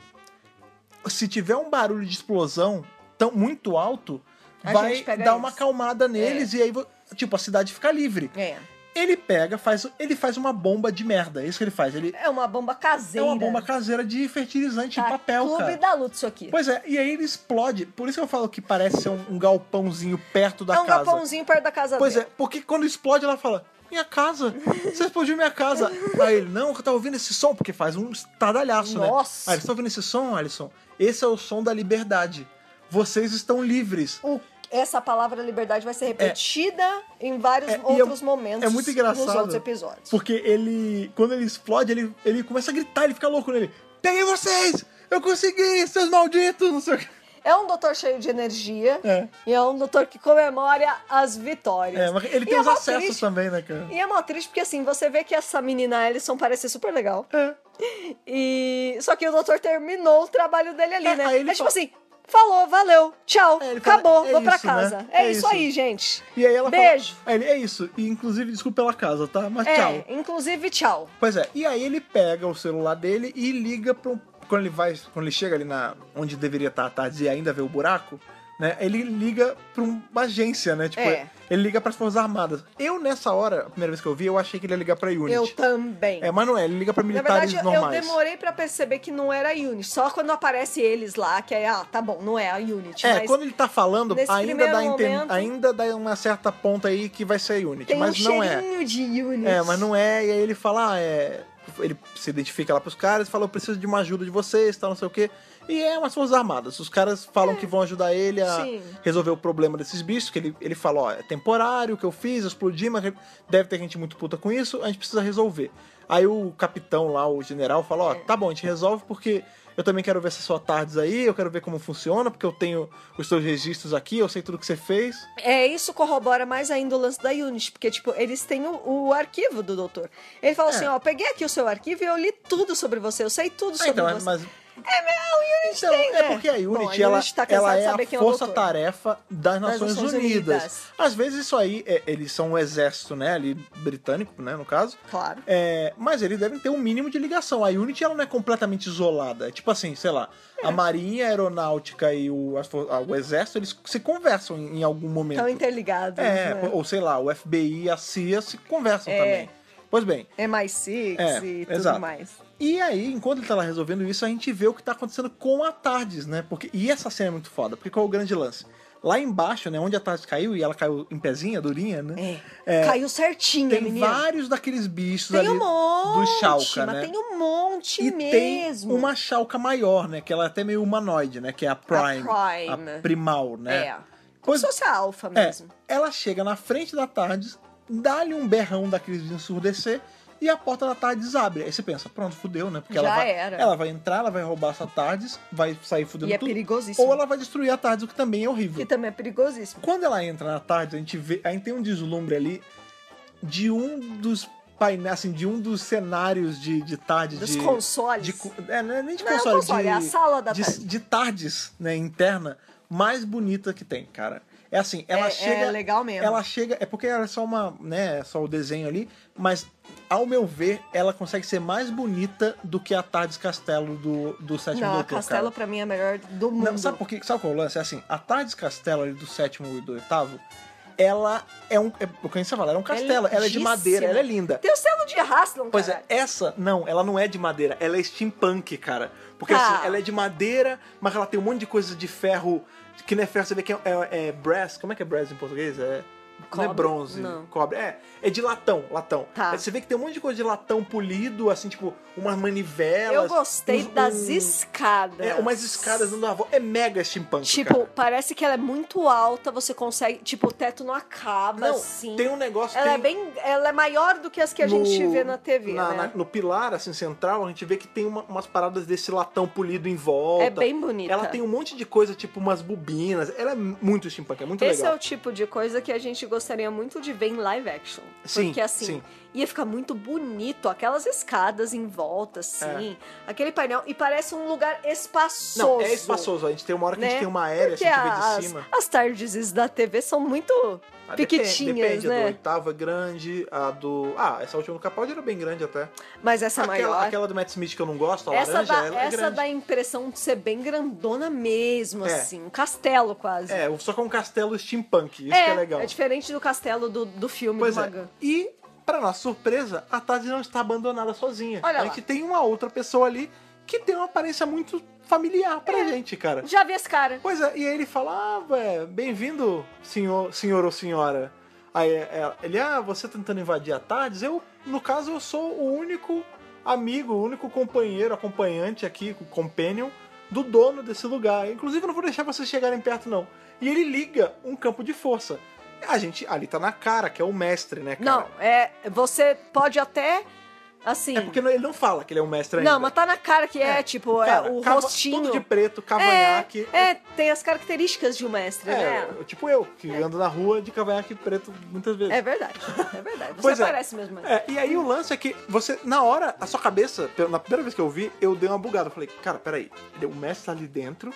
[SPEAKER 1] se tiver um barulho de explosão tão muito alto,
[SPEAKER 2] A
[SPEAKER 1] vai
[SPEAKER 2] gente pega
[SPEAKER 1] dar uma
[SPEAKER 2] eles.
[SPEAKER 1] acalmada neles e aí, vo- tipo, a cidade fica livre.
[SPEAKER 2] É.
[SPEAKER 1] Ele pega, faz, ele faz uma bomba de merda. É isso que ele faz. Ele
[SPEAKER 2] É uma bomba
[SPEAKER 1] é
[SPEAKER 2] caseira.
[SPEAKER 1] uma bomba caseira de fertilizante
[SPEAKER 2] Tá,
[SPEAKER 1] em papel,
[SPEAKER 2] Clube
[SPEAKER 1] cara.
[SPEAKER 2] da luta isso aqui.
[SPEAKER 1] Pois é, e aí ele explode. Por isso que eu falo que parece ser um, um galpãozinho perto da
[SPEAKER 2] é um
[SPEAKER 1] casa.
[SPEAKER 2] galpãozinho perto da casa
[SPEAKER 1] Pois
[SPEAKER 2] dela.
[SPEAKER 1] é, porque quando explode ela fala: Minha casa, você explodiu minha casa. Aí ele: Não, que tá ouvindo esse som, porque faz um estadalhaço, né?
[SPEAKER 2] Nossa.
[SPEAKER 1] Aí, você tá ouvindo esse som, Alisson? Esse é o som da liberdade. Vocês estão livres.
[SPEAKER 2] O- Um, essa palavra liberdade vai ser repetida em vários
[SPEAKER 1] É, e
[SPEAKER 2] outros
[SPEAKER 1] é-
[SPEAKER 2] momentos
[SPEAKER 1] é muito engraçado.
[SPEAKER 2] nos outros episódios.
[SPEAKER 1] Porque ele, quando ele explode, ele, ele começa a gritar, ele fica louco nele: Peguei vocês! Eu consegui, seus malditos! Não sei o que.
[SPEAKER 2] É um doutor cheio de energia
[SPEAKER 1] É.
[SPEAKER 2] e é um doutor que comemora as vitórias.
[SPEAKER 1] É, mas ele
[SPEAKER 2] E
[SPEAKER 1] tem
[SPEAKER 2] é
[SPEAKER 1] os
[SPEAKER 2] mó
[SPEAKER 1] acessos
[SPEAKER 2] triste-
[SPEAKER 1] também, né, cara?
[SPEAKER 2] E é mó triste porque assim, você vê que essa menina Alison parece super legal.
[SPEAKER 1] É.
[SPEAKER 2] E só que o doutor terminou o trabalho dele ali,
[SPEAKER 1] É,
[SPEAKER 2] né?
[SPEAKER 1] aí ele
[SPEAKER 2] é tipo
[SPEAKER 1] fala-
[SPEAKER 2] assim, falou, valeu, tchau,
[SPEAKER 1] É, ele fala,
[SPEAKER 2] acabou,
[SPEAKER 1] "É
[SPEAKER 2] vou pra
[SPEAKER 1] isso, né?
[SPEAKER 2] casa.
[SPEAKER 1] É
[SPEAKER 2] É, isso,
[SPEAKER 1] isso.
[SPEAKER 2] aí, gente.
[SPEAKER 1] E aí ela
[SPEAKER 2] Beijo.
[SPEAKER 1] fala. Aí ele, é isso. E inclusive, desculpa pela casa, tá? Mas tchau.
[SPEAKER 2] É, inclusive tchau.
[SPEAKER 1] Pois é, e aí ele pega o celular dele e liga pro. Quando ele vai. Quando ele chega ali na. onde deveria estar a tarde e ainda vê o buraco, né? Ele liga pra uma agência, né? Tipo,
[SPEAKER 2] É.
[SPEAKER 1] ele liga pras Forças Armadas. Eu, nessa hora, a primeira vez que eu vi, eu achei que ele ia ligar pra Unity.
[SPEAKER 2] Eu também.
[SPEAKER 1] É, mas não é, ele liga pra
[SPEAKER 2] Na
[SPEAKER 1] militares
[SPEAKER 2] verdade, eu- eu
[SPEAKER 1] normais.
[SPEAKER 2] demorei pra perceber que não era a Unity. Só quando aparece eles lá, que aí, ah, tá bom, não é a Unity.
[SPEAKER 1] É,
[SPEAKER 2] mas
[SPEAKER 1] quando ele tá falando,
[SPEAKER 2] nesse
[SPEAKER 1] ainda dá, a
[SPEAKER 2] primeiro
[SPEAKER 1] enten-
[SPEAKER 2] momento-
[SPEAKER 1] ainda dá uma certa ponta aí que vai ser a Unity,
[SPEAKER 2] tem um
[SPEAKER 1] mas não é.
[SPEAKER 2] cheirinho de Unity.
[SPEAKER 1] É, mas não é. E aí ele fala, ah, é. Ele se identifica lá pros caras e fala: Eu preciso de uma ajuda de vocês, tal, não sei o quê. E é umas forças armadas. Os caras falam que vão ajudar ele a
[SPEAKER 2] Sim.
[SPEAKER 1] resolver o problema desses bichos. Que ele, ele fala: Ó, é temporário o que eu fiz, eu explodi, mas deve ter gente muito puta com isso, a gente precisa resolver. Aí o capitão lá, o general, fala: Ó, tá bom, a gente resolve porque eu também quero ver essas suas tardes aí, eu quero ver como funciona, porque eu tenho os seus registros aqui, eu sei tudo que você fez.
[SPEAKER 2] É, isso corrobora mais ainda o lance da Unity, porque, tipo, eles têm o, o arquivo do doutor. Ele fala assim, ó, peguei aqui o seu arquivo e eu li tudo sobre você, eu sei tudo
[SPEAKER 1] É. Ah,
[SPEAKER 2] sobre
[SPEAKER 1] então, é-
[SPEAKER 2] você.
[SPEAKER 1] mas
[SPEAKER 2] É, mas a Unity
[SPEAKER 1] Então,
[SPEAKER 2] tem,
[SPEAKER 1] é
[SPEAKER 2] né?
[SPEAKER 1] porque a Unity,
[SPEAKER 2] Bom,
[SPEAKER 1] ela,
[SPEAKER 2] Unity tá cansada
[SPEAKER 1] ela
[SPEAKER 2] de
[SPEAKER 1] é a
[SPEAKER 2] saber quem é o doutor.
[SPEAKER 1] força-tarefa das Nações,
[SPEAKER 2] Nações
[SPEAKER 1] Unidas.
[SPEAKER 2] Unidas.
[SPEAKER 1] Às vezes isso aí, é- eles são um exército, né, ali, britânico, né, no caso.
[SPEAKER 2] Claro.
[SPEAKER 1] É, mas eles devem ter um mínimo de ligação. A Unity, ela não é completamente isolada. É tipo assim, sei lá,
[SPEAKER 2] É.
[SPEAKER 1] a Marinha, a Aeronáutica e o, as for- ah, o Exército, eles se conversam em, em algum momento.
[SPEAKER 2] Estão interligados,
[SPEAKER 1] é,
[SPEAKER 2] né?
[SPEAKER 1] ou sei lá, o FBI e a CIA se conversam
[SPEAKER 2] É.
[SPEAKER 1] também. Pois bem,
[SPEAKER 2] MI6
[SPEAKER 1] É,
[SPEAKER 2] e tudo
[SPEAKER 1] exato.
[SPEAKER 2] mais.
[SPEAKER 1] e aí, enquanto ele tá lá resolvendo isso, a gente vê o que tá acontecendo com a Tardes, né? Porque, e essa cena é muito foda, porque qual é o grande lance? Lá embaixo, né, onde a Tati caiu, e ela caiu em pezinha, durinha, né?
[SPEAKER 4] É. Caiu certinho,
[SPEAKER 1] Tem
[SPEAKER 4] menino.
[SPEAKER 1] vários daqueles bichos
[SPEAKER 4] Tem
[SPEAKER 1] ali
[SPEAKER 4] um monte,
[SPEAKER 1] do Chalca,
[SPEAKER 4] mas
[SPEAKER 1] né?
[SPEAKER 4] tem um monte
[SPEAKER 1] e
[SPEAKER 4] mesmo.
[SPEAKER 1] tem uma Chalca maior, né? Que ela é até meio humanoide, né? Que é a Prime.
[SPEAKER 2] Prime.
[SPEAKER 1] a primal, né?
[SPEAKER 4] É. Como
[SPEAKER 1] Pois-
[SPEAKER 4] se fosse a alfa
[SPEAKER 1] É,
[SPEAKER 4] mesmo.
[SPEAKER 1] ela chega na frente da tarde, dá-lhe um berrão daqueles de ensurdecer e a porta da tardes abre. Aí você pensa, pronto, fudeu, né? Porque ela
[SPEAKER 4] Já
[SPEAKER 1] vai,
[SPEAKER 4] era.
[SPEAKER 1] ela vai entrar, ela vai roubar essa tardes, vai sair fudendo
[SPEAKER 4] E é
[SPEAKER 1] tudo.
[SPEAKER 4] perigosíssimo.
[SPEAKER 1] Ou ela vai destruir a tardes, o que também é horrível.
[SPEAKER 4] Que também é perigosíssimo.
[SPEAKER 1] Quando ela entra na tarde, a gente vê, a gente tem um deslumbre ali de um dos painéis, assim, de um dos cenários de, de tarde
[SPEAKER 4] Dos
[SPEAKER 1] de
[SPEAKER 4] consoles.
[SPEAKER 1] de co- é, não é nem de
[SPEAKER 4] Não é um
[SPEAKER 1] console,
[SPEAKER 4] console,
[SPEAKER 1] de,
[SPEAKER 4] é a sala da
[SPEAKER 1] de,
[SPEAKER 4] tarde.
[SPEAKER 1] de tardes, né, interna, mais bonita que tem, cara. É assim, ela
[SPEAKER 4] É-
[SPEAKER 1] chega.
[SPEAKER 4] é legal mesmo.
[SPEAKER 1] Ela chega. É porque era só uma. né, só o desenho ali, mas. Ao meu ver, ela consegue ser mais bonita do que a Tardes Castelo do, do Sétimo
[SPEAKER 4] Não, a
[SPEAKER 1] Doutor, cara.
[SPEAKER 4] Castelo pra mim é a melhor do mundo.
[SPEAKER 1] Não, sabe por quê? Sabe qual é o lance? É assim, a Tardes Castelo ali do sétimo e do oitavo, ela é um. É, o que a gente fala, ela é um castelo, ela é de
[SPEAKER 4] lindíssima.
[SPEAKER 1] madeira, ela é linda.
[SPEAKER 2] um
[SPEAKER 4] Tem o selo de Haslam,
[SPEAKER 1] Pois é,
[SPEAKER 4] caralho.
[SPEAKER 1] essa, não, ela não é de madeira, ela é steampunk, cara. Porque
[SPEAKER 4] Ah.
[SPEAKER 1] assim, ela é de madeira, mas ela tem um monte de coisa de ferro, que não é ferro, você vê que é, é- é brass, como é que é brass em português? É... Não é
[SPEAKER 2] Cobre?
[SPEAKER 1] bronze,
[SPEAKER 2] Não.
[SPEAKER 1] cobre. É, é de latão, latão.
[SPEAKER 4] Tá.
[SPEAKER 1] Aí Você vê que tem um monte de coisa de latão polido, assim, tipo, umas manivelas.
[SPEAKER 2] Eu gostei
[SPEAKER 1] uns-
[SPEAKER 2] das
[SPEAKER 1] uns-
[SPEAKER 2] escadas.
[SPEAKER 1] é, umas escadas dando a volta. É mega steampunk.
[SPEAKER 2] Tipo,
[SPEAKER 1] cara.
[SPEAKER 2] parece que ela é muito alta, você consegue. Tipo, o teto não acaba,
[SPEAKER 1] não,
[SPEAKER 2] assim.
[SPEAKER 1] tem um negócio.
[SPEAKER 2] Ela
[SPEAKER 1] tem
[SPEAKER 2] é bem. Ela é maior do que as que a
[SPEAKER 1] no-
[SPEAKER 2] gente vê na TV,
[SPEAKER 1] na-
[SPEAKER 2] né?
[SPEAKER 1] na- no pilar, assim, central, a gente vê que tem uma- umas paradas desse latão polido em volta.
[SPEAKER 2] É bem bonita.
[SPEAKER 1] Ela tem um monte de coisa, tipo umas bobinas. Ela é muito steampunk, é muito
[SPEAKER 2] Esse é
[SPEAKER 1] legal.
[SPEAKER 2] o tipo de coisa que a gente gostaria muito de ver em live action.
[SPEAKER 1] Sim,
[SPEAKER 2] porque assim,
[SPEAKER 1] sim.
[SPEAKER 2] ia ficar muito bonito aquelas escadas em volta, assim, aquele painel. E parece um lugar espaçoso.
[SPEAKER 1] É. Não, é espaçoso. A gente tem uma hora que a gente
[SPEAKER 2] né?
[SPEAKER 1] tem uma aérea, assim,
[SPEAKER 2] Porque
[SPEAKER 1] que vê
[SPEAKER 2] as,
[SPEAKER 1] de cima.
[SPEAKER 2] as tardeses da TV são muito
[SPEAKER 1] Ah, depende-
[SPEAKER 2] piquitinhas,
[SPEAKER 1] depende, A do
[SPEAKER 2] né?
[SPEAKER 1] oitavo é grande, a do. Ah, essa última do Capaldi era bem grande até.
[SPEAKER 2] Mas essa
[SPEAKER 1] aquela,
[SPEAKER 2] maior.
[SPEAKER 1] aquela do Matt Smith que eu não gosto, a
[SPEAKER 2] essa
[SPEAKER 1] laranja,
[SPEAKER 2] dá,
[SPEAKER 1] ela é
[SPEAKER 2] essa
[SPEAKER 1] grande.
[SPEAKER 2] dá a impressão de ser bem grandona mesmo,
[SPEAKER 1] É.
[SPEAKER 2] assim. Um castelo quase.
[SPEAKER 1] É, só que é um castelo steampunk. Isso que é legal.
[SPEAKER 2] diferente do castelo do, do filme
[SPEAKER 1] Pois
[SPEAKER 2] do
[SPEAKER 1] é.
[SPEAKER 2] Magan.
[SPEAKER 1] E, pra nossa surpresa, a Tati não está abandonada sozinha.
[SPEAKER 2] Olha
[SPEAKER 1] a
[SPEAKER 2] lá.
[SPEAKER 1] gente tem uma outra pessoa ali que tem uma aparência muito familiar pra
[SPEAKER 2] É.
[SPEAKER 1] gente, cara.
[SPEAKER 2] Já vi esse cara.
[SPEAKER 1] Pois é, e aí ele fala, ah, velho, bem-vindo, senhor, senhor ou senhora. Aí é- é- ele, ah, você tentando invadir a Tardes? Eu, no caso, eu sou o único amigo, o único companheiro, acompanhante aqui, o companion, do dono desse lugar. Inclusive, eu não vou deixar vocês chegarem perto, não. E ele liga um campo de força. A gente, ali tá na cara, que é o mestre, né, cara?
[SPEAKER 2] Não, é. Você pode até. Assim.
[SPEAKER 1] É porque ele não fala que ele é o mestre ainda.
[SPEAKER 2] não, mas tá na cara que é,
[SPEAKER 1] É,
[SPEAKER 2] tipo,
[SPEAKER 1] Cara,
[SPEAKER 2] é o
[SPEAKER 1] cava-
[SPEAKER 2] rostinho.
[SPEAKER 1] Tudo de preto,
[SPEAKER 2] é,
[SPEAKER 1] cavanhaque.
[SPEAKER 2] é, tem as características de um mestre,
[SPEAKER 1] É,
[SPEAKER 2] né?
[SPEAKER 1] eu- tipo eu, que ando na rua de cavanhaque preto muitas vezes.
[SPEAKER 2] É verdade, é verdade. Você
[SPEAKER 1] Pois é.
[SPEAKER 2] parece mesmo.
[SPEAKER 1] É, e aí o lance é que você, na hora, a sua cabeça, pe- na primeira vez que eu vi, eu dei uma bugada. Eu falei, cara, peraí, ele é o mestre ali dentro,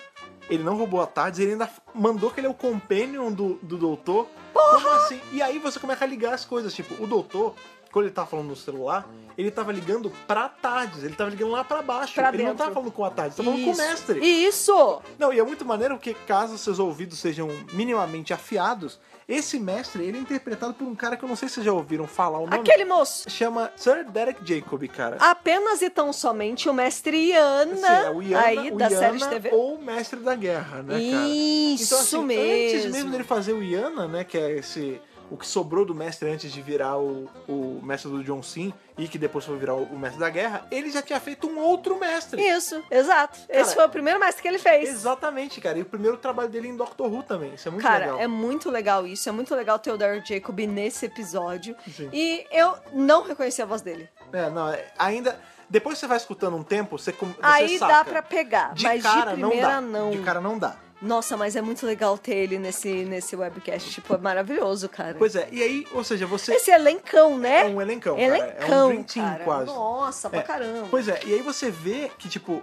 [SPEAKER 1] ele não roubou a Tardes, ele ainda f- mandou que ele é o companion do, do doutor. Como assim? E aí você começa a ligar as coisas, tipo, o doutor, quando ele tava falando no celular, ele tava ligando pra Tardes, ele tava ligando lá pra baixo.
[SPEAKER 2] Pra
[SPEAKER 1] ele não
[SPEAKER 2] dentro.
[SPEAKER 1] tava falando com a Tardes, tava falando com o
[SPEAKER 2] Isso.
[SPEAKER 1] mestre.
[SPEAKER 2] Isso!
[SPEAKER 1] Não, e é muito maneiro porque caso seus ouvidos sejam minimamente afiados, esse mestre, ele é interpretado por um cara que eu não sei se vocês já ouviram falar o nome
[SPEAKER 2] Aquele moço.
[SPEAKER 1] chama Sir Derek Jacob, cara.
[SPEAKER 2] Ah, Apenas e tão somente o
[SPEAKER 1] Assim,
[SPEAKER 2] mestre Iana,
[SPEAKER 1] é o Iana,
[SPEAKER 2] aí
[SPEAKER 1] o
[SPEAKER 2] da
[SPEAKER 1] Iana
[SPEAKER 2] série de TV.
[SPEAKER 1] ou Mestre da Guerra, né, cara?
[SPEAKER 2] Isso
[SPEAKER 1] então, assim,
[SPEAKER 2] mesmo.
[SPEAKER 1] antes mesmo dele fazer o Iana, né, que é esse o que sobrou do mestre antes de virar o, o mestre do John Sim e que depois foi virar o, o mestre da guerra, ele já tinha feito um outro mestre.
[SPEAKER 2] Isso, exato. Esse foi o primeiro mestre que ele fez.
[SPEAKER 1] Exatamente, cara. E o primeiro trabalho dele é em Doctor Who também. Isso é muito
[SPEAKER 2] Cara,
[SPEAKER 1] legal.
[SPEAKER 2] é muito legal isso. É muito legal ter o Daryl Jacob nesse episódio.
[SPEAKER 1] Sim.
[SPEAKER 2] E eu não reconheci a voz dele.
[SPEAKER 1] É, não, é- ainda depois que você vai escutando um tempo, você com- você
[SPEAKER 2] Aí
[SPEAKER 1] saca.
[SPEAKER 2] dá pra pegar,
[SPEAKER 1] de
[SPEAKER 2] mas
[SPEAKER 1] cara
[SPEAKER 2] de primeira
[SPEAKER 1] não dá.
[SPEAKER 2] não.
[SPEAKER 1] De cara não dá.
[SPEAKER 2] Nossa, mas é muito legal ter ele nesse, nesse webcast. Tipo, é maravilhoso, cara.
[SPEAKER 1] Pois é. E aí, ou seja, você
[SPEAKER 2] Esse elencão, né?
[SPEAKER 1] É um elencão, cara. É um
[SPEAKER 2] elencão,
[SPEAKER 1] dream team,
[SPEAKER 2] cara.
[SPEAKER 1] quase.
[SPEAKER 2] Nossa, Tá pra
[SPEAKER 1] É.
[SPEAKER 2] caramba.
[SPEAKER 1] Pois é, e aí você vê que, tipo,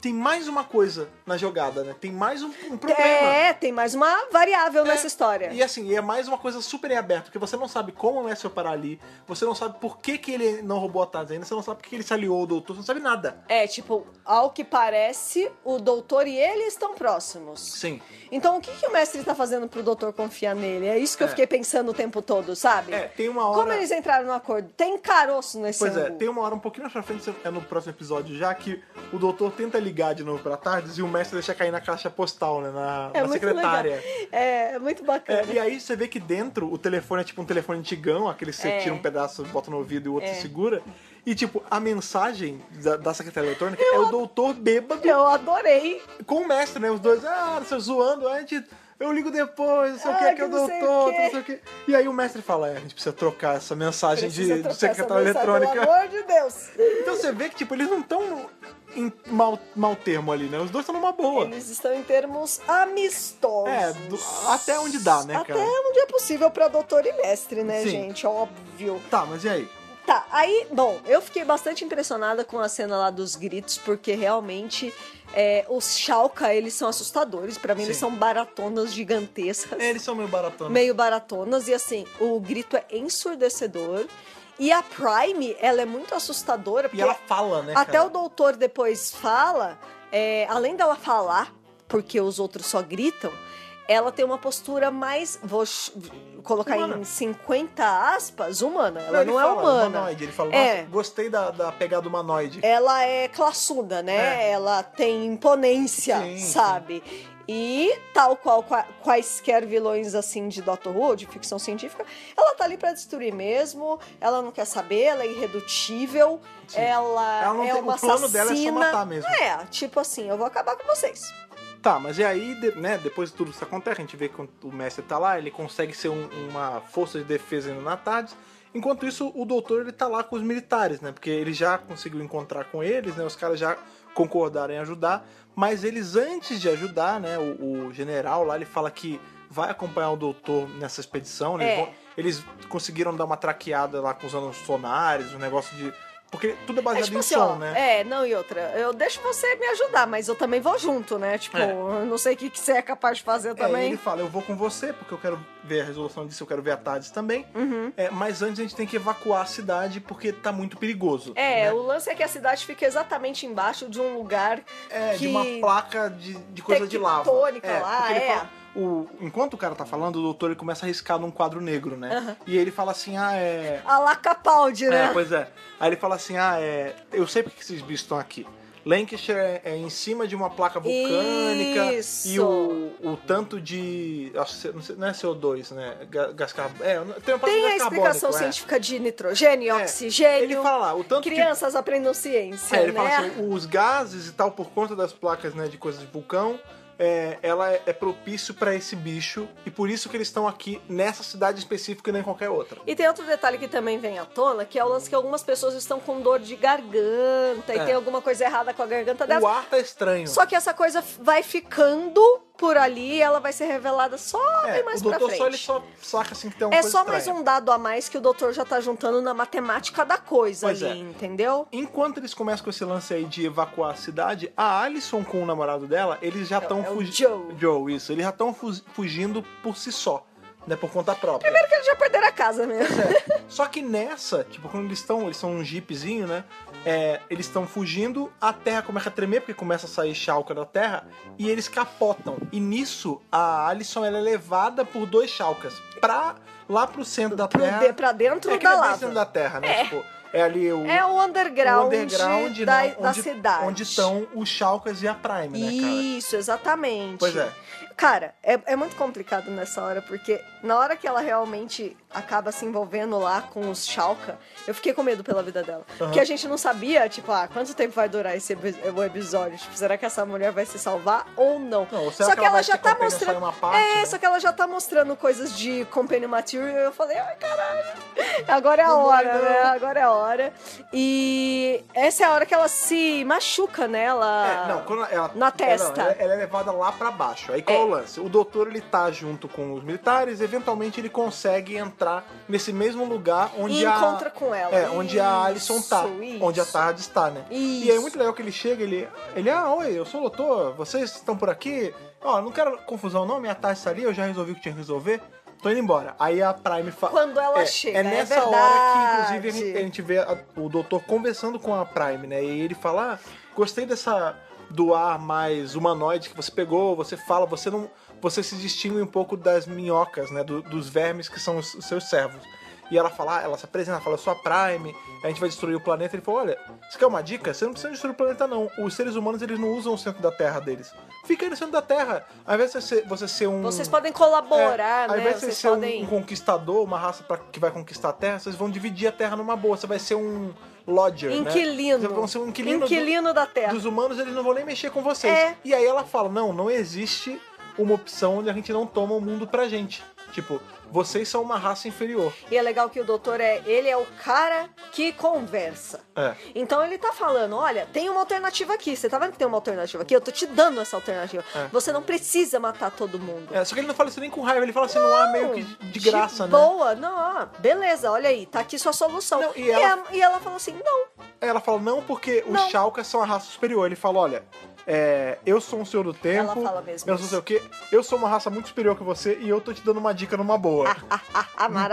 [SPEAKER 1] tem mais uma coisa na jogada, né? Tem mais um, um problema.
[SPEAKER 2] É, tem mais uma variável
[SPEAKER 1] É.
[SPEAKER 2] nessa história.
[SPEAKER 1] E assim, é mais uma coisa super em aberto, porque você não sabe como o Mestre parar ali, você não sabe por que, que ele não roubou a Taz ainda, você não sabe por que ele se aliou ao doutor, você não sabe nada.
[SPEAKER 2] É, tipo, ao que parece, o doutor e ele estão próximos.
[SPEAKER 1] Sim.
[SPEAKER 2] Então, o que, que o mestre tá fazendo pro doutor confiar nele? É isso que
[SPEAKER 1] É.
[SPEAKER 2] eu fiquei pensando o tempo todo, sabe?
[SPEAKER 1] É, tem uma hora.
[SPEAKER 2] Como eles entraram no acordo? Tem caroço nesse
[SPEAKER 1] Pois é,
[SPEAKER 2] angu.
[SPEAKER 1] tem uma hora um pouquinho mais pra frente, é no próximo episódio já, que o doutor tenta ligar ligar de novo pra tardes e o mestre deixa cair na caixa postal, né? Na,
[SPEAKER 2] É
[SPEAKER 1] na
[SPEAKER 2] muito
[SPEAKER 1] secretária.
[SPEAKER 2] legal. É, é muito bacana.
[SPEAKER 1] É, e aí você vê que dentro o telefone é tipo um telefone antigão, aquele que você
[SPEAKER 2] É.
[SPEAKER 1] tira um pedaço, bota no ouvido e o outro segura. E tipo, a mensagem da, da secretária eletrônica é o doutor bêbado
[SPEAKER 2] Eu adorei.
[SPEAKER 1] com o mestre, né? Os dois, ah, você zoando, a gente. Eu ligo depois, não sei o
[SPEAKER 2] Ah,
[SPEAKER 1] que, que
[SPEAKER 2] que
[SPEAKER 1] eu
[SPEAKER 2] não
[SPEAKER 1] dou
[SPEAKER 2] sei o
[SPEAKER 1] todo,
[SPEAKER 2] quê.
[SPEAKER 1] não sei o que. E aí o mestre fala, é, a gente precisa trocar essa mensagem
[SPEAKER 2] Precisa
[SPEAKER 1] de, de
[SPEAKER 2] trocar essa
[SPEAKER 1] secretária
[SPEAKER 2] mensagem,
[SPEAKER 1] eletrônica.
[SPEAKER 2] Pelo amor de Deus.
[SPEAKER 1] Então você vê que, tipo, eles não estão em mau, mau termo ali, né? Os dois estão numa boa.
[SPEAKER 2] Eles estão em termos amistosos.
[SPEAKER 1] É, do- até onde dá, né,
[SPEAKER 2] Até
[SPEAKER 1] cara?
[SPEAKER 2] onde é possível pra doutor e mestre, né,
[SPEAKER 1] Sim.
[SPEAKER 2] gente? Óbvio.
[SPEAKER 1] Tá, mas e aí?
[SPEAKER 2] Tá, aí, bom, eu fiquei bastante impressionada com a cena lá dos gritos, porque realmente é, os Shalka, eles são assustadores. Pra mim, eles
[SPEAKER 1] Sim.
[SPEAKER 2] são baratonas gigantescas.
[SPEAKER 1] Eles são meio né? baratonas.
[SPEAKER 2] meio baratonas e assim, o grito é ensurdecedor. E a Prime, ela é muito assustadora,
[SPEAKER 1] E
[SPEAKER 2] porque
[SPEAKER 1] ela fala, né?
[SPEAKER 2] até
[SPEAKER 1] cara?
[SPEAKER 2] o doutor depois fala, é, além dela falar, porque os outros só gritam, ela tem uma postura mais, vou ch- colocar
[SPEAKER 1] Humana.
[SPEAKER 2] em 50 aspas, humana. Ela
[SPEAKER 1] ele
[SPEAKER 2] não, é
[SPEAKER 1] fala,
[SPEAKER 2] humana.
[SPEAKER 1] Humanoide. Ele fala,
[SPEAKER 2] É.
[SPEAKER 1] nossa, gostei da, da pegada humanoide.
[SPEAKER 2] Ela é classuda, né? Ela tem imponência,
[SPEAKER 1] É. Sim, sim.
[SPEAKER 2] sabe? E tal qual qua- quaisquer vilões assim de Doctor Who, de ficção científica, ela tá ali pra destruir mesmo, ela não quer saber, ela é irredutível,
[SPEAKER 1] Sim.
[SPEAKER 2] ela,
[SPEAKER 1] Ela não
[SPEAKER 2] é
[SPEAKER 1] tem- o
[SPEAKER 2] uma
[SPEAKER 1] plano
[SPEAKER 2] assassina.
[SPEAKER 1] dela é só matar mesmo.
[SPEAKER 2] É, tipo assim, eu vou acabar com vocês.
[SPEAKER 1] Tá, mas e aí, de- né, depois de tudo isso acontece, a gente vê que o mestre tá lá, ele consegue ser um- uma força de defesa ainda na tarde. Enquanto isso, o doutor ele tá lá com os militares, né? Porque ele já conseguiu encontrar com eles, né? Os caras já concordaram em ajudar. Mas eles, antes de ajudar, né? O, o general lá, ele fala que vai acompanhar o doutor nessa expedição, né?
[SPEAKER 2] É.
[SPEAKER 1] Eles, vão- eles conseguiram dar uma traqueada lá com usando os sonares, um negócio de. Porque tudo é
[SPEAKER 2] É
[SPEAKER 1] baseado
[SPEAKER 2] tipo
[SPEAKER 1] em
[SPEAKER 2] assim,
[SPEAKER 1] som,
[SPEAKER 2] ó,
[SPEAKER 1] né?
[SPEAKER 2] é, não, e outra, eu deixo você me ajudar, mas eu também vou junto, né? Tipo,
[SPEAKER 1] É.
[SPEAKER 2] eu não sei o que, que você é capaz de fazer
[SPEAKER 1] É,
[SPEAKER 2] também.
[SPEAKER 1] ele fala, eu vou com você, porque eu quero ver a resolução disso, eu quero ver a Tardes também.
[SPEAKER 2] Uhum.
[SPEAKER 1] É, mas antes a gente tem que evacuar a cidade, porque tá muito perigoso.
[SPEAKER 2] É,
[SPEAKER 1] né?
[SPEAKER 2] o lance é que a cidade fica exatamente embaixo de um lugar
[SPEAKER 1] É,
[SPEAKER 2] que-
[SPEAKER 1] de uma placa de, de coisa de lava.
[SPEAKER 2] Tectônica
[SPEAKER 1] é,
[SPEAKER 2] lá,
[SPEAKER 1] porque ele
[SPEAKER 2] é.
[SPEAKER 1] fala- o- enquanto o cara tá falando, o doutor ele começa a riscar num quadro negro, né?
[SPEAKER 2] Aham.
[SPEAKER 1] E ele fala assim, ah, é...
[SPEAKER 2] a la Capaldi,
[SPEAKER 1] É,
[SPEAKER 2] né?
[SPEAKER 1] pois é. Aí ele fala assim, ah, é... Eu sei porque que esses bichos estão aqui. Lancashire é, é em cima de uma placa vulcânica e
[SPEAKER 2] Isso.
[SPEAKER 1] o, o tanto de... acho que- não sei- Não é CO2, né? Ga- Gás carbônico. É, tem uma parte de
[SPEAKER 2] Tem
[SPEAKER 1] gás
[SPEAKER 2] a explicação
[SPEAKER 1] carbônico, é.
[SPEAKER 2] científica de nitrogênio,
[SPEAKER 1] É,
[SPEAKER 2] oxigênio.
[SPEAKER 1] Ele fala lá, o tanto que-
[SPEAKER 2] Crianças aprendam ciência,
[SPEAKER 1] É, ele
[SPEAKER 2] né?
[SPEAKER 1] fala assim, os gases e tal, por conta das placas né, de coisas de vulcão, é, ela é, é propício pra esse bicho e por isso que eles estão aqui nessa cidade específica e não em qualquer outra.
[SPEAKER 2] E tem outro detalhe que também vem à tona, que é o lance que algumas pessoas estão com dor de garganta
[SPEAKER 1] É.
[SPEAKER 2] e tem alguma coisa errada com a garganta delas.
[SPEAKER 1] O ar tá estranho.
[SPEAKER 2] Só que essa coisa vai ficando por ali e ela vai ser revelada só
[SPEAKER 1] é,
[SPEAKER 2] bem mais
[SPEAKER 1] o
[SPEAKER 2] pra
[SPEAKER 1] doutor
[SPEAKER 2] frente.
[SPEAKER 1] só ele só saca assim que tem uma
[SPEAKER 2] É
[SPEAKER 1] coisa
[SPEAKER 2] só mais
[SPEAKER 1] estranha.
[SPEAKER 2] um dado a mais que o doutor já tá juntando na matemática da coisa
[SPEAKER 1] Pois
[SPEAKER 2] ali,
[SPEAKER 1] é.
[SPEAKER 2] entendeu?
[SPEAKER 1] Enquanto eles começam com esse lance aí de evacuar a cidade, a Alison com o namorado dela, eles já estão
[SPEAKER 2] é o
[SPEAKER 1] fugindo.
[SPEAKER 2] Joe.
[SPEAKER 1] Joe, isso. Eles já estão fugindo por si só, né? Por conta própria.
[SPEAKER 2] Primeiro que eles já perderam a casa mesmo.
[SPEAKER 1] Só que nessa, tipo, quando eles estão, eles são um jeepzinho, né? É, eles estão fugindo, a terra começa a tremer, porque começa a sair chalca da terra, e eles capotam. E nisso, a Alison ela é levada por dois chalcas pra lá pro centro da
[SPEAKER 2] Pro
[SPEAKER 1] terra.
[SPEAKER 2] de- pra dentro
[SPEAKER 1] é que
[SPEAKER 2] da
[SPEAKER 1] não é bem
[SPEAKER 2] lava.
[SPEAKER 1] centro da terra, né? Tipo, é ali o,
[SPEAKER 2] É o underground,
[SPEAKER 1] o underground
[SPEAKER 2] da,
[SPEAKER 1] né?
[SPEAKER 2] da
[SPEAKER 1] onde,
[SPEAKER 2] cidade.
[SPEAKER 1] Onde estão os chalcas e a Prime, né, cara?
[SPEAKER 2] Isso, exatamente.
[SPEAKER 1] Pois é.
[SPEAKER 2] Cara, é, é muito complicado nessa hora, porque na hora que ela realmente acaba se envolvendo lá com os Chalka, eu fiquei com medo pela vida dela. Porque a gente não sabia, tipo, ah, quanto tempo vai durar esse epi- o episódio? Tipo, será que essa mulher vai se salvar ou não?
[SPEAKER 1] Não, ou será
[SPEAKER 2] só
[SPEAKER 1] que
[SPEAKER 2] que
[SPEAKER 1] ela vai
[SPEAKER 2] ela
[SPEAKER 1] ser
[SPEAKER 2] já tá
[SPEAKER 1] companion só em
[SPEAKER 2] mostrando.
[SPEAKER 1] uma parte,
[SPEAKER 2] é,
[SPEAKER 1] né?
[SPEAKER 2] só que ela já tá mostrando coisas de companion material e eu falei, ai, caralho, agora é a
[SPEAKER 1] Não vai,
[SPEAKER 2] hora,
[SPEAKER 1] não.
[SPEAKER 2] né? Agora é a hora. E essa é a hora que ela se machuca, né? Ela...
[SPEAKER 1] É, não, quando ela,
[SPEAKER 2] Na
[SPEAKER 1] ela-
[SPEAKER 2] testa.
[SPEAKER 1] Ela, ela é levada lá pra baixo. Aí qual
[SPEAKER 2] É.
[SPEAKER 1] é o lance? O doutor ele tá junto com os militares, eventualmente ele consegue entrar nesse mesmo lugar onde
[SPEAKER 2] e
[SPEAKER 1] a
[SPEAKER 2] encontra com ela.
[SPEAKER 1] é, onde a Alison tá,
[SPEAKER 2] Isso, isso.
[SPEAKER 1] onde a Tarde está, né?
[SPEAKER 2] Isso.
[SPEAKER 1] E é muito legal que ele chega, ele, ele, ah, oi, eu sou o doutor, vocês estão por aqui? Ó, não quero confusão não, minha Tarde está ali, eu já resolvi o que tinha que resolver. Tô indo embora. Aí a Prime fala.
[SPEAKER 2] Quando ela
[SPEAKER 1] é,
[SPEAKER 2] chega,
[SPEAKER 1] É
[SPEAKER 2] é
[SPEAKER 1] nessa hora que, inclusive, a gente, a
[SPEAKER 2] verdade.
[SPEAKER 1] gente vê a- o doutor conversando com a Prime, né? E ele fala: ah, gostei dessa do ar mais humanoide que você pegou, você fala, você não. Você se distingue um pouco das minhocas, né? do- dos vermes que são os, os seus servos. E ela fala, ela se apresenta, ela fala, eu sou a Prime, a gente vai destruir o planeta. Ele falou, olha, você quer uma dica? Você não precisa destruir o planeta, não. Os seres humanos, eles não usam o centro da Terra deles. Fica aí no centro da Terra. Ao invés de você ser, você ser um...
[SPEAKER 5] Vocês podem colaborar,
[SPEAKER 1] É, Ao
[SPEAKER 5] né?
[SPEAKER 1] invés de você
[SPEAKER 5] Vocês
[SPEAKER 1] ser
[SPEAKER 5] podem.
[SPEAKER 1] um, um conquistador, uma raça pra, que vai conquistar a Terra, vocês vão dividir a Terra numa boa. Você vai ser um lodger, né?
[SPEAKER 5] Inquilino.
[SPEAKER 1] Vocês vão ser um inquilino, do-
[SPEAKER 5] Inquilino da Terra.
[SPEAKER 1] dos humanos, eles não vão nem mexer com vocês.
[SPEAKER 5] É.
[SPEAKER 1] E aí ela fala, não, não existe uma opção onde a gente não toma o mundo pra gente. Tipo, vocês são uma raça inferior.
[SPEAKER 2] E é legal que o doutor é. Ele é o cara que conversa.
[SPEAKER 1] É.
[SPEAKER 2] Então ele tá falando, olha, tem uma alternativa aqui. Você tá vendo que tem uma alternativa aqui? Eu tô te dando essa alternativa.
[SPEAKER 1] É.
[SPEAKER 2] Você não precisa matar todo mundo.
[SPEAKER 1] É, só que ele não fala isso nem com raiva, ele fala assim no ar meio que de
[SPEAKER 5] Hum,
[SPEAKER 1] graça, né?
[SPEAKER 2] Boa, não, ó, beleza, olha aí, tá aqui sua solução.
[SPEAKER 1] Não, e
[SPEAKER 2] e,
[SPEAKER 1] ela-
[SPEAKER 2] a- e ela falou assim: não,
[SPEAKER 1] Aí Ela fala, não, porque
[SPEAKER 2] Não.
[SPEAKER 1] os Chalkas são a raça superior. Ele fala, olha, é, eu sou um senhor do tempo.
[SPEAKER 2] Ela fala mesmo
[SPEAKER 1] Eu sou sei o quê. Eu sou uma raça muito superior que você e eu tô te dando uma dica numa boa.
[SPEAKER 2] ah,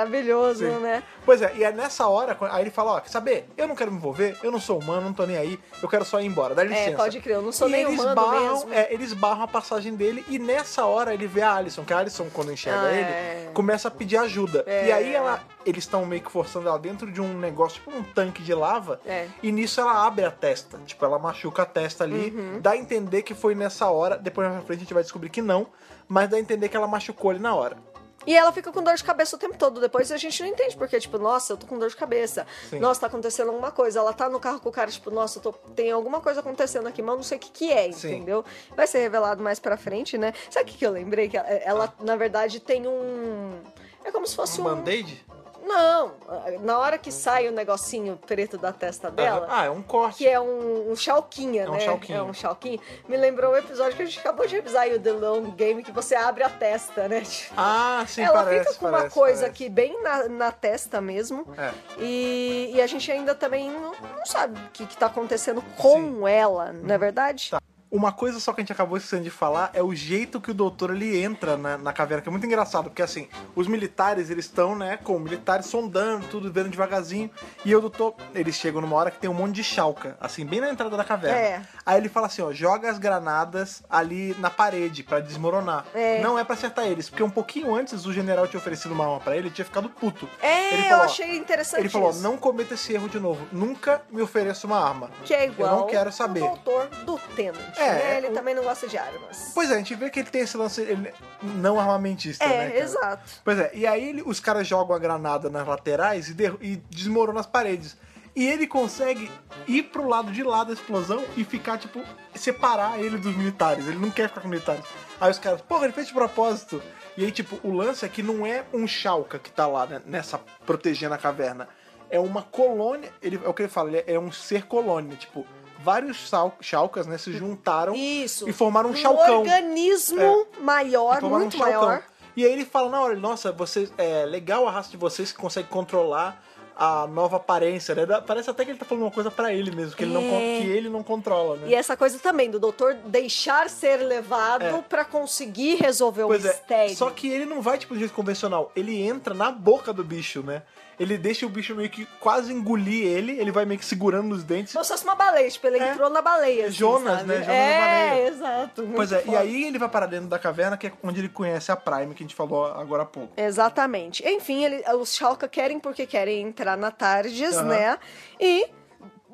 [SPEAKER 2] maravilhoso,
[SPEAKER 1] Sim.
[SPEAKER 2] né?
[SPEAKER 1] Pois é, e é nessa hora, aí ele fala, ó, quer saber? Eu não quero me envolver, eu não sou humano, não tô nem aí, eu quero só ir embora, dá licença.
[SPEAKER 2] É, pode crer, eu não sou
[SPEAKER 1] e
[SPEAKER 2] nem
[SPEAKER 1] eles
[SPEAKER 2] humano
[SPEAKER 1] barram,
[SPEAKER 2] mesmo.
[SPEAKER 1] É, eles barram a passagem dele e nessa hora ele vê a Alison, que a Alison, quando enxerga
[SPEAKER 2] Ah,
[SPEAKER 1] ele,
[SPEAKER 2] é.
[SPEAKER 1] começa a pedir ajuda.
[SPEAKER 2] É.
[SPEAKER 1] E aí ela, eles estão meio que forçando ela dentro de um negócio, tipo um tanque de lava,
[SPEAKER 2] É.
[SPEAKER 1] e nisso ela abre a testa, tipo, ela machuca a testa ali,
[SPEAKER 2] Uhum.
[SPEAKER 1] dá a entender que foi nessa hora, depois na frente a gente vai descobrir que não, mas dá a entender que ela machucou ele na hora.
[SPEAKER 2] E ela fica com dor de cabeça o tempo todo. Depois a gente não entende, porque, tipo, nossa, eu tô com dor de cabeça.
[SPEAKER 1] Sim.
[SPEAKER 2] Nossa, tá acontecendo alguma coisa. Ela tá no carro com o cara, tipo, nossa, eu tô- tem alguma coisa acontecendo aqui, mas eu não sei o que, que é,
[SPEAKER 1] Sim.
[SPEAKER 2] entendeu? Vai ser revelado mais pra frente, né? Sabe o que, que eu lembrei? Que ela, ela, na verdade, tem um. É como se fosse
[SPEAKER 1] Um
[SPEAKER 2] um.
[SPEAKER 1] band-aid?
[SPEAKER 2] Não! Na hora que sai o negocinho preto da testa dela.
[SPEAKER 1] Ah, é um corte.
[SPEAKER 2] Que é um, um chalquinha,
[SPEAKER 1] É um
[SPEAKER 2] né?
[SPEAKER 1] chalquinha.
[SPEAKER 2] É um chalquinha. Me lembrou o episódio que a gente acabou de revisar aí, o The Long Game, que você abre a testa, né? Tipo,
[SPEAKER 1] Ah, sim,
[SPEAKER 2] ela
[SPEAKER 1] parece,
[SPEAKER 2] fica com uma
[SPEAKER 1] parece,
[SPEAKER 2] coisa
[SPEAKER 1] parece.
[SPEAKER 2] aqui bem na, na testa mesmo.
[SPEAKER 1] É.
[SPEAKER 2] E, e a gente ainda também não, não sabe o que, que tá acontecendo com ela,
[SPEAKER 1] Uhum.
[SPEAKER 2] não é verdade?
[SPEAKER 1] Tá, Uma coisa só que a gente acabou esquecendo de falar é o jeito que o doutor ele entra na, na caverna, que é muito engraçado, porque assim, os militares eles estão, né, com militares sondando tudo, vendo devagarzinho, e o doutor, eles chegam numa hora que tem um monte de chalca, assim, bem na entrada da caverna.
[SPEAKER 2] É.
[SPEAKER 1] Aí ele fala assim, ó, joga as granadas ali na parede pra desmoronar.
[SPEAKER 2] É.
[SPEAKER 1] Não é pra acertar eles, porque um pouquinho antes o general tinha oferecido uma arma pra ele, ele tinha ficado puto.
[SPEAKER 2] É,
[SPEAKER 1] Ele
[SPEAKER 2] eu
[SPEAKER 1] falou, ó,
[SPEAKER 2] achei interessante
[SPEAKER 1] Ele falou,
[SPEAKER 2] isso.
[SPEAKER 1] não cometa esse erro de novo, nunca me ofereça uma arma.
[SPEAKER 2] que é igual
[SPEAKER 1] Eu não quero saber.
[SPEAKER 2] o doutor do Tenant,
[SPEAKER 1] É,
[SPEAKER 2] né? Ele
[SPEAKER 1] o-
[SPEAKER 2] também não gosta de armas.
[SPEAKER 1] Pois é, a gente vê que ele tem esse lance ele não armamentista,
[SPEAKER 2] é,
[SPEAKER 1] né? cara?
[SPEAKER 2] exato.
[SPEAKER 1] Pois é, e aí ele- os caras jogam a granada nas laterais e, der- e desmoronam as paredes. E ele consegue ir pro lado de lá da explosão e ficar, tipo, separar ele dos militares. Ele não quer ficar com militares. Aí os caras, porra, ele fez de propósito. E aí, tipo, o lance é que não é um Chalca que tá lá, né, nessa, protegendo a caverna. É uma colônia, ele, é o que ele fala, ele é um ser colônia. Tipo, vários Chal- Chalcas, né, se juntaram
[SPEAKER 2] Isso.
[SPEAKER 1] e formaram um
[SPEAKER 2] um
[SPEAKER 1] Chalcão.
[SPEAKER 2] organismo maior,
[SPEAKER 1] Tomar um
[SPEAKER 2] É muito
[SPEAKER 1] chalcão.
[SPEAKER 2] maior.
[SPEAKER 1] E aí ele fala na hora, nossa, vocês, é legal a raça de vocês que consegue controlar a nova aparência, né? Da- Parece até que ele tá falando uma coisa pra ele mesmo, que, ele, não,
[SPEAKER 2] É.
[SPEAKER 1] con- que ele não controla, né?
[SPEAKER 2] E é essa coisa também do doutor deixar ser levado
[SPEAKER 1] É.
[SPEAKER 2] pra conseguir resolver
[SPEAKER 1] Pois
[SPEAKER 2] o
[SPEAKER 1] é,
[SPEAKER 2] um mistério.
[SPEAKER 1] só que ele não vai, tipo, do jeito convencional. Ele entra na boca do bicho, né? Ele deixa o bicho meio que quase engolir ele, ele vai meio que segurando os dentes.
[SPEAKER 2] Como se fosse uma baleia, tipo, ele
[SPEAKER 1] É.
[SPEAKER 2] entrou na baleia. assim,
[SPEAKER 1] Jonas,
[SPEAKER 2] sabe?
[SPEAKER 1] né? Jonas na
[SPEAKER 2] é,
[SPEAKER 1] baleia.
[SPEAKER 2] exato. muito
[SPEAKER 1] Pois é, e
[SPEAKER 2] foda.
[SPEAKER 1] aí ele vai para dentro da caverna, que é onde ele conhece a Prime, que a gente falou agora há pouco.
[SPEAKER 2] Exatamente. Enfim, ele- os Chalka querem porque querem entrar na Tardes,
[SPEAKER 1] Aham.
[SPEAKER 2] né? E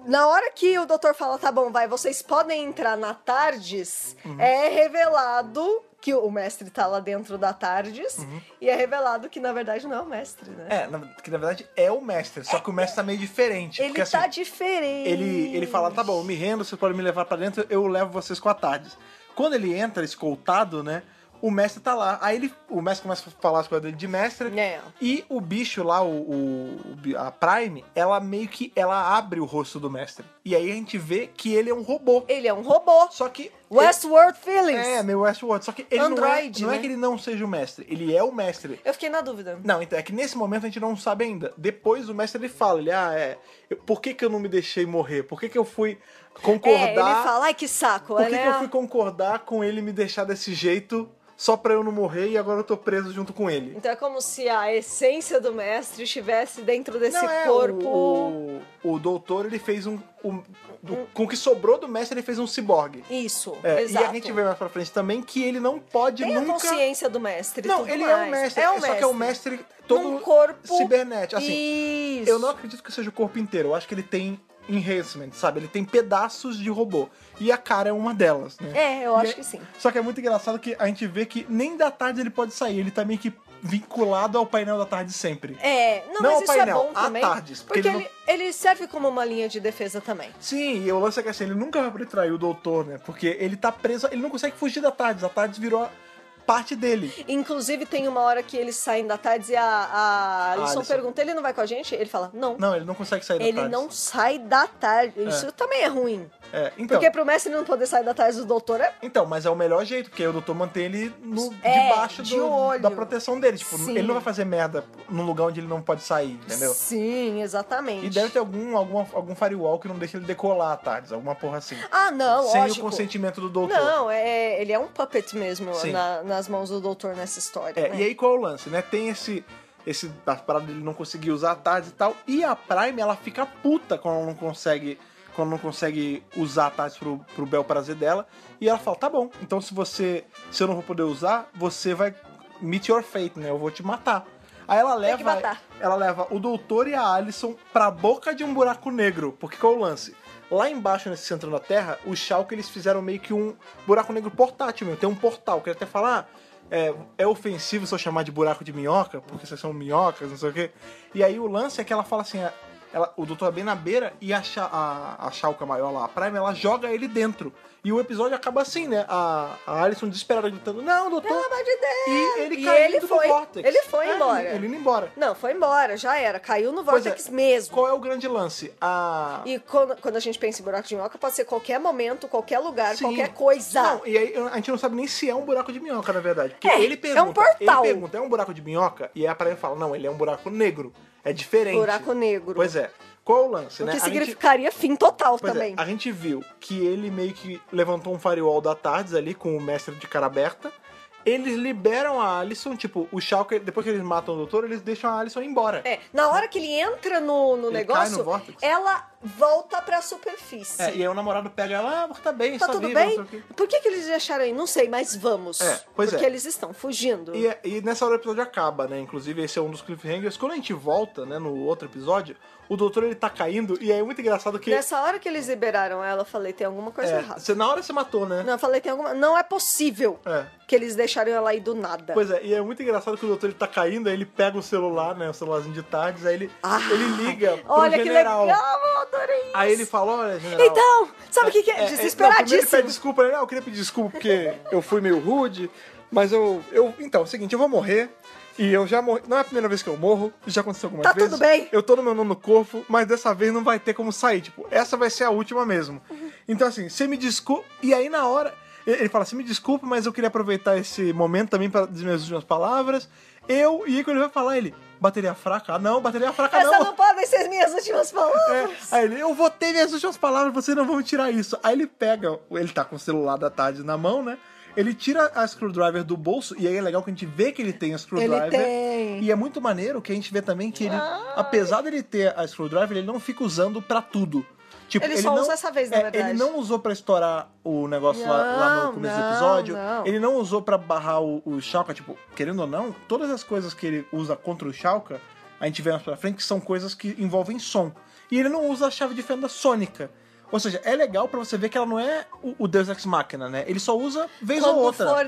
[SPEAKER 2] na hora que o doutor fala, tá bom, vai, vocês podem entrar na Tardes,
[SPEAKER 1] Uhum.
[SPEAKER 2] é revelado que o mestre tá lá dentro da Tardes e é revelado que, na verdade, não é o mestre, né?
[SPEAKER 1] Uhum. É, na- que na verdade é o mestre, só que o mestre tá meio diferente.
[SPEAKER 2] Ele
[SPEAKER 1] porque, assim,
[SPEAKER 2] tá diferente.
[SPEAKER 1] ele, ele fala, tá bom, eu me rendo, vocês podem me levar pra dentro, eu levo vocês com a tarde. Quando ele entra escoltado, né, o mestre tá lá. Aí ele, o mestre começa a falar as coisas dele de mestre.
[SPEAKER 2] É.
[SPEAKER 1] E o bicho lá, o, o- o bi- a Prime, ela meio que, ela abre o rosto do mestre. E aí a gente vê que ele é um robô.
[SPEAKER 2] Ele é um robô.
[SPEAKER 1] Só que...
[SPEAKER 2] Westworld Phillings.
[SPEAKER 1] É, meio Westworld. Só que ele
[SPEAKER 2] Android,
[SPEAKER 1] não é, não
[SPEAKER 2] né?
[SPEAKER 1] é que ele não seja o mestre, ele é o mestre.
[SPEAKER 2] Eu fiquei na dúvida.
[SPEAKER 1] Não, então é que nesse momento a gente não sabe ainda. Depois o mestre ele fala, ele, ah, é, eu- por que que eu não me deixei morrer? Por que que eu fui concordar?
[SPEAKER 2] É, ele fala, ai que saco,
[SPEAKER 1] por que,
[SPEAKER 2] né?
[SPEAKER 1] que eu fui concordar com ele me deixar desse jeito só pra eu não morrer e agora eu tô preso junto com ele?
[SPEAKER 2] Então é como se a essência do mestre estivesse dentro desse
[SPEAKER 1] não, é,
[SPEAKER 2] corpo.
[SPEAKER 1] O, o, o doutor ele fez um, um- do- com o que sobrou do mestre ele fez um ciborgue.
[SPEAKER 2] Isso.
[SPEAKER 3] Exato.
[SPEAKER 1] É,
[SPEAKER 3] exato.
[SPEAKER 1] E a gente vê mais pra frente também que ele não pode
[SPEAKER 2] Tem a
[SPEAKER 1] nunca.
[SPEAKER 2] consciência do mestre. e
[SPEAKER 1] Não,
[SPEAKER 2] tudo
[SPEAKER 1] ele é um
[SPEAKER 2] mais.
[SPEAKER 1] mestre.
[SPEAKER 2] É
[SPEAKER 1] É
[SPEAKER 2] um
[SPEAKER 1] Só
[SPEAKER 2] mestre.
[SPEAKER 1] que é um mestre todo
[SPEAKER 2] Num corpo
[SPEAKER 1] cibernético. Assim,
[SPEAKER 2] Isso.
[SPEAKER 1] eu não acredito que seja o corpo inteiro. Eu acho que ele tem enhancement, sabe? Ele tem pedaços de robô. E a cara é uma delas, né?
[SPEAKER 2] É, eu
[SPEAKER 1] E
[SPEAKER 2] acho
[SPEAKER 1] é-
[SPEAKER 2] que sim.
[SPEAKER 1] Só que é muito engraçado que a gente vê que nem da tarde ele pode sair. Ele tá meio que vinculado ao painel da tarde sempre.
[SPEAKER 2] É,
[SPEAKER 1] Não
[SPEAKER 2] não, mas
[SPEAKER 1] o
[SPEAKER 2] isso
[SPEAKER 1] painel,
[SPEAKER 2] é bom
[SPEAKER 1] a
[SPEAKER 2] também.
[SPEAKER 1] Tardes, porque
[SPEAKER 2] porque
[SPEAKER 1] ele
[SPEAKER 2] ele, ele serve como uma linha de defesa também.
[SPEAKER 1] Sim, e o lance é que assim, ele nunca vai trair o doutor, né? Porque ele tá preso, ele não consegue fugir da Tardes. A Tardes virou a parte dele.
[SPEAKER 2] Inclusive, tem uma hora que eles saem da tarde e a, a Alison
[SPEAKER 1] Alison.
[SPEAKER 2] pergunta: ele não vai com a gente? Ele fala: não.
[SPEAKER 1] Ah, Não, ele não consegue sair
[SPEAKER 2] ele
[SPEAKER 1] da Tardes.
[SPEAKER 2] não sai da tarde. Isso também é ruim.
[SPEAKER 1] É, então,
[SPEAKER 2] Porque pro mestre não poder sair da tarde do doutor é.
[SPEAKER 1] então, mas é o melhor jeito, porque o doutor mantém ele no,
[SPEAKER 2] É,
[SPEAKER 1] debaixo
[SPEAKER 2] de
[SPEAKER 1] do-
[SPEAKER 2] olho.
[SPEAKER 1] da proteção dele. Tipo,
[SPEAKER 2] Sim.
[SPEAKER 1] ele não vai fazer merda num lugar onde ele não pode sair, entendeu?
[SPEAKER 2] Sim, exatamente.
[SPEAKER 1] E deve ter um algum, alguma, algum firewall que não deixa ele decolar a Tardes, alguma porra assim.
[SPEAKER 2] Ah, não,
[SPEAKER 1] sem
[SPEAKER 2] lógico.
[SPEAKER 1] o consentimento do doutor.
[SPEAKER 2] Não, é, ele é um puppet mesmo
[SPEAKER 1] Sim.
[SPEAKER 2] na- nas mãos do doutor nessa história.
[SPEAKER 1] É,
[SPEAKER 2] né?
[SPEAKER 1] e aí qual é o lance, né? Tem esse. esse a parada dele não conseguir usar a tarde e tal. E a Prime, ela fica puta quando não consegue. Quando não consegue usar a tarde pro, pro bel prazer dela. E ela fala: tá bom, então se você. Se eu não vou poder usar, você vai. Meet your fate, né? Eu vou te matar. Aí ela leva.
[SPEAKER 2] que matar.
[SPEAKER 1] Ela leva o doutor e a Alison pra boca de um buraco negro. Porque qual é o lance? Lá embaixo, nesse centro da Terra, o Shulk, eles fizeram meio que um buraco negro portátil mesmo. Tem um portal. Queria até falar, ah, é, é ofensivo se eu chamar de buraco de minhoca, porque vocês são minhocas, não sei o quê. E aí o lance é que ela fala assim, a- ela, o doutor é bem na beira e a, Sha- a, a Shulk, a maior lá, a Prime, ela joga ele dentro. E o episódio acaba assim, né? A, a Alison desesperada gritando, não, doutor...
[SPEAKER 2] Pelo amor de Deus!
[SPEAKER 1] E ele
[SPEAKER 2] E
[SPEAKER 1] caindo
[SPEAKER 2] ele
[SPEAKER 1] no
[SPEAKER 2] foi-
[SPEAKER 1] vórtex.
[SPEAKER 2] ele foi embora.
[SPEAKER 1] Ele, ele indo embora.
[SPEAKER 2] Não, foi embora, já era. Caiu no
[SPEAKER 1] Pois
[SPEAKER 2] Vortex
[SPEAKER 1] é.
[SPEAKER 2] mesmo.
[SPEAKER 1] Qual é o grande lance? A...
[SPEAKER 2] E quando, quando a gente pensa em buraco de minhoca, pode ser qualquer momento, qualquer lugar,
[SPEAKER 1] Sim.
[SPEAKER 2] qualquer coisa.
[SPEAKER 1] Não, né? e aí a gente não sabe nem se é um buraco de minhoca, na verdade. Porque
[SPEAKER 2] É,
[SPEAKER 1] ele pergunta.
[SPEAKER 2] é um portal.
[SPEAKER 1] Ele pergunta, é um buraco de minhoca? E aí a Praia fala, não, ele é um buraco negro. É diferente.
[SPEAKER 2] Buraco negro.
[SPEAKER 1] Pois é. Qual é o lance,
[SPEAKER 2] o
[SPEAKER 1] né?
[SPEAKER 2] que
[SPEAKER 1] A gente-
[SPEAKER 2] significaria fim total
[SPEAKER 1] Pois
[SPEAKER 2] também.
[SPEAKER 1] É, a gente viu que ele meio que levantou um firewall da Tardes ali com o mestre de cara aberta. Eles liberam a Alison, tipo, o Shulker, depois que eles matam o doutor, eles deixam a Alison embora.
[SPEAKER 2] É, na hora que ele entra no, no
[SPEAKER 1] Ele cai
[SPEAKER 2] negócio,
[SPEAKER 1] no vórtice.
[SPEAKER 2] ela volta pra superfície.
[SPEAKER 1] É, e aí o namorado pega ela, ah, você tá bem,
[SPEAKER 2] Tá
[SPEAKER 1] só
[SPEAKER 2] tudo
[SPEAKER 1] viva,
[SPEAKER 2] bem?
[SPEAKER 1] não sei o quê.
[SPEAKER 2] Por que, que eles deixaram aí? Não sei, mas vamos.
[SPEAKER 1] É, pois
[SPEAKER 2] porque
[SPEAKER 1] é.
[SPEAKER 2] eles estão fugindo.
[SPEAKER 1] E, é e nessa hora o episódio acaba, né? Inclusive, esse é um dos cliffhangers. Quando a gente volta, né, no outro episódio, o doutor ele tá caindo e é muito engraçado que.
[SPEAKER 2] Nessa hora que eles liberaram ela, eu falei, tem alguma coisa
[SPEAKER 1] é,
[SPEAKER 2] errada.
[SPEAKER 1] você, na hora você matou, né?
[SPEAKER 2] Não, eu falei, tem alguma. Não é possível
[SPEAKER 1] É.
[SPEAKER 2] que eles deixaram ela aí do nada.
[SPEAKER 1] Pois é, e é muito engraçado que o doutor ele tá caindo, aí ele pega o celular, né? O celularzinho de tardes, aí ele,
[SPEAKER 2] Ah,
[SPEAKER 1] ele liga pro
[SPEAKER 2] Olha que
[SPEAKER 1] general.
[SPEAKER 2] legal, eu adorei isso.
[SPEAKER 1] Aí ele fala, olha, general.
[SPEAKER 2] Então, sabe o que, que é?
[SPEAKER 1] não, primeiro ele
[SPEAKER 2] Desesperadíssimo.
[SPEAKER 1] pede desculpa, né? Ah, eu queria pedir desculpa porque eu fui meio rude, mas eu, eu. Então, é o seguinte, eu vou morrer. E eu já morri. Não é a primeira vez que eu morro, já aconteceu algumas
[SPEAKER 2] Tá
[SPEAKER 1] vezes.
[SPEAKER 2] tudo bem.
[SPEAKER 1] Eu tô no meu nono corpo, mas dessa vez não vai ter como sair. Tipo, essa vai ser a última mesmo.
[SPEAKER 2] Uhum.
[SPEAKER 1] Então, assim, você me desculpa. E aí, na hora, e- ele fala assim: me desculpe, mas eu queria aproveitar esse momento também para dizer minhas últimas palavras. Eu. E aí, quando ele vai falar, ele. Bateria fraca? Ah, não, bateria fraca
[SPEAKER 2] Essa não podem ser minhas últimas
[SPEAKER 1] é,
[SPEAKER 2] palavras.
[SPEAKER 1] aí ele, eu vou ter minhas últimas palavras, vocês não vão tirar isso. Aí ele pega, ele tá com o celular da tarde na mão, né? Ele tira a screwdriver do bolso, e aí é legal que a gente vê que ele tem a screwdriver.
[SPEAKER 2] tem. Ah.
[SPEAKER 1] E é muito maneiro que a gente vê também que ele, apesar dele ter a screwdriver, ele não fica usando pra tudo. Tipo,
[SPEAKER 2] Ele só usa essa vez, na
[SPEAKER 1] é,
[SPEAKER 2] verdade.
[SPEAKER 1] Ele não usou pra estourar o negócio lá, lá no
[SPEAKER 2] Não,
[SPEAKER 1] começo do
[SPEAKER 2] não,
[SPEAKER 1] episódio.
[SPEAKER 2] não.
[SPEAKER 1] Ele não usou pra barrar o, o Shauka, tipo, querendo ou não, todas as coisas que ele usa contra o Shauka, a gente vê mais pra frente, que são coisas que envolvem som. E ele não usa a chave de fenda sônica. Ou seja, é legal pra você ver que ela não é o, o Deus Ex Machina, né? Ele só usa vez
[SPEAKER 2] Quando
[SPEAKER 1] ou outra.
[SPEAKER 2] for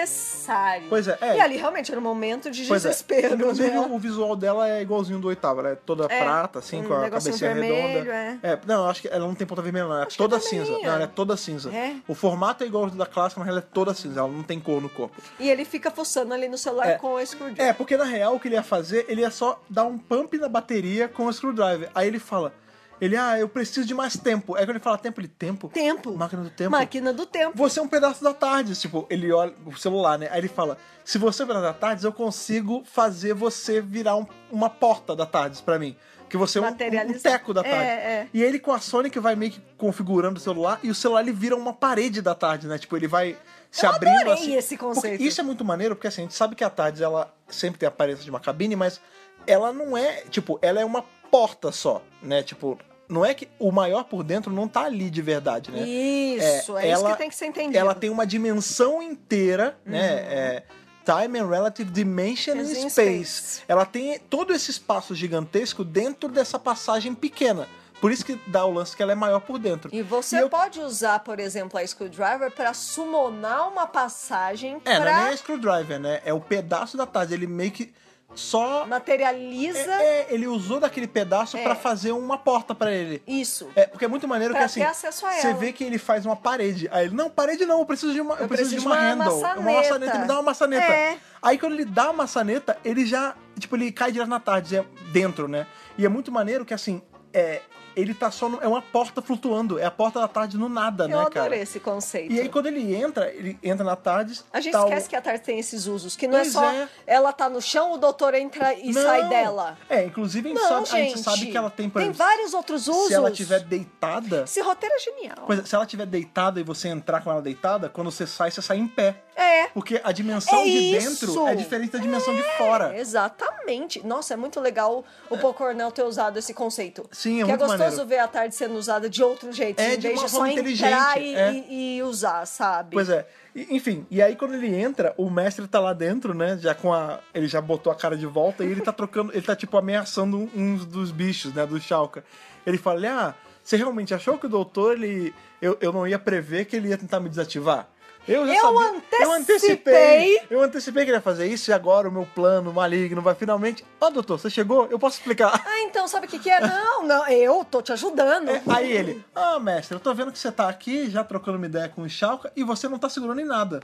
[SPEAKER 2] necessário.
[SPEAKER 1] Pois é, é.
[SPEAKER 2] E ali realmente era um momento de
[SPEAKER 1] Pois é.
[SPEAKER 2] desespero.
[SPEAKER 1] Inclusive,
[SPEAKER 2] né?
[SPEAKER 1] o visual dela é igualzinho do oitavo, ela é toda
[SPEAKER 2] É,
[SPEAKER 1] prata, assim,
[SPEAKER 2] um
[SPEAKER 1] com a
[SPEAKER 2] negocinho
[SPEAKER 1] cabecinha
[SPEAKER 2] vermelho, é.
[SPEAKER 1] redonda. É, não, eu acho que ela não tem ponta vermelha, não, ela é
[SPEAKER 2] Acho que é
[SPEAKER 1] toda
[SPEAKER 2] vermelhinha.
[SPEAKER 1] cinza. Não, ela é toda cinza.
[SPEAKER 2] É.
[SPEAKER 1] O formato é igual ao da clássica, mas ela é toda cinza, ela não tem cor no corpo.
[SPEAKER 2] E ele fica fuçando ali no celular
[SPEAKER 1] É.
[SPEAKER 2] com o escurdido.
[SPEAKER 1] É, porque na real o que ele ia fazer, ele ia só dar um pump na bateria com o screwdriver. Aí ele fala, ele, ah, eu preciso de mais tempo. Aí quando ele fala tempo, ele, tempo?
[SPEAKER 2] Tempo.
[SPEAKER 1] Máquina do tempo.
[SPEAKER 2] Máquina do tempo.
[SPEAKER 1] Você é um pedaço da tarde. Tipo, ele olha o celular, né? Aí ele fala: Se você é um pedaço da tarde, eu consigo fazer você virar um- uma porta da tarde pra mim. Que você é um, um
[SPEAKER 2] Materializar.
[SPEAKER 1] teco da
[SPEAKER 2] É,
[SPEAKER 1] tarde.
[SPEAKER 2] é.
[SPEAKER 1] E ele com a Sonic vai meio que configurando o celular e o celular ele vira uma parede da tarde, né? Tipo, ele vai se
[SPEAKER 2] Eu
[SPEAKER 1] abrindo
[SPEAKER 2] adorei
[SPEAKER 1] assim.
[SPEAKER 2] esse conceito.
[SPEAKER 1] Porque isso é muito maneiro, porque assim, a gente sabe que a tarde ela sempre tem a aparência de uma cabine, mas ela não é, tipo, ela é uma porta só, né? Tipo, Não é que o maior por dentro não tá ali de verdade, né?
[SPEAKER 2] Isso, é, isso
[SPEAKER 1] ela-
[SPEAKER 2] que tem que ser entendido.
[SPEAKER 1] Ela tem uma dimensão inteira, né? É, time and Relative Dimension
[SPEAKER 2] Uhum. Is
[SPEAKER 1] in
[SPEAKER 2] in
[SPEAKER 1] space.
[SPEAKER 2] space.
[SPEAKER 1] Ela tem todo esse espaço gigantesco dentro dessa passagem pequena. Por isso que dá o lance que ela é maior por dentro.
[SPEAKER 2] E você
[SPEAKER 1] E eu-
[SPEAKER 2] pode usar, por exemplo, a screwdriver pra sumonar uma passagem
[SPEAKER 1] É, não é
[SPEAKER 2] pra
[SPEAKER 1] nem a screwdriver, né? É o pedaço da tarde. Ele meio que só.
[SPEAKER 2] materializa
[SPEAKER 1] É, é, ele usou daquele pedaço
[SPEAKER 2] É.
[SPEAKER 1] pra fazer uma porta pra ele.
[SPEAKER 2] isso.
[SPEAKER 1] É, porque é muito maneiro
[SPEAKER 2] Pra
[SPEAKER 1] que assim.
[SPEAKER 2] ter acesso a
[SPEAKER 1] Você
[SPEAKER 2] ela.
[SPEAKER 1] vê que ele faz uma parede. Aí ele, não, parede não, eu preciso de uma, eu preciso de uma, handle. Uma maçaneta, ele dá uma maçaneta.
[SPEAKER 2] É.
[SPEAKER 1] Aí quando ele dá a maçaneta, ele já, tipo, ele cai direto na tarde, é dentro, né? E é muito maneiro que assim, é, ele tá só no, é uma porta flutuando, é a porta da tarde no nada,
[SPEAKER 2] Eu
[SPEAKER 1] né,
[SPEAKER 2] adorei
[SPEAKER 1] cara?
[SPEAKER 2] esse conceito.
[SPEAKER 1] E aí quando ele entra, ele entra na tarde,
[SPEAKER 2] A gente
[SPEAKER 1] tá o-
[SPEAKER 2] esquece que a Tarte tem esses usos, que não é
[SPEAKER 1] Pois
[SPEAKER 2] só
[SPEAKER 1] é.
[SPEAKER 2] ela tá no chão, o doutor entra e
[SPEAKER 1] Não.
[SPEAKER 2] sai dela.
[SPEAKER 1] É, inclusive a gente,
[SPEAKER 2] Não,
[SPEAKER 1] sabe, a gente
[SPEAKER 2] gente.
[SPEAKER 1] sabe que ela tem, por
[SPEAKER 2] Tem
[SPEAKER 1] exemplo,
[SPEAKER 2] vários outros usos.
[SPEAKER 1] se ela tiver deitada,
[SPEAKER 2] Esse roteiro é genial.
[SPEAKER 1] Pois é, se ela estiver deitada e você entrar com ela deitada, quando você sai, você sai em pé.
[SPEAKER 2] É.
[SPEAKER 1] Porque a dimensão
[SPEAKER 2] É
[SPEAKER 1] de
[SPEAKER 2] isso!
[SPEAKER 1] dentro é diferente da dimensão de fora.
[SPEAKER 2] Exatamente. Nossa, é muito legal o Pocornel ter usado esse conceito.
[SPEAKER 1] Sim, é
[SPEAKER 2] que
[SPEAKER 1] muito
[SPEAKER 2] é gostoso
[SPEAKER 1] maneiro.
[SPEAKER 2] ver a tarde sendo usada de outro jeito,
[SPEAKER 1] É,
[SPEAKER 2] em
[SPEAKER 1] de
[SPEAKER 2] vez
[SPEAKER 1] uma
[SPEAKER 2] de só
[SPEAKER 1] forma
[SPEAKER 2] entrar
[SPEAKER 1] inteligente,
[SPEAKER 2] e,
[SPEAKER 1] é.
[SPEAKER 2] e- e usar, sabe?
[SPEAKER 1] Pois é. E- enfim, e aí quando ele entra, o mestre tá lá dentro, né? Já com a. Ele já botou a cara de volta e ele tá trocando. ele tá, tipo, ameaçando um- uns dos bichos, né? Do Chalca. Ele fala: Ah, você realmente achou que o doutor, ele. Eu, eu não ia prever que ele ia tentar me desativar? Eu, já
[SPEAKER 2] Eu
[SPEAKER 1] sabia, eu antecipei!
[SPEAKER 2] antecipei.
[SPEAKER 1] Eu antecipei que ele ia fazer isso e agora o meu plano maligno vai finalmente. Ó, doutor, você chegou? Eu posso explicar.
[SPEAKER 2] Ah, então, sabe o que, que é? Não, não, eu tô te ajudando.
[SPEAKER 1] É, aí ele, ah, mestre, eu tô vendo que você tá aqui, já trocando uma ideia com o Chalca, e você não tá segurando em nada.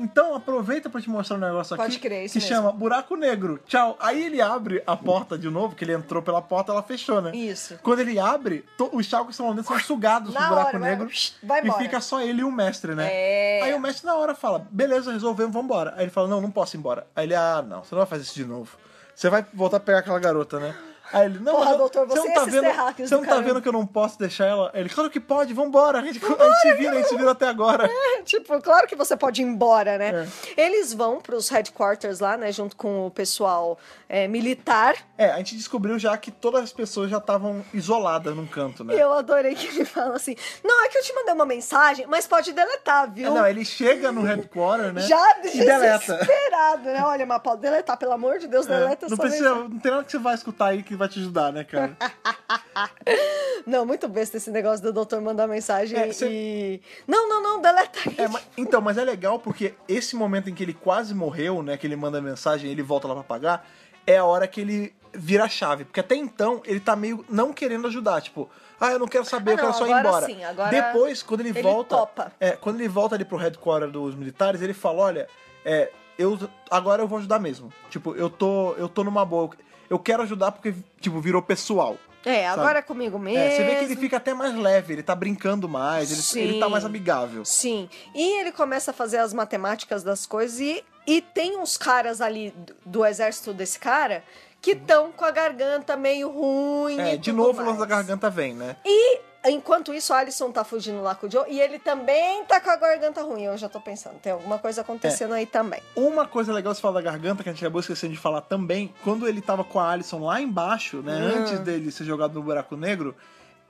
[SPEAKER 1] Então aproveita pra te mostrar um negócio
[SPEAKER 2] Pode
[SPEAKER 1] aqui
[SPEAKER 2] crer, é isso
[SPEAKER 1] que
[SPEAKER 2] mesmo.
[SPEAKER 1] chama Buraco Negro. Tchau. Aí ele abre a porta de novo, que ele entrou pela porta, ela fechou, né?
[SPEAKER 2] Isso.
[SPEAKER 1] Quando ele abre, to- os Chalcas estão lá dentro, são sugados
[SPEAKER 2] Na
[SPEAKER 1] pro buraco
[SPEAKER 2] hora, vai-
[SPEAKER 1] negro.
[SPEAKER 2] vai
[SPEAKER 1] e
[SPEAKER 2] embora.
[SPEAKER 1] fica só ele e o mestre, né?
[SPEAKER 2] É.
[SPEAKER 1] Aí o mestre na hora fala: beleza, resolvemos, vambora. Aí ele fala: não, não posso ir embora. Aí ele: ah, não, você não vai fazer isso de novo. Você vai voltar a pegar aquela garota, né? Aí ele: não,
[SPEAKER 2] Porra,
[SPEAKER 1] mas eu-
[SPEAKER 2] doutor,
[SPEAKER 1] você
[SPEAKER 2] você
[SPEAKER 1] não
[SPEAKER 2] e
[SPEAKER 1] tá
[SPEAKER 2] esses
[SPEAKER 1] vendo,
[SPEAKER 2] terráqueos
[SPEAKER 1] você
[SPEAKER 2] do
[SPEAKER 1] não tá
[SPEAKER 2] caramba."
[SPEAKER 1] vendo que eu não posso deixar ela. Ele: claro que pode, vambora. A gente, a gente se vira, a gente se vira até agora.
[SPEAKER 2] tipo, claro que você pode ir embora, né?
[SPEAKER 1] É.
[SPEAKER 2] Eles vão pros headquarters lá, né? Junto com o pessoal é, militar.
[SPEAKER 1] É, a gente descobriu já que todas as pessoas já estavam isoladas num canto, né?
[SPEAKER 2] Eu adorei que ele fala assim: Não, é que eu te mandei uma mensagem, mas pode deletar,
[SPEAKER 1] É,
[SPEAKER 2] viu?
[SPEAKER 1] Não, ele chega no headquarter, né?
[SPEAKER 2] Já
[SPEAKER 1] e deleta. É,
[SPEAKER 2] desesperado, né? Olha, mas pode deletar, pelo amor de Deus,
[SPEAKER 1] Não
[SPEAKER 2] deleta essa
[SPEAKER 1] precisa,
[SPEAKER 2] mensagem.
[SPEAKER 1] não tem nada que você vai escutar aí que vai te ajudar, né, cara?
[SPEAKER 2] Não, muito besta esse negócio do doutor mandar mensagem
[SPEAKER 1] É,
[SPEAKER 2] e.
[SPEAKER 1] cê-
[SPEAKER 2] Não, não, não, deleta aí.
[SPEAKER 1] É, mas- então, mas é legal porque esse momento em que ele quase morreu, né? Que ele manda mensagem e ele volta lá pra pagar, é a hora que ele vira a chave. Porque até então ele tá meio não querendo ajudar, tipo, ah, eu não quero saber,
[SPEAKER 2] Ah,
[SPEAKER 1] eu quero
[SPEAKER 2] não,
[SPEAKER 1] só ir
[SPEAKER 2] agora
[SPEAKER 1] embora.
[SPEAKER 2] sim, agora
[SPEAKER 1] Depois, quando ele,
[SPEAKER 2] ele
[SPEAKER 1] volta.
[SPEAKER 2] topa.
[SPEAKER 1] É, quando ele volta ali pro headquarter dos militares, ele fala: olha, é, eu agora eu vou ajudar mesmo. Tipo, eu tô, eu tô numa boa. Eu quero ajudar porque, tipo, virou pessoal.
[SPEAKER 2] É, agora é comigo mesmo.
[SPEAKER 1] É, você vê que ele fica até mais leve, ele tá brincando mais, ele, ele tá
[SPEAKER 2] Sim.
[SPEAKER 1] mais amigável.
[SPEAKER 2] Sim. E ele começa a fazer as matemáticas das coisas e, e tem uns caras ali do, do exército desse cara que estão com a garganta meio ruim.
[SPEAKER 1] Uhum. É,
[SPEAKER 2] e
[SPEAKER 1] de
[SPEAKER 2] tudo
[SPEAKER 1] novo o
[SPEAKER 2] mais.
[SPEAKER 1] lance da garganta vem, né?
[SPEAKER 2] E enquanto isso, a Alison tá fugindo lá com o Joe e ele também tá com a garganta ruim. Eu já tô pensando, tem alguma
[SPEAKER 1] É.
[SPEAKER 2] coisa acontecendo aí também.
[SPEAKER 1] Uma coisa legal você falar da garganta, que a gente acabou esquecendo de falar também, quando ele tava com a Alison lá embaixo, né? Antes dele ser jogado no buraco negro,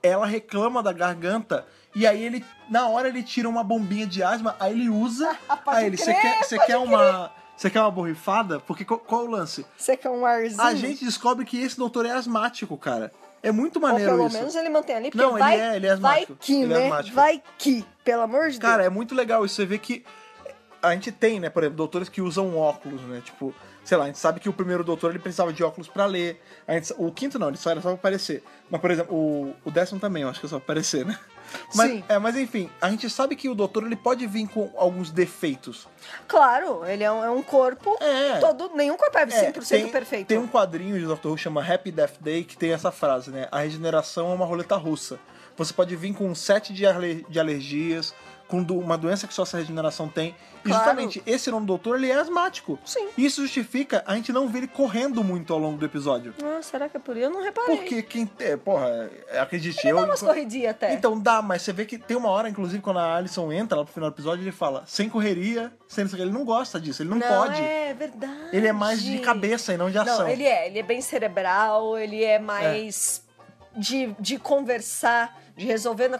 [SPEAKER 1] ela reclama da garganta. E aí ele, na hora, ele tira uma bombinha de asma, aí ele usa. aí ele, você quer, você quer uma. Você quer uma borrifada? Porque qual, qual o lance?
[SPEAKER 2] Você quer um arzinho?
[SPEAKER 1] A Ah, gente descobre que esse doutor é asmático, cara. É muito
[SPEAKER 2] Ou
[SPEAKER 1] maneiro
[SPEAKER 2] pelo
[SPEAKER 1] isso.
[SPEAKER 2] menos ele mantém ali, porque
[SPEAKER 1] Não, ele
[SPEAKER 2] vai,
[SPEAKER 1] é- ele é
[SPEAKER 2] vai
[SPEAKER 1] asmático.
[SPEAKER 2] que,
[SPEAKER 1] Ele é
[SPEAKER 2] né?
[SPEAKER 1] asmático.
[SPEAKER 2] vai que, pelo amor de
[SPEAKER 1] Cara,
[SPEAKER 2] Deus.
[SPEAKER 1] é muito legal isso. Você vê que a gente tem, né, por exemplo, doutores que usam óculos, né? Tipo, sei lá, a gente sabe que o primeiro doutor ele precisava de óculos pra ler. A gente sa- o quinto não, ele só era só pra aparecer. Mas, por exemplo, o, o décimo também, eu acho que é só pra aparecer, né? Mas,
[SPEAKER 2] Sim.
[SPEAKER 1] É, mas enfim, a gente sabe que o doutor ele pode vir com alguns defeitos.
[SPEAKER 2] Claro, ele é um, é um corpo
[SPEAKER 1] É.
[SPEAKER 2] todo. Nenhum corpo é 100%
[SPEAKER 1] tem,
[SPEAKER 2] perfeito.
[SPEAKER 1] Tem um quadrinho de Doctor Who que chama Happy Death Day que tem essa frase, né? A regeneração é uma roleta russa. Você pode vir com um set de, ale- de alergias, com do- uma doença que só essa regeneração tem. E
[SPEAKER 2] Claro.
[SPEAKER 1] justamente esse nome do doutor, ele é asmático.
[SPEAKER 2] Sim.
[SPEAKER 1] Isso justifica a gente não ver ele correndo muito ao longo do episódio.
[SPEAKER 2] Ah, será que é por isso? Eu não reparei.
[SPEAKER 1] Porque quem. É, porra, é, acredite, eu.
[SPEAKER 2] Dá é. umas corridinhas até.
[SPEAKER 1] Então dá, mas você vê que tem uma hora, inclusive, quando a Alison entra lá pro final do episódio, ele fala, sem correria, sem não sei o que. Ele não gosta disso, ele não, pode.
[SPEAKER 2] É verdade.
[SPEAKER 1] Ele é mais de cabeça e não de ação.
[SPEAKER 2] Não, ele é. Ele é bem cerebral, ele é mais de, de conversar, de resolver na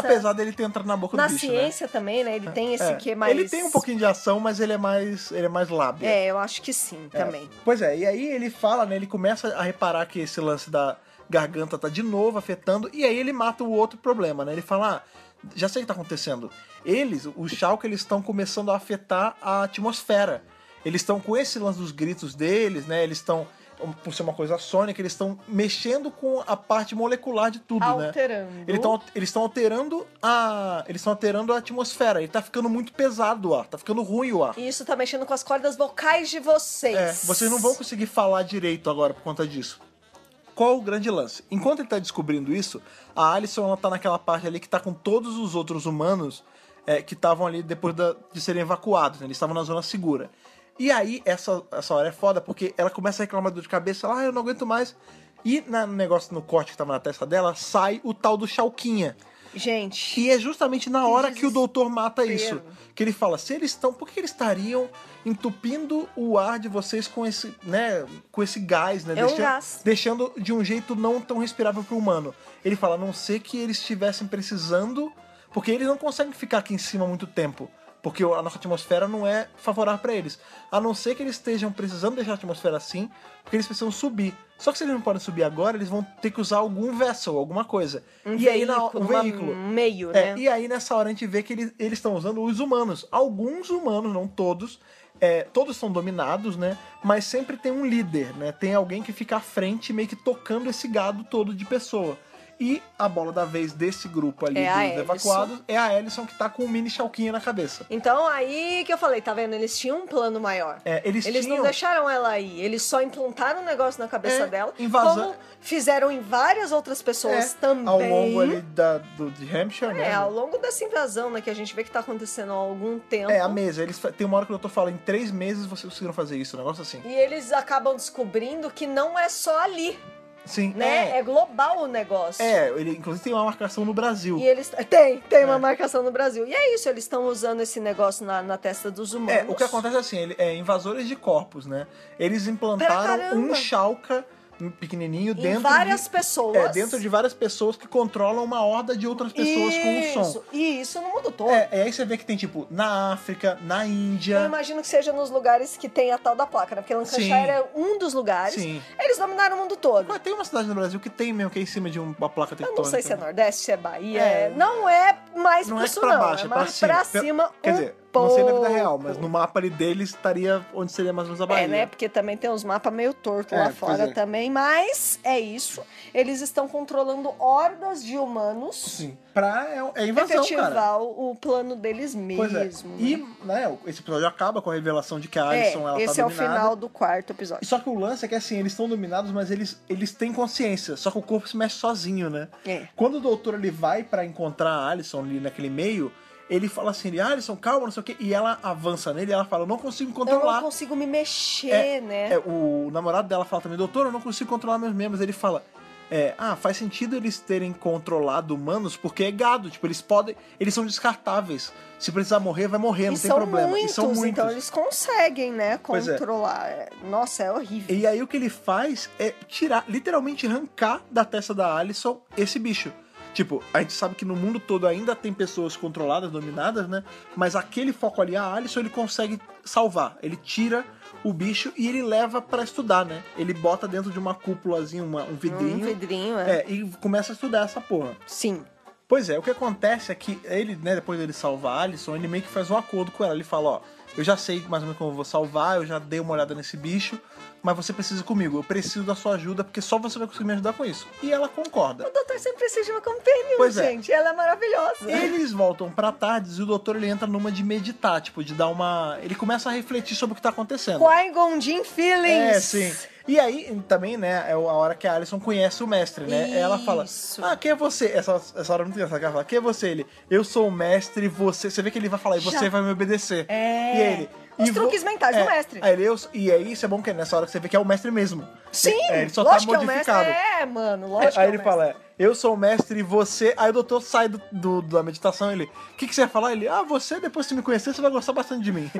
[SPEAKER 1] É, Apesar dele ter entrado na boca
[SPEAKER 2] na
[SPEAKER 1] do bicho, né?
[SPEAKER 2] ciência também, né? Ele tem esse
[SPEAKER 1] É.
[SPEAKER 2] que mais.
[SPEAKER 1] Ele tem um pouquinho de ação, mas ele é mais, ele é mais lábio.
[SPEAKER 2] É, eu acho que sim também.
[SPEAKER 1] Pois é, e aí ele fala, né? Ele começa a reparar que esse lance da garganta tá de novo afetando, e aí ele mata o outro problema, né? Ele fala, ah, já sei o que tá acontecendo. Eles, os Schalke, eles estão começando a afetar a atmosfera. Eles estão com esse lance dos gritos deles, né? Eles estão, por ser uma coisa sônica, eles estão mexendo com a parte molecular de tudo, né?
[SPEAKER 2] Alterando.
[SPEAKER 1] Eles tão- Eles estão alterando a. Eles estão alterando a atmosfera. Ele tá ficando muito pesado o ar, tá ficando ruim o ar.
[SPEAKER 2] E isso tá mexendo com as cordas vocais de vocês.
[SPEAKER 1] É, vocês não vão conseguir falar direito agora por conta disso. Qual o grande lance? Enquanto ele tá descobrindo isso, a Alison ela tá naquela parte ali que tá com todos os outros humanos é, que estavam ali depois da- de serem evacuados, né? Eles estavam na zona segura. E aí, essa, essa hora é foda, porque ela começa a reclamar de dor de cabeça, ela, ah, eu não aguento mais. E na- no negócio, no corte que tava na testa dela, sai o tal do Chalquinha.
[SPEAKER 2] Gente,
[SPEAKER 1] E é justamente na hora que o doutor mata isso.
[SPEAKER 2] desespero.
[SPEAKER 1] Que ele fala, se eles estão. Por que eles estariam entupindo o ar de vocês com esse, né, com esse gás, né?
[SPEAKER 2] É um gás.
[SPEAKER 1] deixando de um jeito não tão respirável para o humano. Ele fala, a não ser que eles estivessem precisando. Porque eles não conseguem ficar aqui em cima muito tempo. Porque a nossa atmosfera não é favorável para eles. A não ser que eles estejam precisando deixar a atmosfera assim, porque eles precisam subir. Só que se eles não podem subir agora, eles vão ter que usar algum vessel, alguma coisa.
[SPEAKER 2] um
[SPEAKER 1] e
[SPEAKER 2] veículo,
[SPEAKER 1] aí, na, um
[SPEAKER 2] uma-
[SPEAKER 1] veículo.
[SPEAKER 2] um meio,
[SPEAKER 1] É,
[SPEAKER 2] né?
[SPEAKER 1] e aí nessa hora a gente vê que eles eles estão usando os humanos. Alguns humanos, não todos. é, todos são dominados, né? Mas sempre tem um líder, né? Tem alguém que fica à frente, meio que tocando esse gado todo de pessoa. E a bola da vez desse grupo ali
[SPEAKER 2] É a
[SPEAKER 1] dos
[SPEAKER 2] Alison.
[SPEAKER 1] evacuados é a Ellison que tá com o mini chalquinha na cabeça.
[SPEAKER 2] Então aí que eu falei, tá vendo? Eles tinham um plano maior.
[SPEAKER 1] É, eles
[SPEAKER 2] Eles
[SPEAKER 1] tinham...
[SPEAKER 2] não deixaram ela ir, eles só implantaram um negócio na cabeça
[SPEAKER 1] É,
[SPEAKER 2] dela,
[SPEAKER 1] invasa-
[SPEAKER 2] como fizeram em várias outras pessoas
[SPEAKER 1] é,
[SPEAKER 2] também.
[SPEAKER 1] Ao longo ali da, do, de Hampshire, né?
[SPEAKER 2] É, ao longo dessa invasão, né, que a gente vê que tá acontecendo há algum tempo.
[SPEAKER 1] É, a mesa. Eles, fa- tem uma hora que o doutor fala, em três meses vocês conseguiram fazer isso, um negócio assim.
[SPEAKER 2] E eles acabam descobrindo que não é só ali,
[SPEAKER 1] Sim,
[SPEAKER 2] né? É,
[SPEAKER 1] é.
[SPEAKER 2] global o negócio.
[SPEAKER 1] É, ele inclusive tem uma marcação no Brasil.
[SPEAKER 2] E eles. Tem, tem
[SPEAKER 1] É.
[SPEAKER 2] uma marcação no Brasil. E é isso, eles estão usando esse negócio na, na testa dos humanos.
[SPEAKER 1] É, o que acontece é assim, ele, é invasores de corpos, né? Eles
[SPEAKER 2] Pra
[SPEAKER 1] implantaram
[SPEAKER 2] caramba.
[SPEAKER 1] um Shalka um pequenininho
[SPEAKER 2] Em
[SPEAKER 1] dentro
[SPEAKER 2] várias
[SPEAKER 1] de,
[SPEAKER 2] pessoas.
[SPEAKER 1] é, dentro de várias pessoas que controlam uma horda de outras pessoas com o som.
[SPEAKER 2] Isso, E isso no mundo todo.
[SPEAKER 1] É, e aí você vê que tem tipo na África, na
[SPEAKER 2] Eu
[SPEAKER 1] Índia.
[SPEAKER 2] imagino que seja nos lugares que tem a tal da placa, né? Porque Lancashire
[SPEAKER 1] Sim.
[SPEAKER 2] era um dos lugares.
[SPEAKER 1] Sim.
[SPEAKER 2] Eles dominaram o mundo todo.
[SPEAKER 1] Mas tem uma cidade no Brasil que tem mesmo que é em cima de uma placa
[SPEAKER 2] Eu
[SPEAKER 1] tectônica. né?
[SPEAKER 2] não sei se é Nordeste, se é Bahia.
[SPEAKER 1] É.
[SPEAKER 2] é- Não é mais
[SPEAKER 1] Não
[SPEAKER 2] pro
[SPEAKER 1] é
[SPEAKER 2] sul,
[SPEAKER 1] pra
[SPEAKER 2] não.
[SPEAKER 1] baixo,
[SPEAKER 2] é
[SPEAKER 1] é pra
[SPEAKER 2] mais
[SPEAKER 1] cima.
[SPEAKER 2] pra
[SPEAKER 1] Pe-
[SPEAKER 2] cima.
[SPEAKER 1] Quer
[SPEAKER 2] um
[SPEAKER 1] dizer, não sei na vida
[SPEAKER 2] pouco.
[SPEAKER 1] real, mas no mapa ali deles estaria onde seria mais ou menos a Bahia.
[SPEAKER 2] É, né? Porque também tem uns mapas meio torto
[SPEAKER 1] É,
[SPEAKER 2] lá
[SPEAKER 1] pois
[SPEAKER 2] fora
[SPEAKER 1] é.
[SPEAKER 2] também. Mas é isso. Eles estão controlando hordas de humanos.
[SPEAKER 1] Sim. Pra, é, é invasão,
[SPEAKER 2] Efetivar
[SPEAKER 1] cara.
[SPEAKER 2] o o plano deles
[SPEAKER 1] Pois é.
[SPEAKER 2] mesmo.
[SPEAKER 1] E,
[SPEAKER 2] né?
[SPEAKER 1] né, esse episódio acaba com a revelação de que a
[SPEAKER 2] É,
[SPEAKER 1] Alison ela
[SPEAKER 2] esse
[SPEAKER 1] tá
[SPEAKER 2] é o
[SPEAKER 1] dominada.
[SPEAKER 2] final do quarto episódio.
[SPEAKER 1] Só que o lance é que assim, eles estão dominados, mas eles, eles têm consciência, só que o corpo se mexe sozinho, né?
[SPEAKER 2] É.
[SPEAKER 1] Quando o doutor ele vai pra encontrar a Alison ali naquele meio, ele fala assim, ele, Alison, calma, não sei o quê, e ela avança nele, e ela fala, eu não consigo
[SPEAKER 2] Eu
[SPEAKER 1] controlar.
[SPEAKER 2] não consigo me mexer, né?
[SPEAKER 1] É, o namorado dela fala também, doutor, eu não consigo controlar meus membros. Ele fala, é, ah, faz sentido eles terem controlado humanos porque é gado, tipo, eles podem, eles são descartáveis. Se precisar morrer, vai morrer, não
[SPEAKER 2] e
[SPEAKER 1] tem
[SPEAKER 2] são
[SPEAKER 1] problema.
[SPEAKER 2] muitos,
[SPEAKER 1] e são muitos.
[SPEAKER 2] então eles conseguem, né,
[SPEAKER 1] Pois é.
[SPEAKER 2] controlar. É, Nossa, é horrível.
[SPEAKER 1] E aí o que ele faz é tirar, literalmente arrancar da testa da Alison esse bicho. Tipo, a gente sabe que no mundo todo ainda tem pessoas controladas, dominadas, né? Mas aquele foco ali, a Alison, ele consegue salvar. Ele tira o bicho e ele leva pra estudar, né? Ele bota dentro de uma cúpulazinha, uma- um vidrinho.
[SPEAKER 2] Um vidrinho, é.
[SPEAKER 1] É, e começa a estudar essa porra.
[SPEAKER 2] Sim.
[SPEAKER 1] Pois é, o que acontece é que ele, né, depois dele salvar a Alison, ele meio que faz um acordo com ela. Ele fala, ó, eu já sei mais ou menos como eu vou salvar, eu já dei uma olhada nesse bicho, mas você precisa ir comigo, eu preciso da sua ajuda, porque só você vai conseguir me ajudar com isso. E ela concorda.
[SPEAKER 2] O doutor sempre precisa de uma companion,
[SPEAKER 1] Pois é.
[SPEAKER 2] gente. Ela é maravilhosa.
[SPEAKER 1] Eles voltam pra tardes e o doutor ele entra numa de meditar, tipo, de dar uma. Ele começa a refletir sobre o que tá acontecendo.
[SPEAKER 2] Qui-Gon Jinn Feelings.
[SPEAKER 1] É, sim. E aí, também, né, é a hora que a Alison conhece o mestre, né? Ela fala,
[SPEAKER 2] Isso.
[SPEAKER 1] ah, quem é você? Essa, essa hora não tem essa "Ah, cara, fala, quem é você? Ele, eu sou o mestre, você... Você vê que ele vai falar, e você
[SPEAKER 2] Já-
[SPEAKER 1] vai me obedecer.
[SPEAKER 2] É.
[SPEAKER 1] E ele,
[SPEAKER 6] Os
[SPEAKER 1] E
[SPEAKER 6] truques mentais do mestre.
[SPEAKER 1] Aí ele, e aí isso é bom que é nessa hora que você vê que é o mestre mesmo.
[SPEAKER 6] Sim,
[SPEAKER 1] É, ele só
[SPEAKER 6] lógico
[SPEAKER 1] tá
[SPEAKER 6] que é
[SPEAKER 2] um
[SPEAKER 6] o mestre.
[SPEAKER 1] modificado.
[SPEAKER 6] É, mano, lógico que é
[SPEAKER 1] Aí
[SPEAKER 6] o
[SPEAKER 1] ele
[SPEAKER 6] mestre.
[SPEAKER 1] fala, é, eu sou o mestre e você. Aí o doutor sai do, do- da meditação, ele. O que, que você vai falar? Ele, ah, você, depois que me conhecer, você vai gostar bastante de mim.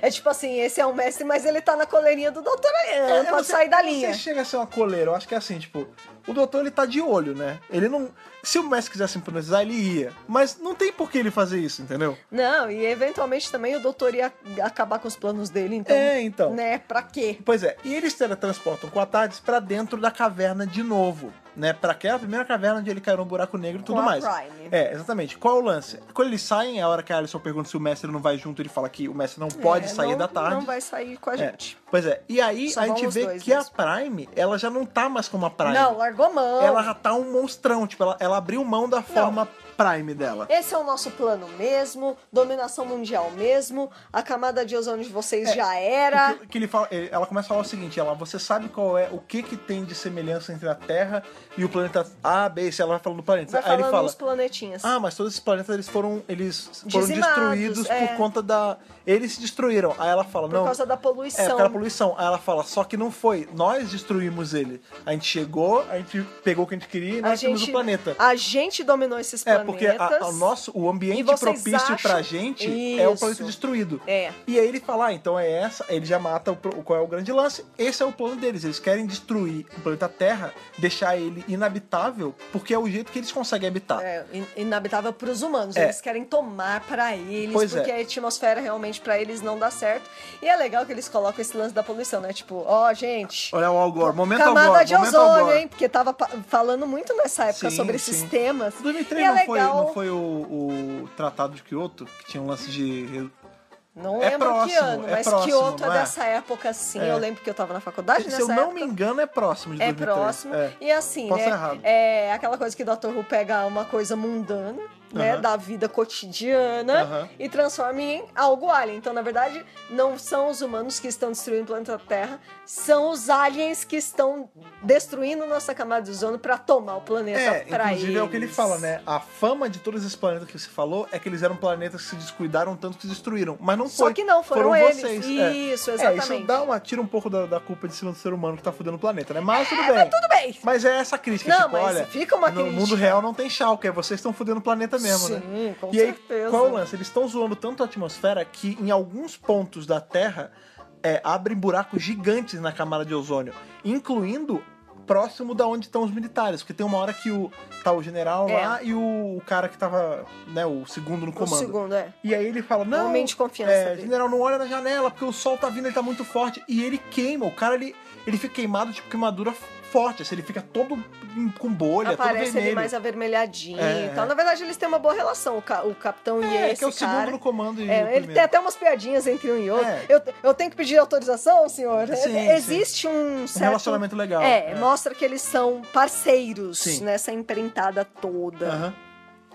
[SPEAKER 2] É tipo assim, esse é o mestre, mas ele tá na coleirinha do doutor aí. Não
[SPEAKER 1] Eu
[SPEAKER 2] pode
[SPEAKER 1] sei-
[SPEAKER 2] sair da
[SPEAKER 1] eu
[SPEAKER 2] linha.
[SPEAKER 1] É, Não sei se chega a ser uma coleira, eu acho que é assim, tipo, o doutor ele tá de olho, né? Ele não. Se o mestre quisesse hipnotizar, ele ia. Mas não tem por que ele fazer isso, entendeu?
[SPEAKER 2] Não, e eventualmente também o doutor ia acabar com os planos dele, então.
[SPEAKER 1] É, então.
[SPEAKER 2] Né, pra quê?
[SPEAKER 1] Pois é, e eles teletransportam com a Tardes pra dentro da caverna de novo, né? Pra aquela primeira caverna onde ele caiu no buraco negro e tudo
[SPEAKER 2] a
[SPEAKER 1] mais.
[SPEAKER 2] Prime.
[SPEAKER 1] É, exatamente. Qual é o lance? Quando eles saem, é a hora que a Alison pergunta se o mestre não vai junto, ele fala que o mestre não pode
[SPEAKER 2] É,
[SPEAKER 1] sair
[SPEAKER 2] não-
[SPEAKER 1] da tarde.
[SPEAKER 2] Não vai sair com a
[SPEAKER 1] É,
[SPEAKER 2] gente.
[SPEAKER 1] Pois é, e aí
[SPEAKER 2] Só
[SPEAKER 1] a
[SPEAKER 2] vão
[SPEAKER 1] gente
[SPEAKER 2] os
[SPEAKER 1] vê
[SPEAKER 2] dois
[SPEAKER 1] que
[SPEAKER 2] mesmo.
[SPEAKER 1] a Prime, ela já não tá mais como a Prime.
[SPEAKER 2] Não, largou a mão.
[SPEAKER 1] Ela já tá um monstrão, tipo, ela, ela abriu mão da forma Prime dela.
[SPEAKER 2] Esse é o nosso plano mesmo, dominação mundial mesmo, a camada de ozônio de vocês já era.
[SPEAKER 1] É, Que, que ele fala, ele- ela começa a falar o seguinte, ela, você sabe qual é, o que que tem de semelhança entre a Terra e o planeta A, B, C, ela vai falando do planeta.
[SPEAKER 2] Vai
[SPEAKER 1] Aí ele
[SPEAKER 2] falando
[SPEAKER 1] fala,
[SPEAKER 2] uns planetinhas.
[SPEAKER 1] ah, mas todos esses planetas, eles foram, eles foram
[SPEAKER 2] Dizimados,
[SPEAKER 1] destruídos
[SPEAKER 2] é.
[SPEAKER 1] por conta da... Eles se destruíram. Aí ela fala,
[SPEAKER 2] por
[SPEAKER 1] não...
[SPEAKER 2] causa da poluição.
[SPEAKER 1] É, pela poluição. Aí ela fala, só que não foi. Nós destruímos ele. A gente chegou, a gente pegou o que a gente queria e nós temos o planeta.
[SPEAKER 2] A gente dominou esses
[SPEAKER 1] É,
[SPEAKER 2] planetas.
[SPEAKER 1] porque a- a- o nosso, o
[SPEAKER 2] E
[SPEAKER 1] ambiente
[SPEAKER 2] vocês
[SPEAKER 1] propício pra
[SPEAKER 2] acham-
[SPEAKER 1] gente é o
[SPEAKER 2] Isso.
[SPEAKER 1] planeta destruído.
[SPEAKER 2] É.
[SPEAKER 1] E aí ele fala, ah, então é essa, ele já mata o, pro- qual é o grande lance. Esse é o plano deles, eles querem destruir o planeta Terra, deixar ele inabitável, porque é o jeito que eles conseguem habitar.
[SPEAKER 2] É, in- inabitável para os humanos.
[SPEAKER 1] É.
[SPEAKER 2] Eles querem tomar para eles,
[SPEAKER 1] Pois
[SPEAKER 2] porque
[SPEAKER 1] é.
[SPEAKER 2] a atmosfera realmente para eles não dá certo. E é legal que eles colocam esse lance da poluição, né? Tipo, ó, gente.
[SPEAKER 1] Olha o Al Gore, momento Al
[SPEAKER 2] Camada
[SPEAKER 1] Gore,
[SPEAKER 2] de
[SPEAKER 1] momento Al
[SPEAKER 2] ozônio,
[SPEAKER 1] Gore.
[SPEAKER 2] hein? Porque tava pa- falando muito nessa época
[SPEAKER 1] Sim,
[SPEAKER 2] sobre
[SPEAKER 1] sim.
[SPEAKER 2] esses temas.
[SPEAKER 1] 2003
[SPEAKER 2] E é
[SPEAKER 1] não, foi,
[SPEAKER 2] legal.
[SPEAKER 1] não foi o, o Tratado de Kyoto, que tinha um lance de...
[SPEAKER 2] Não
[SPEAKER 1] É
[SPEAKER 2] lembro que
[SPEAKER 1] próximo,
[SPEAKER 2] ano,
[SPEAKER 1] é
[SPEAKER 2] mas
[SPEAKER 1] próximo,
[SPEAKER 2] Kyoto
[SPEAKER 1] não
[SPEAKER 2] é
[SPEAKER 1] é?
[SPEAKER 2] dessa época, sim.
[SPEAKER 1] É.
[SPEAKER 2] Eu lembro que eu tava na faculdade
[SPEAKER 1] Se
[SPEAKER 2] nessa
[SPEAKER 1] eu não
[SPEAKER 2] época.
[SPEAKER 1] me engano, é próximo de
[SPEAKER 2] é
[SPEAKER 1] 2003.
[SPEAKER 2] próximo.
[SPEAKER 1] É.
[SPEAKER 2] E assim,
[SPEAKER 1] Posso
[SPEAKER 2] né?
[SPEAKER 1] estar errado.
[SPEAKER 2] É aquela coisa que o Dr. Who pega uma coisa mundana, né?
[SPEAKER 1] Aham.
[SPEAKER 2] Da vida cotidiana
[SPEAKER 1] Aham.
[SPEAKER 2] e transforma em algo alien. Então, na verdade, não são os humanos que estão destruindo o planeta Terra, são os aliens que estão destruindo nossa camada de ozono pra tomar o planeta
[SPEAKER 1] É,
[SPEAKER 2] pra
[SPEAKER 1] inclusive é o que ele
[SPEAKER 2] eles.
[SPEAKER 1] fala, né? A fama de todos esses planetas que você falou é que eles eram planetas que se descuidaram tanto que se destruíram. Mas não
[SPEAKER 2] Só
[SPEAKER 1] foi.
[SPEAKER 2] que não, foram, eles.
[SPEAKER 1] vocês. é.
[SPEAKER 2] Isso,
[SPEAKER 1] É,
[SPEAKER 2] exatamente.
[SPEAKER 1] isso dá uma, tira um pouco da, da culpa de cima do ser humano que tá fudendo o planeta, né? Mas tudo bem. Mas,
[SPEAKER 2] Tudo bem.
[SPEAKER 1] é essa crítica,
[SPEAKER 2] Não,
[SPEAKER 1] tipo,
[SPEAKER 2] mas
[SPEAKER 1] olha,
[SPEAKER 2] fica uma
[SPEAKER 1] no
[SPEAKER 2] crítica.
[SPEAKER 1] mundo real não tem Schalke, é vocês estão fudendo o planeta mesmo, né?
[SPEAKER 2] Sim, com
[SPEAKER 1] e aí,
[SPEAKER 2] certeza. Um
[SPEAKER 1] qual é o lance? Eles estão zoando tanto a atmosfera que em alguns pontos da Terra é, abrem buracos gigantes na camada de ozônio, incluindo próximo da onde estão os militares, porque tem uma hora que o tá o general
[SPEAKER 2] É.
[SPEAKER 1] lá e o, o cara que tava, né, o segundo no
[SPEAKER 2] O
[SPEAKER 1] comando.
[SPEAKER 2] segundo, é.
[SPEAKER 1] E aí ele fala: "Não,
[SPEAKER 2] Homem de confiança
[SPEAKER 1] é,
[SPEAKER 2] dele.
[SPEAKER 1] general, não olha na janela, porque o sol tá vindo, ele tá muito forte". E ele queima, o cara ele ele fica queimado tipo queimadura forte, assim, ele fica todo em- com bolha, é todo
[SPEAKER 2] Aparece
[SPEAKER 1] vermelho.
[SPEAKER 2] ele mais avermelhadinho
[SPEAKER 1] É,
[SPEAKER 2] e tal.
[SPEAKER 1] é.
[SPEAKER 2] Na verdade, eles têm uma boa relação, o, ca- o capitão e
[SPEAKER 1] é,
[SPEAKER 2] esse
[SPEAKER 1] que é o segundo
[SPEAKER 2] cara.
[SPEAKER 1] no comando e
[SPEAKER 2] É,
[SPEAKER 1] o
[SPEAKER 2] ele
[SPEAKER 1] primeiro.
[SPEAKER 2] tem até umas piadinhas entre um e outro.
[SPEAKER 1] É.
[SPEAKER 2] Eu, eu tenho que pedir autorização, senhor?
[SPEAKER 1] Sim,
[SPEAKER 2] É,
[SPEAKER 1] sim.
[SPEAKER 2] Existe um
[SPEAKER 1] um
[SPEAKER 2] certo...
[SPEAKER 1] relacionamento legal.
[SPEAKER 2] É, mostra que eles são parceiros
[SPEAKER 1] Sim. Ah.
[SPEAKER 2] nessa empreitada toda.
[SPEAKER 1] Aham.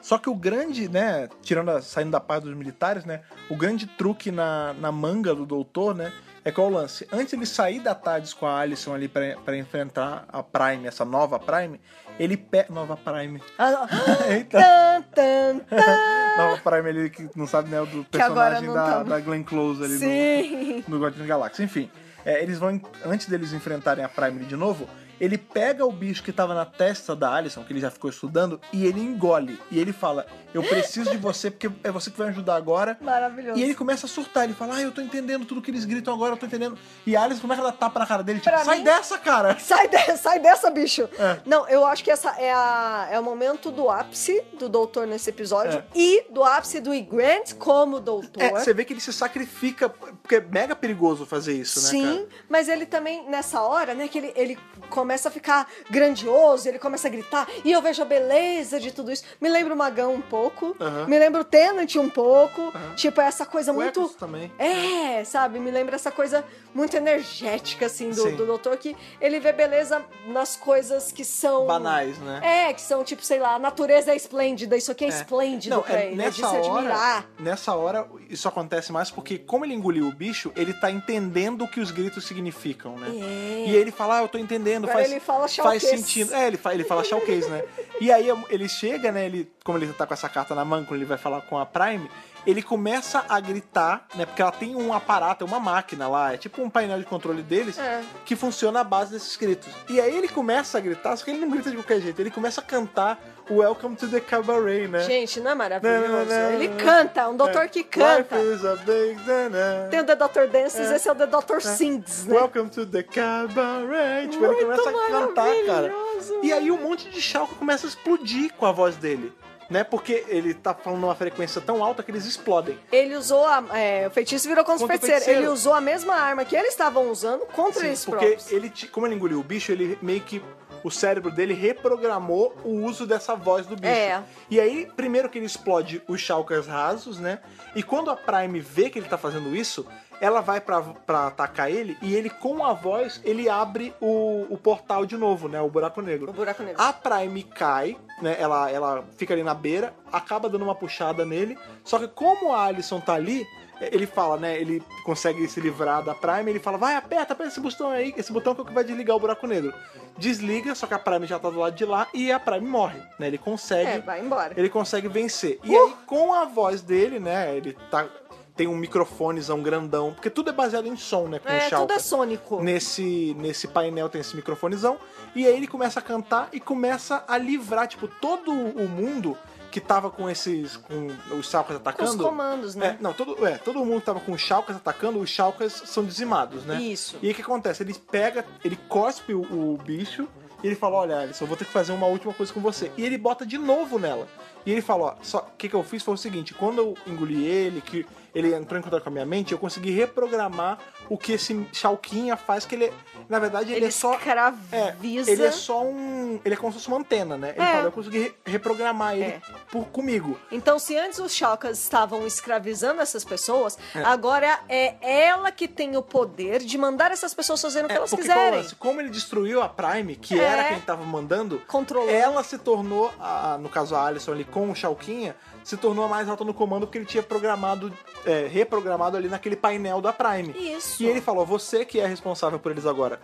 [SPEAKER 1] Só que o grande, né, tirando a- saindo da parte dos militares, né, o grande truque na, na manga do doutor, né, é qual o lance? Antes ele sair da Tardes com a Alison ali pra pra enfrentar a Prime, essa nova Prime, ele pega... Nova Prime.
[SPEAKER 2] Ah, não.
[SPEAKER 1] Eita,
[SPEAKER 2] Tan, tan, tan.
[SPEAKER 1] nova Prime ali que não sabe, né, do
[SPEAKER 2] Que agora
[SPEAKER 1] personagem
[SPEAKER 2] não
[SPEAKER 1] da,
[SPEAKER 2] tá-
[SPEAKER 1] da Glenn Close ali no,
[SPEAKER 2] Sim.
[SPEAKER 1] no Guardiões da Galáxia. Enfim, é, eles vão. Antes deles enfrentarem a Prime de novo, ele pega o bicho que tava na testa da Alison, que ele já ficou estudando, e ele engole. E ele fala: Eu preciso de você, porque é você que vai me ajudar agora.
[SPEAKER 2] Maravilhoso.
[SPEAKER 1] E ele começa a surtar, ele fala, ah, eu tô entendendo tudo que eles gritam agora, eu tô entendendo. E a Alison começa a dar tapa na cara dele, tipo,
[SPEAKER 2] Pra
[SPEAKER 1] sai
[SPEAKER 2] mim-
[SPEAKER 1] dessa, cara!
[SPEAKER 2] Sai, de- sai dessa, bicho!
[SPEAKER 1] É.
[SPEAKER 2] Não, eu acho que essa é, a- é o momento do ápice do doutor nesse episódio
[SPEAKER 1] É.
[SPEAKER 2] e do ápice do E. Grant como doutor.
[SPEAKER 1] É, você vê que ele se sacrifica, porque é mega perigoso fazer isso, né, cara?
[SPEAKER 2] Sim, mas ele também, nessa hora, né, que ele, ele começa a ficar grandioso, ele começa a gritar, e eu vejo a beleza de tudo isso. Me lembra o Magão um pouco,
[SPEAKER 1] Aham.
[SPEAKER 2] me lembra o Tenant um pouco,
[SPEAKER 1] Aham.
[SPEAKER 2] tipo, essa coisa
[SPEAKER 1] O Eccles
[SPEAKER 2] muito...
[SPEAKER 1] também.
[SPEAKER 2] É, sabe? Me lembra essa coisa muito energética, assim,
[SPEAKER 1] Sim.
[SPEAKER 2] do, do doutor, que ele vê beleza nas coisas que são...
[SPEAKER 1] Banais, né?
[SPEAKER 2] É, que são tipo, sei lá, a natureza é esplêndida, isso aqui é,
[SPEAKER 1] É.
[SPEAKER 2] esplêndido
[SPEAKER 1] Não,
[SPEAKER 2] pra
[SPEAKER 1] é,
[SPEAKER 2] ele, é de se
[SPEAKER 1] nessa hora,
[SPEAKER 2] admirar.
[SPEAKER 1] nessa hora isso acontece mais porque como ele engoliu o bicho, ele tá entendendo o que os gritos significam, né?
[SPEAKER 2] É.
[SPEAKER 1] E ele fala, ah, eu tô entendendo,
[SPEAKER 2] Agora
[SPEAKER 1] faz,
[SPEAKER 2] ele fala
[SPEAKER 1] faz
[SPEAKER 2] showcase.
[SPEAKER 1] sentido. É, ele, fa, ele fala showcase, né? E aí ele chega, né, ele, como ele tá com essa carta na mão, quando ele vai falar com a Prime, ele começa a gritar, né? Porque ela tem um aparato, é uma máquina lá, é tipo um painel de controle deles,
[SPEAKER 2] É.
[SPEAKER 1] que funciona à base desses gritos. E aí ele começa a gritar, só que ele não grita de qualquer jeito, ele começa a cantar o Welcome to the Cabaret, né?
[SPEAKER 2] Gente, não é maravilhoso?
[SPEAKER 1] Não, não, não,
[SPEAKER 2] Ele
[SPEAKER 1] não.
[SPEAKER 2] canta, um doutor
[SPEAKER 1] É.
[SPEAKER 2] que canta.
[SPEAKER 1] Life is a big dinner.
[SPEAKER 2] Tem o The Dr. Dances,
[SPEAKER 1] É.
[SPEAKER 2] esse é o The Dr. Sings, né?
[SPEAKER 1] Welcome to the cabaret. Tipo, ele
[SPEAKER 2] Muito
[SPEAKER 1] começa a cantar, cara.
[SPEAKER 2] maravilhoso,
[SPEAKER 1] E aí um monte de chalco começa a explodir com a voz dele. Né? Porque ele tá falando numa frequência tão alta que eles explodem.
[SPEAKER 2] Ele usou a. é, o feitiço virou contra,
[SPEAKER 1] Contra o
[SPEAKER 2] o feiticeiro.
[SPEAKER 1] feiticeiro.
[SPEAKER 2] Ele usou a mesma arma que eles estavam usando contra eles
[SPEAKER 1] porque
[SPEAKER 2] próprios.
[SPEAKER 1] ele, ti- como ele engoliu o bicho, ele meio que. O cérebro dele reprogramou o uso dessa voz do bicho.
[SPEAKER 2] É.
[SPEAKER 1] E aí, primeiro que ele explode os Chalkas rasos, né? E quando a Prime vê que ele tá fazendo isso, ela vai pra, pra atacar ele e ele, com a voz, ele abre o, o portal de novo, né? O buraco negro.
[SPEAKER 2] O buraco negro.
[SPEAKER 1] A Prime cai, né? Ela, ela fica ali na beira, acaba dando uma puxada nele. Só que como a Alison tá ali, ele fala, né? Ele consegue se livrar da Prime, ele fala: vai, aperta, aperta esse botão aí, esse botão que é o que vai desligar o buraco negro. Desliga, só que a Prime já tá do lado de lá e a Prime morre, né? Ele consegue.
[SPEAKER 2] É, Uh! vai embora.
[SPEAKER 1] Ele consegue vencer. E aí, com a voz dele, né? Ele tá. Tem um microfonezão grandão. Porque tudo é baseado em som, né? Com o
[SPEAKER 2] É, tudo
[SPEAKER 1] Shalka
[SPEAKER 2] é sônico.
[SPEAKER 1] nesse, nesse painel tem esse microfonezão. E aí ele começa a cantar e começa a livrar, tipo, todo o mundo que tava com esses. com os Chalkas
[SPEAKER 2] Com os
[SPEAKER 1] atacando.
[SPEAKER 2] comandos, né?
[SPEAKER 1] É, não, todo, é, todo mundo que tava com os Chalkas atacando, os Chalkas são dizimados, né?
[SPEAKER 2] Isso.
[SPEAKER 1] E aí o que acontece? Ele pega, ele cospe o, o bicho e ele fala: Olha, Alisson, eu vou ter que fazer uma última coisa com você. E ele bota de novo nela. E ele fala: Ó, só o que, que eu fiz foi o seguinte: quando eu engoli ele, que ele entrou em contato com a minha mente, eu consegui reprogramar o que esse Chalquinha faz, que ele, é- na verdade, ele,
[SPEAKER 2] Ele
[SPEAKER 1] é só. É,
[SPEAKER 2] escraviza.
[SPEAKER 1] ele é só um. Ele é como se fosse uma antena, né? Ele
[SPEAKER 2] É.
[SPEAKER 1] fala, eu consegui re- reprogramar ele
[SPEAKER 2] É.
[SPEAKER 1] por, comigo.
[SPEAKER 2] Então, se antes os Chalkas estavam escravizando essas pessoas, agora é ela que tem o poder de mandar essas pessoas fazerem o que
[SPEAKER 1] É,
[SPEAKER 2] elas
[SPEAKER 1] porque qual é o
[SPEAKER 2] quiserem.
[SPEAKER 1] lance? como ele destruiu a Prime, que
[SPEAKER 2] É.
[SPEAKER 1] era quem tava mandando,
[SPEAKER 2] Controlando.
[SPEAKER 1] Ela se tornou, a- a- no caso a Alison ali com o Chalquinha, se tornou a mais alta no comando porque ele tinha programado, é, reprogramado ali naquele painel da Prime.
[SPEAKER 2] Isso.
[SPEAKER 1] E ele falou: você que é responsável por eles agora,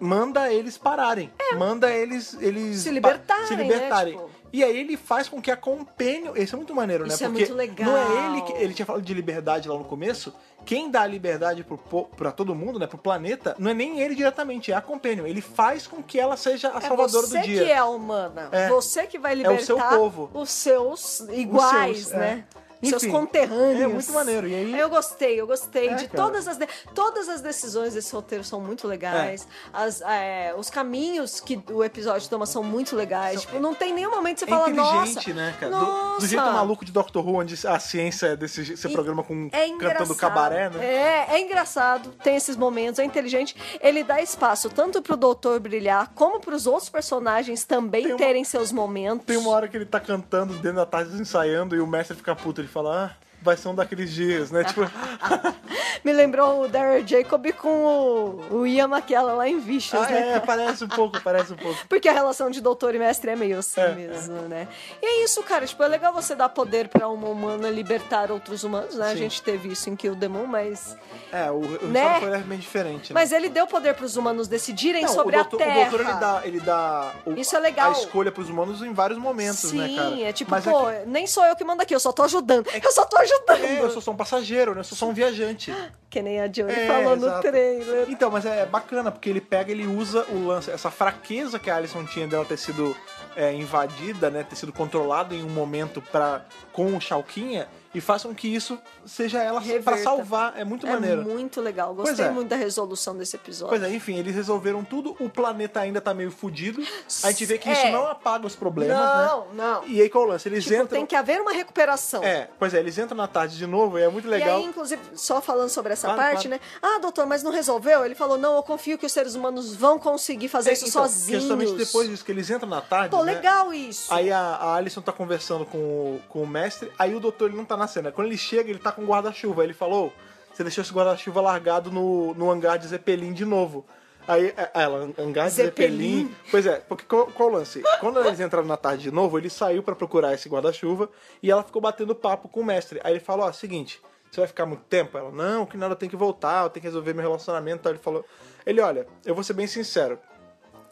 [SPEAKER 1] manda eles pararem. Manda eles. eles
[SPEAKER 2] É. Se
[SPEAKER 1] pa-
[SPEAKER 2] libertarem,
[SPEAKER 1] Se libertarem.
[SPEAKER 2] né, tipo?
[SPEAKER 1] E aí ele faz com que a Companion. Isso é muito maneiro, né?
[SPEAKER 2] Isso é
[SPEAKER 1] Porque
[SPEAKER 2] muito legal.
[SPEAKER 1] não é ele que. Ele tinha falado de liberdade lá no começo. Quem dá a liberdade pro, po- pra todo mundo, né? Pro planeta, não é nem ele diretamente, é a Companion. Ele faz com que ela seja a
[SPEAKER 2] É
[SPEAKER 1] salvadora
[SPEAKER 2] você
[SPEAKER 1] do dia.
[SPEAKER 2] que é a humana.
[SPEAKER 1] É.
[SPEAKER 2] Você que vai
[SPEAKER 1] É
[SPEAKER 2] libertar
[SPEAKER 1] o seu povo.
[SPEAKER 2] os seus iguais,
[SPEAKER 1] seus, é.
[SPEAKER 2] né? Os Seus
[SPEAKER 1] Enfim,
[SPEAKER 2] conterrâneos.
[SPEAKER 1] é muito maneiro, e aí-
[SPEAKER 2] Eu gostei, eu gostei
[SPEAKER 1] É,
[SPEAKER 2] de
[SPEAKER 1] cara.
[SPEAKER 2] todas as... de- Todas as decisões desse roteiro são muito legais. As, é, os caminhos que o episódio toma são muito legais.
[SPEAKER 1] São-
[SPEAKER 2] Tipo, não tem nenhum momento que você
[SPEAKER 1] É
[SPEAKER 2] fala,
[SPEAKER 1] inteligente,
[SPEAKER 2] nossa...
[SPEAKER 1] né, cara? Do- Do,
[SPEAKER 2] nossa.
[SPEAKER 1] jeito maluco de Doctor Who, onde a ciência é desse je- você
[SPEAKER 2] E
[SPEAKER 1] programa com
[SPEAKER 2] É
[SPEAKER 1] cantando
[SPEAKER 2] engraçado.
[SPEAKER 1] cabaré, né?
[SPEAKER 2] É, é engraçado, tem esses momentos, é inteligente. Ele dá espaço tanto pro doutor brilhar, como pros outros personagens também
[SPEAKER 1] Tem uma-
[SPEAKER 2] terem seus momentos.
[SPEAKER 1] Tem uma hora que ele tá cantando dentro da tarde ensaiando e o mestre fica puto, ele fala, ah, vai ser um daqueles dias, né? Tipo,
[SPEAKER 2] Ah, Me lembrou o Darryl Jacob com o, o Ian McKellen lá em Vicious,
[SPEAKER 1] ah,
[SPEAKER 2] né?
[SPEAKER 1] é, parece um pouco, parece um pouco.
[SPEAKER 2] Porque a relação de doutor e mestre é meio assim
[SPEAKER 1] É,
[SPEAKER 2] mesmo, né? E é isso, cara. Tipo, é legal você dar poder pra uma humana libertar outros humanos, né? A
[SPEAKER 1] Sim.
[SPEAKER 2] gente teve isso em Kill the Moon, mas...
[SPEAKER 1] É, o, o
[SPEAKER 2] Né?
[SPEAKER 1] resultado foi levemente diferente, né?
[SPEAKER 2] Mas ele deu poder pros humanos decidirem
[SPEAKER 1] Não,
[SPEAKER 2] sobre
[SPEAKER 1] o doutor,
[SPEAKER 2] a
[SPEAKER 1] o
[SPEAKER 2] Terra.
[SPEAKER 1] doutor, ele dá, ele dá o-
[SPEAKER 2] Isso é legal.
[SPEAKER 1] a escolha pros humanos em vários momentos,
[SPEAKER 2] Sim,
[SPEAKER 1] né, cara?
[SPEAKER 2] é tipo,
[SPEAKER 1] Mas
[SPEAKER 2] pô,
[SPEAKER 1] é,
[SPEAKER 2] nem sou eu que mando aqui, eu só tô ajudando. Eu só tô ajudando.
[SPEAKER 1] que- é, eu sou só um passageiro, né? Eu sou só um viajante.
[SPEAKER 2] Que nem a Jolie
[SPEAKER 1] É,
[SPEAKER 2] falou no
[SPEAKER 1] exato.
[SPEAKER 2] trailer.
[SPEAKER 1] Então, mas é bacana, porque ele pega, ele usa o lance, essa fraqueza que a Alison tinha dela ter sido é, invadida, né? Ter sido controlada em um momento pra, com o Chalquinha, e faz com que isso seja ela pra
[SPEAKER 2] Reverta.
[SPEAKER 1] salvar. É muito
[SPEAKER 2] É
[SPEAKER 1] maneiro.
[SPEAKER 2] muito legal.
[SPEAKER 1] Pois
[SPEAKER 2] Gostei
[SPEAKER 1] é.
[SPEAKER 2] muito da resolução desse episódio.
[SPEAKER 1] Pois é, enfim, eles resolveram tudo, o planeta ainda tá meio fudido. A gente vê que isso
[SPEAKER 2] É.
[SPEAKER 1] não apaga os problemas, né?
[SPEAKER 2] Não, não.
[SPEAKER 1] E aí qual é o lance? Eles
[SPEAKER 2] Tipo,
[SPEAKER 1] entram.
[SPEAKER 2] tem que haver uma recuperação.
[SPEAKER 1] É, pois é, eles entram na tarde de novo e é muito legal.
[SPEAKER 2] E aí, inclusive, só falando sobre essa
[SPEAKER 1] Claro,
[SPEAKER 2] parte,
[SPEAKER 1] claro.
[SPEAKER 2] né? Ah, doutor, mas não resolveu? Ele falou, não, eu confio que os seres humanos vão conseguir fazer
[SPEAKER 1] É,
[SPEAKER 2] isso
[SPEAKER 1] então, que é
[SPEAKER 2] sozinhos.
[SPEAKER 1] Justamente depois disso, que eles entram na tarde.
[SPEAKER 2] Pô,
[SPEAKER 1] né?
[SPEAKER 2] legal isso.
[SPEAKER 1] Aí a, a Alison tá conversando com o, com o mestre, aí o doutor ele não tá na cena. Quando ele chega, ele tá com um guarda-chuva. Aí Ele falou: você deixou esse guarda-chuva largado no, no hangar de Zeppelin de novo. Aí é, ela, hangar de Zeppelin.
[SPEAKER 2] Zeppelin?
[SPEAKER 1] Pois é, porque qual, qual o lance? Quando eles entraram na tarde de novo, ele saiu pra procurar esse guarda-chuva e ela ficou batendo papo com o mestre. Aí ele falou: ó, seguinte, você vai ficar muito tempo? Ela: não, que nada, eu tenho que voltar, eu tenho que resolver meu relacionamento. Aí ele falou: ele, olha, eu vou ser bem sincero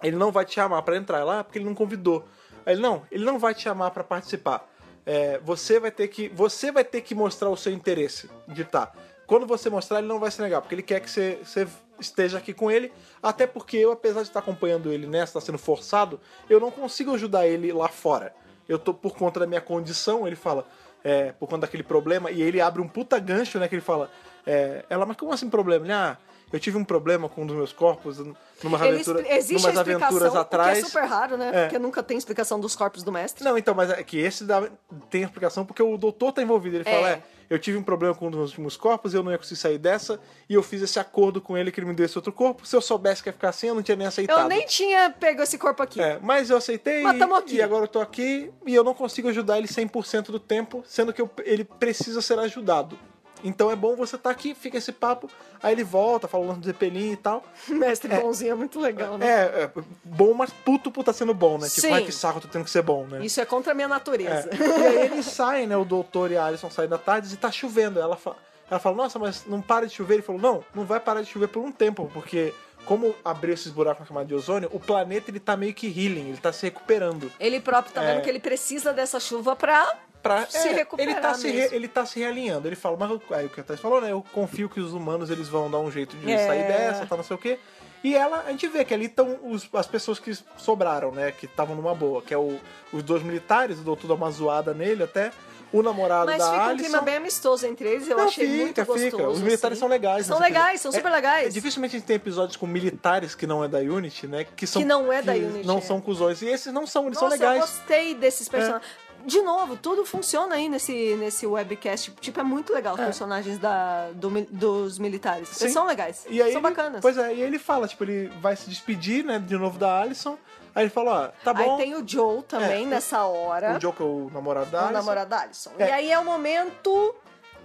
[SPEAKER 1] ele não vai te chamar pra entrar lá porque ele não convidou. Aí ele, não, ele não vai te chamar pra participar. É, É, você vai ter que você vai ter que mostrar o seu interesse de estar. Quando você mostrar, ele não vai se negar, porque ele quer que você, você esteja aqui com ele, até porque eu, apesar de estar acompanhando ele nessa, estar sendo forçado, eu não consigo ajudar ele lá fora. Eu tô por conta da minha condição, ele fala, é, por conta daquele problema, e ele abre um puta gancho, né? Que ele fala, é, ela, mas como assim problema? Ele, ah, eu tive um problema com um dos meus corpos numa
[SPEAKER 2] Ele
[SPEAKER 1] aventura,
[SPEAKER 2] expli- existe
[SPEAKER 1] numas
[SPEAKER 2] a explicação,
[SPEAKER 1] aventuras atrás.
[SPEAKER 2] o que é super raro, né?
[SPEAKER 1] É.
[SPEAKER 2] Porque nunca tem explicação dos corpos do mestre.
[SPEAKER 1] Não, então, mas é que esse dá- tem explicação porque o doutor tá envolvido. Ele
[SPEAKER 2] É.
[SPEAKER 1] fala, é, eu tive um problema com um dos meus últimos corpos, eu não ia conseguir sair dessa, e eu fiz esse acordo com ele que ele me deu esse outro corpo. Se eu soubesse que ia ficar assim, eu não tinha nem aceitado.
[SPEAKER 2] Eu nem tinha pego esse corpo aqui.
[SPEAKER 1] É, mas eu aceitei
[SPEAKER 2] Mas tamo aqui.
[SPEAKER 1] e agora eu tô aqui e eu não consigo ajudar ele 100% do tempo, sendo que eu- ele precisa ser ajudado. Então é bom você estar aqui, fica esse papo, aí ele volta, fala o lance do Zeppelin e tal.
[SPEAKER 2] Mestre bonzinho é muito legal, né?
[SPEAKER 1] É, é, bom, mas puto por tá sendo bom, né? Tipo,
[SPEAKER 2] Sim.
[SPEAKER 1] ai que saco, tô tendo que ser bom, né?
[SPEAKER 2] Isso é contra a minha natureza.
[SPEAKER 1] É. E aí eles saem, né? O doutor e a Alison saem da tarde e tá chovendo. Ela fala, ela fala, nossa, mas não para de chover? Ele falou, não, não vai parar de chover por um tempo, porque como abriu esses buracos na camada de ozônio, o planeta ele tá meio que healing, ele tá se recuperando.
[SPEAKER 2] Ele próprio tá
[SPEAKER 1] É.
[SPEAKER 2] vendo que ele precisa dessa chuva pra
[SPEAKER 1] Pra,
[SPEAKER 2] Se recuperar
[SPEAKER 1] ele tá, se
[SPEAKER 2] mesmo.
[SPEAKER 1] ele tá se realinhando. Ele fala, mas eu- aí o que a Thais falou, né? Eu confio que os humanos eles vão dar um jeito de
[SPEAKER 2] É.
[SPEAKER 1] sair dessa, tá não sei o quê. E ela, a gente vê que ali estão os- as pessoas que sobraram, né? Que estavam numa boa, que é o- os dois militares, o doutor dá uma zoada nele até, o namorado
[SPEAKER 2] Mas
[SPEAKER 1] da
[SPEAKER 2] fica um
[SPEAKER 1] Alison.
[SPEAKER 2] clima bem amistoso entre eles, eu
[SPEAKER 1] Não,
[SPEAKER 2] achei
[SPEAKER 1] fica,
[SPEAKER 2] muito gostoso.
[SPEAKER 1] fica. Os militares
[SPEAKER 2] assim.
[SPEAKER 1] são legais.
[SPEAKER 2] São
[SPEAKER 1] nesse
[SPEAKER 2] legais,
[SPEAKER 1] episódio.
[SPEAKER 2] são super legais.
[SPEAKER 1] É, dificilmente a gente tem episódios com militares que não é da Unity, né? Que, são,
[SPEAKER 2] Que não é da
[SPEAKER 1] que
[SPEAKER 2] Unity,
[SPEAKER 1] Não
[SPEAKER 2] é.
[SPEAKER 1] são cuzões. E esses não são, eles são
[SPEAKER 2] Nossa,
[SPEAKER 1] legais. É.
[SPEAKER 2] eu gostei desses personagens. De novo, tudo funciona aí nesse, nesse webcast. Tipo, é muito legal os personagens da, do mi- dos militares.
[SPEAKER 1] Sim.
[SPEAKER 2] Eles são legais.
[SPEAKER 1] E aí
[SPEAKER 2] são
[SPEAKER 1] ele-
[SPEAKER 2] bacanas.
[SPEAKER 1] Pois é, e ele fala, tipo, ele vai se despedir, né, de novo da Alison. Aí ele fala, ó, tá bom,
[SPEAKER 2] Aí tem o Joe também
[SPEAKER 1] É,
[SPEAKER 2] nessa hora.
[SPEAKER 1] o Joker, o namorado da
[SPEAKER 2] o
[SPEAKER 1] Alison.
[SPEAKER 2] namorado da Alison.
[SPEAKER 1] É.
[SPEAKER 2] E aí é o momento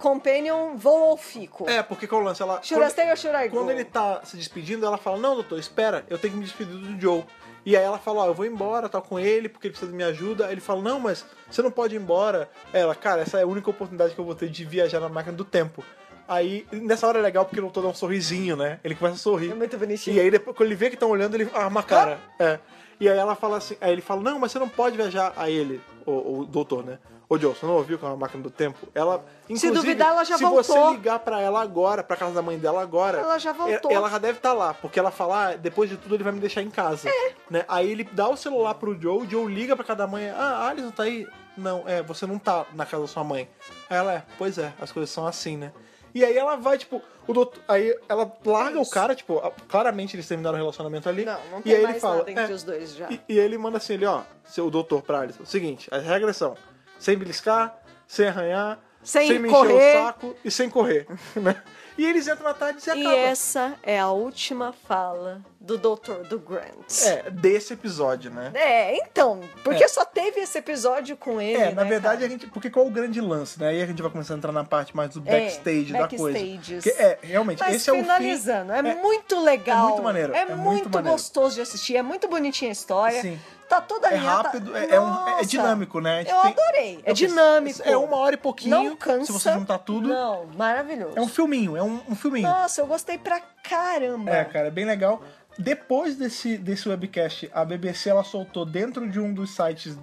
[SPEAKER 2] Companion vou ou fico.
[SPEAKER 1] É, porque qual é o lance? Ela,
[SPEAKER 2] Should I stay or should I
[SPEAKER 1] quando,
[SPEAKER 2] go?
[SPEAKER 1] quando ele tá se despedindo, ela fala, não, doutor, espera, eu tenho que me despedir do Joe. E aí ela fala, ó, eu vou embora, tal, com ele, porque ele precisa de minha ajuda. Aí ele fala, não, mas você não pode ir embora. Ela, cara, essa é a única oportunidade que eu vou ter de viajar na máquina do tempo. Aí, nessa hora é legal, porque o doutor dá um sorrisinho, né? Ele começa a sorrir.
[SPEAKER 2] É muito bonitinho.
[SPEAKER 1] E aí depois, quando ele vê que estão olhando, ele arma a cara.
[SPEAKER 2] Ah!
[SPEAKER 1] É. E aí ela fala assim, aí ele fala, não, mas você não pode viajar a ele, o, o doutor, né? Ô Joe, você não ouviu que é uma máquina do tempo? Ela, inclusive,
[SPEAKER 2] duvidar, ela já
[SPEAKER 1] se
[SPEAKER 2] voltou.
[SPEAKER 1] você ligar pra ela agora, pra casa da mãe dela agora... é,
[SPEAKER 2] Ela já voltou.
[SPEAKER 1] Ela já deve estar lá, porque ela fala, ah, depois de tudo ele vai me deixar em casa.
[SPEAKER 2] É.
[SPEAKER 1] Né? Aí ele dá o celular pro Joe, o Joe liga pra casa da mãe, ah, a Alison tá aí? Não, é, você não tá na casa da sua mãe. Aí ela, é, pois é, as coisas são assim, né? E aí ela vai, tipo, o doutor. Aí ela larga o
[SPEAKER 2] isso.
[SPEAKER 1] cara, tipo, a- claramente eles terminaram o relacionamento ali.
[SPEAKER 2] Não, não
[SPEAKER 1] e aí
[SPEAKER 2] tem
[SPEAKER 1] ele
[SPEAKER 2] mais
[SPEAKER 1] fala.
[SPEAKER 2] nada entre
[SPEAKER 1] é,
[SPEAKER 2] os dois já.
[SPEAKER 1] e, e ele manda assim, ele, ó, seu doutor pra Alison, seguinte, as regras são sem beliscar, sem arranhar,
[SPEAKER 2] Sem
[SPEAKER 1] me
[SPEAKER 2] correr.
[SPEAKER 1] encher o saco e sem correr. né? E eles entram na tarde e
[SPEAKER 2] E
[SPEAKER 1] acabam.
[SPEAKER 2] essa é a última fala do Doutor do Grant.
[SPEAKER 1] É, desse episódio, né?
[SPEAKER 2] É, então, porque só teve esse episódio com ele.
[SPEAKER 1] É, na
[SPEAKER 2] né,
[SPEAKER 1] verdade
[SPEAKER 2] cara?
[SPEAKER 1] a gente. Porque qual é o grande lance, né? Aí a gente vai começar a entrar na parte mais do backstage da coisa.
[SPEAKER 2] É, backstages.
[SPEAKER 1] Que, é, realmente,
[SPEAKER 2] Mas
[SPEAKER 1] esse é o fim.
[SPEAKER 2] finalizando, é, muito legal.
[SPEAKER 1] é muito maneiro,
[SPEAKER 2] É,
[SPEAKER 1] é muito
[SPEAKER 2] muito,
[SPEAKER 1] maneiro.
[SPEAKER 2] gostoso de assistir, é muito bonitinha a história.
[SPEAKER 1] Sim.
[SPEAKER 2] Tá toda
[SPEAKER 1] É
[SPEAKER 2] alinhada.
[SPEAKER 1] rápido, é, é um- é
[SPEAKER 2] Nossa,
[SPEAKER 1] dinâmico, né? A gente
[SPEAKER 2] Eu
[SPEAKER 1] tem-
[SPEAKER 2] adorei. É
[SPEAKER 1] Eu pensei-
[SPEAKER 2] dinâmico.
[SPEAKER 1] É uma hora e pouquinho.
[SPEAKER 2] Não cansa.
[SPEAKER 1] Se você juntar tudo.
[SPEAKER 2] Não, maravilhoso.
[SPEAKER 1] É um filminho, é um, um filminho.
[SPEAKER 2] Nossa, eu gostei pra caramba.
[SPEAKER 1] É, cara, é bem legal. Depois desse, desse webcast, a BBC ela soltou dentro de um dos sites,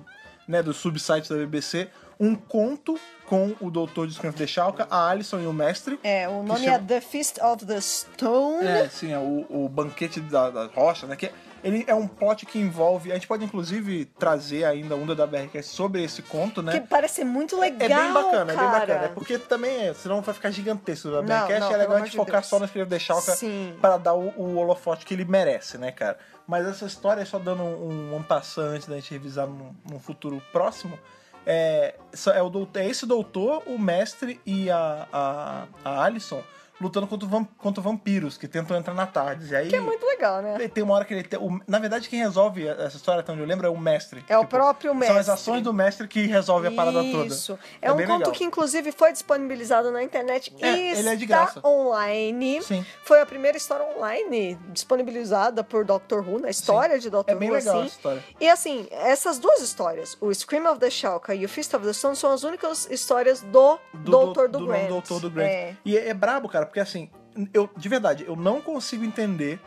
[SPEAKER 1] né, dos subsites da BBC, um conto com o Doutor Descanso de Chalca, a Alison e o Mestre.
[SPEAKER 2] É, o nome
[SPEAKER 1] chama-
[SPEAKER 2] é The Fist of the Stone.
[SPEAKER 1] É, sim, é o, o banquete da, da rocha, né? Que ele é um plot que envolve. A gente pode, inclusive, trazer ainda um da BRK sobre esse conto, né?
[SPEAKER 2] Que parece ser muito
[SPEAKER 1] É
[SPEAKER 2] legal,
[SPEAKER 1] bem bacana, é bem
[SPEAKER 2] cara.
[SPEAKER 1] bacana. É porque também é, senão vai ficar gigantesco. O
[SPEAKER 2] Não,
[SPEAKER 1] Bearcast
[SPEAKER 2] não,
[SPEAKER 1] é legal
[SPEAKER 2] pelo
[SPEAKER 1] a gente
[SPEAKER 2] amor de
[SPEAKER 1] focar
[SPEAKER 2] Deus.
[SPEAKER 1] só no filho de Chalca
[SPEAKER 2] Sim.
[SPEAKER 1] pra dar o, o holofote que ele merece, né, cara? Mas essa história, é só dando um, um, passante antes da gente revisar num, num futuro próximo, é, só- é, o doutor, é esse doutor, o mestre e a, a, a Alison lutando contra, vam- contra vampiros que tentam entrar na tarde. E aí
[SPEAKER 2] Que é muito legal, né?
[SPEAKER 1] tem uma hora que ele tem. o- na verdade, quem resolve essa história, até onde eu lembro, é o mestre.
[SPEAKER 2] É o próprio
[SPEAKER 1] São as
[SPEAKER 2] mestre.
[SPEAKER 1] ações do mestre que resolve a parada toda.
[SPEAKER 2] Isso. É, um
[SPEAKER 1] bem
[SPEAKER 2] conto
[SPEAKER 1] legal.
[SPEAKER 2] que, inclusive, foi disponibilizado na internet
[SPEAKER 1] É,
[SPEAKER 2] e
[SPEAKER 1] ele é de
[SPEAKER 2] está
[SPEAKER 1] graça.
[SPEAKER 2] online.
[SPEAKER 1] Sim.
[SPEAKER 2] Foi a primeira história online disponibilizada por Doctor Who, na história de Doctor
[SPEAKER 1] É bem
[SPEAKER 2] Who,
[SPEAKER 1] legal
[SPEAKER 2] assim.
[SPEAKER 1] essa história.
[SPEAKER 2] E assim, essas duas histórias, o Scream of the Shalka e o Fist of the Stone, são as únicas histórias do, Doutor do, Grant.
[SPEAKER 1] Doutor do Grant.
[SPEAKER 2] É.
[SPEAKER 1] E é, é brabo, cara, porque assim, eu de verdade, eu não consigo entender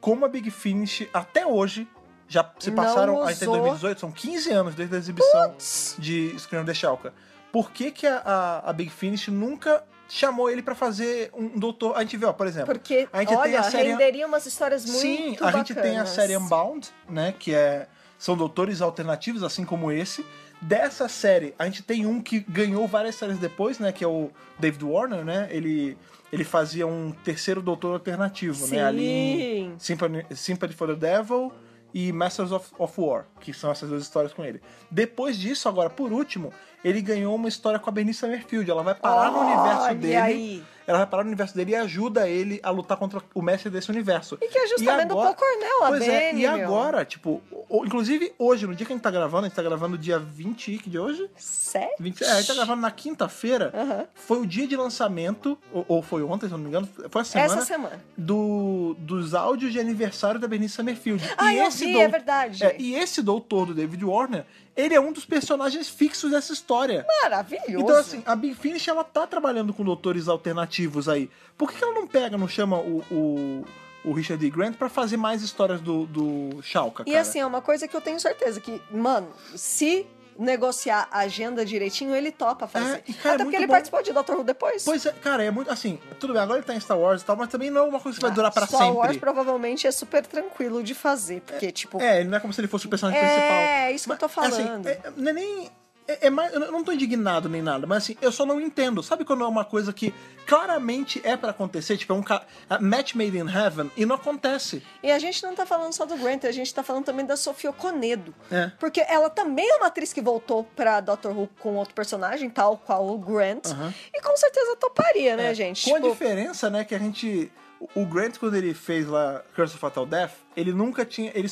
[SPEAKER 1] como a Big Finish até hoje Já se
[SPEAKER 2] Não
[SPEAKER 1] passaram aí até
[SPEAKER 2] usou.
[SPEAKER 1] 2018, são 15 anos desde a exibição de Scream of the Shalka. Por que, que a, a- a Big Finish nunca chamou ele pra fazer um doutor? A gente vê, ó, por exemplo.
[SPEAKER 2] Porque,
[SPEAKER 1] A gente tem
[SPEAKER 2] olha,
[SPEAKER 1] a série-
[SPEAKER 2] renderia umas histórias muito
[SPEAKER 1] Sim, a gente tem a
[SPEAKER 2] bacanas.
[SPEAKER 1] série Unbound, né? Que é. São doutores alternativos, assim como esse. Dessa série, a gente tem um que ganhou várias séries depois, né? Que é o David Warner, né? Ele, ele fazia um terceiro doutor alternativo,
[SPEAKER 2] Sim.
[SPEAKER 1] né? Ali em Symphony, Sympathy for the Devil e Masters of, of War, que são essas duas histórias com ele. Depois disso, agora, por último, ele ganhou uma história com a Bernice Summerfield. Ela vai parar no universo
[SPEAKER 2] Olha
[SPEAKER 1] dele.
[SPEAKER 2] aí.
[SPEAKER 1] Ela vai parar no universo dele e ajuda ele a lutar contra o mestre desse universo.
[SPEAKER 2] E que é justamente
[SPEAKER 1] agora-
[SPEAKER 2] do Paul Cornell, a
[SPEAKER 1] Pois é,
[SPEAKER 2] Benny,
[SPEAKER 1] e
[SPEAKER 2] meu.
[SPEAKER 1] agora, tipo, o- inclusive hoje, no dia que a gente tá gravando, a gente tá gravando dia 20 de hoje?
[SPEAKER 2] Sério?
[SPEAKER 1] 20, é, a gente tá gravando na quinta-feira.
[SPEAKER 2] Aham.
[SPEAKER 1] Foi o dia de lançamento, ou, ou foi ontem, se eu não me engano, foi essa semana
[SPEAKER 2] Essa semana.
[SPEAKER 1] do, dos áudios de aniversário da Bernice Summerfield.
[SPEAKER 2] Ah,
[SPEAKER 1] e
[SPEAKER 2] eu
[SPEAKER 1] esse
[SPEAKER 2] vi,
[SPEAKER 1] dou-
[SPEAKER 2] é verdade.
[SPEAKER 1] é, e esse doutor do David Warner, ele é um dos personagens fixos dessa história.
[SPEAKER 2] Maravilhoso.
[SPEAKER 1] Então, assim, a Big Finish, ela tá trabalhando com doutores alternativos aí. Por que que ela não pega, não chama o, o, o Richard D. Grant pra fazer mais histórias do, do Shalka,
[SPEAKER 2] E
[SPEAKER 1] cara?
[SPEAKER 2] assim, é uma coisa que eu tenho certeza que, mano, se negociar a agenda direitinho, ele topa fazer.
[SPEAKER 1] É, e, cara, é
[SPEAKER 2] Até
[SPEAKER 1] muito
[SPEAKER 2] porque ele
[SPEAKER 1] bom.
[SPEAKER 2] participou de Doctor Who depois.
[SPEAKER 1] Pois é, cara, é muito, assim, tudo bem, agora ele tá em Star Wars e tal, mas também não é uma coisa que vai durar pra
[SPEAKER 2] Star
[SPEAKER 1] sempre.
[SPEAKER 2] Wars provavelmente é super tranquilo de fazer, porque, tipo...
[SPEAKER 1] É, ele não é como se ele fosse o personagem
[SPEAKER 2] É,
[SPEAKER 1] principal.
[SPEAKER 2] é isso que eu tô falando.
[SPEAKER 1] assim, é- não é nem. É, é mais, eu não tô indignado nem nada, mas assim, eu só não entendo. Sabe quando é uma coisa que claramente é pra acontecer? Tipo, é um ca- a match made in heaven e não acontece.
[SPEAKER 2] E a gente não tá falando só do Grant, a gente tá falando também da Sofia Conedo.
[SPEAKER 1] É.
[SPEAKER 2] Porque ela também é uma atriz que voltou pra Doctor Who com outro personagem, tal qual o Grant.
[SPEAKER 1] Aham.
[SPEAKER 2] E com certeza toparia, né,
[SPEAKER 1] É,
[SPEAKER 2] gente?
[SPEAKER 1] Com a
[SPEAKER 2] Tipo,
[SPEAKER 1] diferença, né, que a gente. O o Grant, quando ele fez lá Curse of Fatal Death, ele nunca tinha. Ele,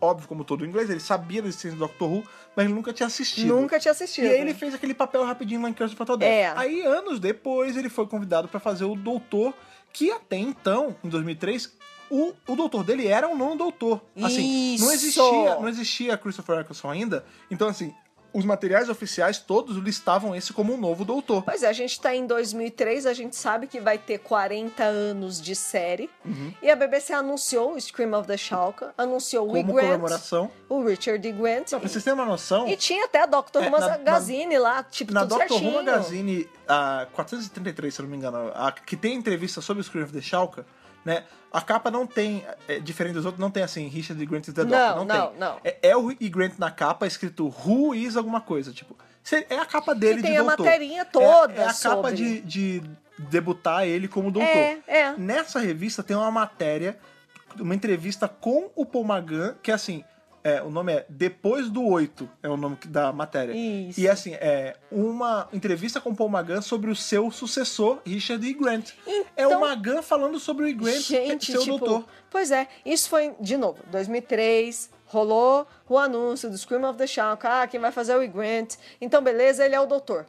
[SPEAKER 1] óbvio, como todo inglês, ele sabia da existência do Doctor Who, mas ele nunca tinha assistido.
[SPEAKER 2] nunca tinha
[SPEAKER 1] E
[SPEAKER 2] assistido.
[SPEAKER 1] aí ele fez aquele papel rapidinho lá em Curse of Fatal Death.
[SPEAKER 2] É.
[SPEAKER 1] Aí, anos depois, ele foi convidado pra fazer o Doutor, que até então, em 2003, o, o doutor dele era um não doutor. Assim, não
[SPEAKER 2] Isso!
[SPEAKER 1] existia, não existia Christopher Eccleston ainda. Então, assim, os materiais oficiais todos listavam esse como um novo doutor.
[SPEAKER 2] Pois é, a gente tá em 2003, a gente sabe que vai ter 40 anos de série.
[SPEAKER 1] Uhum.
[SPEAKER 2] E a BBC anunciou o Scream of the Shalka, anunciou o
[SPEAKER 1] Como
[SPEAKER 2] Grant,
[SPEAKER 1] comemoração.
[SPEAKER 2] o Richard D. Grant.
[SPEAKER 1] Não, pra vocês terem uma
[SPEAKER 2] e,
[SPEAKER 1] noção,
[SPEAKER 2] e tinha até a Doctor
[SPEAKER 1] É,
[SPEAKER 2] Who
[SPEAKER 1] na- na-
[SPEAKER 2] Magazine lá, tipo,
[SPEAKER 1] na
[SPEAKER 2] tudo
[SPEAKER 1] Doctor
[SPEAKER 2] certinho.
[SPEAKER 1] Who Magazine a 433, se eu não me engano, a- que tem entrevista sobre o Scream of the Shalka, né? A capa não tem, é, diferente dos outros, não tem assim, Richard e Grant e The
[SPEAKER 2] Não,
[SPEAKER 1] Doctor, não,
[SPEAKER 2] não,
[SPEAKER 1] tem.
[SPEAKER 2] não.
[SPEAKER 1] É El e Grant na capa, escrito Who is alguma coisa, tipo. cê- É a capa dele
[SPEAKER 2] E
[SPEAKER 1] de
[SPEAKER 2] tem a
[SPEAKER 1] doutor.
[SPEAKER 2] materinha
[SPEAKER 1] É,
[SPEAKER 2] toda
[SPEAKER 1] é a capa
[SPEAKER 2] sobre.
[SPEAKER 1] de, de debutar ele como doutor.
[SPEAKER 2] É, é.
[SPEAKER 1] Nessa revista tem uma matéria, uma entrevista com o Paul Magan, que é assim, é, o nome é Depois do Oito, é o nome que- da matéria.
[SPEAKER 2] Isso.
[SPEAKER 1] E é assim, é uma entrevista com o Paul Magan sobre o seu sucessor, Richard E. Grant. é o
[SPEAKER 2] Então-
[SPEAKER 1] Magan falando sobre o E. Grant,
[SPEAKER 2] Gente,
[SPEAKER 1] é seu
[SPEAKER 2] tipo,
[SPEAKER 1] doutor.
[SPEAKER 2] Pois é, isso foi, de novo, 2003, rolou o anúncio do Scream of the Shark, ah, quem vai fazer é o E. Grant. Então, beleza, ele é o doutor.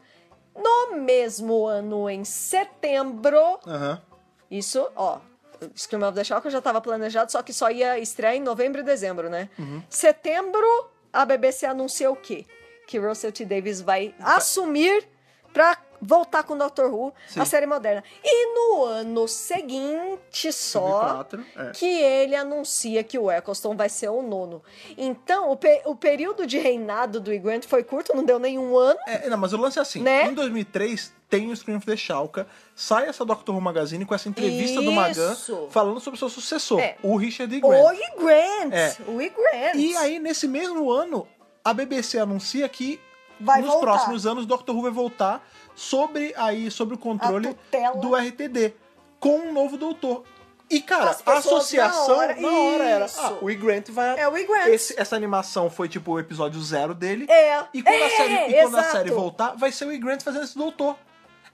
[SPEAKER 2] No mesmo ano, em setembro,
[SPEAKER 1] Aham.
[SPEAKER 2] isso, ó, o Scream of the Shark já estava planejado, só que só ia estrear em novembro e dezembro, né?
[SPEAKER 1] Uhum.
[SPEAKER 2] Setembro, a BBC anunciou o quê? Que Russell T. Davis vai assumir pra voltar com Doctor Who,
[SPEAKER 1] Sim.
[SPEAKER 2] a série moderna. E no ano seguinte só,
[SPEAKER 1] 2004, é.
[SPEAKER 2] que ele anuncia que o Eccleston vai ser o nono. Então, o, pe- o período de reinado do E. Grant foi curto, não deu nenhum ano.
[SPEAKER 1] É, não, mas o lance é assim,
[SPEAKER 2] Né?
[SPEAKER 1] em 2003 tem o Scream of the Shalka, sai essa Doctor Who Magazine com essa entrevista do Magan
[SPEAKER 2] Isso.
[SPEAKER 1] falando sobre o seu sucessor,
[SPEAKER 2] É.
[SPEAKER 1] o Richard E. Grant.
[SPEAKER 2] O E. Grant!
[SPEAKER 1] É.
[SPEAKER 2] O E. Grant!
[SPEAKER 1] E aí, nesse mesmo ano, a BBC anuncia que
[SPEAKER 2] Vai
[SPEAKER 1] nos
[SPEAKER 2] voltar.
[SPEAKER 1] próximos anos Doctor Who vai voltar sobre aí sobre o
[SPEAKER 2] A
[SPEAKER 1] controle
[SPEAKER 2] tutela.
[SPEAKER 1] do RTD com um novo doutor. E cara,
[SPEAKER 2] As
[SPEAKER 1] a
[SPEAKER 2] pessoas
[SPEAKER 1] associação
[SPEAKER 2] na hora-
[SPEAKER 1] era,
[SPEAKER 2] Isso.
[SPEAKER 1] ah, o E. Grant vai
[SPEAKER 2] É o E. Grant.
[SPEAKER 1] Esse- essa animação foi tipo o episódio zero dele.
[SPEAKER 2] É.
[SPEAKER 1] E quando, a,
[SPEAKER 2] É,
[SPEAKER 1] série, e quando a
[SPEAKER 2] exato.
[SPEAKER 1] série voltar, vai ser o E. Grant fazendo esse doutor.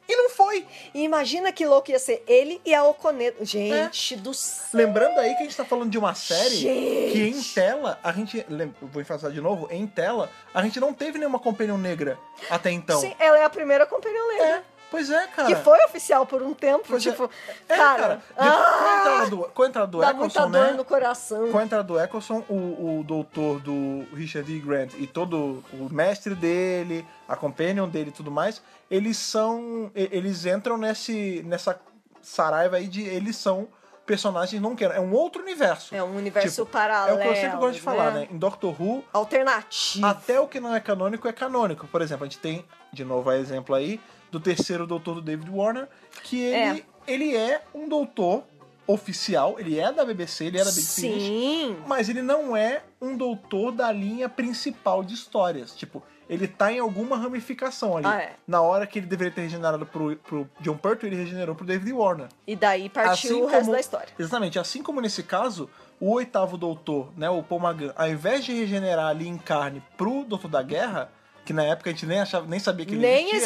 [SPEAKER 1] E não foi.
[SPEAKER 2] E imagina que louco ia ser ele e a Oconedo. Gente do céu.
[SPEAKER 1] Lembrando aí que a gente tá falando de uma série
[SPEAKER 2] Gente!
[SPEAKER 1] que em tela, a gente. lem- eu Vou enfatizar de novo, em tela, a gente não teve nenhuma companion negra até então.
[SPEAKER 2] Sim, ela é a primeira companhia
[SPEAKER 1] É,
[SPEAKER 2] negra.
[SPEAKER 1] pois é, cara.
[SPEAKER 2] Que foi oficial por um tempo,
[SPEAKER 1] Pois é.
[SPEAKER 2] tipo,
[SPEAKER 1] É, cara.
[SPEAKER 2] cara,
[SPEAKER 1] Depois, com a
[SPEAKER 2] ah,
[SPEAKER 1] entrada do, com a entrada do
[SPEAKER 2] dá
[SPEAKER 1] Eccleston,
[SPEAKER 2] muita dor
[SPEAKER 1] né?
[SPEAKER 2] no coração.
[SPEAKER 1] Com a entrada do Eccleston, o, o doutor do Richard E. Grant e todo o mestre dele, a companion dele e tudo mais, eles são. e- Eles entram nesse, nessa saraiva aí de. Eles são personagens não queiram. É um outro universo.
[SPEAKER 2] É um universo
[SPEAKER 1] É o
[SPEAKER 2] paralelo.
[SPEAKER 1] que eu sempre gosto de falar, né?
[SPEAKER 2] né?
[SPEAKER 1] Em Doctor Who,
[SPEAKER 2] Alternativo.
[SPEAKER 1] até o que não é canônico é canônico. Por exemplo, a gente tem, de novo, a exemplo aí, do terceiro doutor do David Warner, que ele é, ele é um doutor oficial, ele é da BBC, ele é da Big Finish,
[SPEAKER 2] Sim.
[SPEAKER 1] mas ele não é um doutor da linha principal de histórias. Tipo, ele tá em alguma ramificação ali.
[SPEAKER 2] Ah, é.
[SPEAKER 1] Na hora que ele deveria ter regenerado pro, pro John Pertwee, ele regenerou pro David Warner.
[SPEAKER 2] E daí partiu
[SPEAKER 1] Assim
[SPEAKER 2] o resto
[SPEAKER 1] como-
[SPEAKER 2] da história.
[SPEAKER 1] Exatamente, assim como nesse caso, o oitavo doutor, né, o Paul Magan, ao invés de regenerar ali em carne pro doutor da guerra, que na época a gente nem, achava, nem sabia que ele
[SPEAKER 2] Nem
[SPEAKER 1] existia,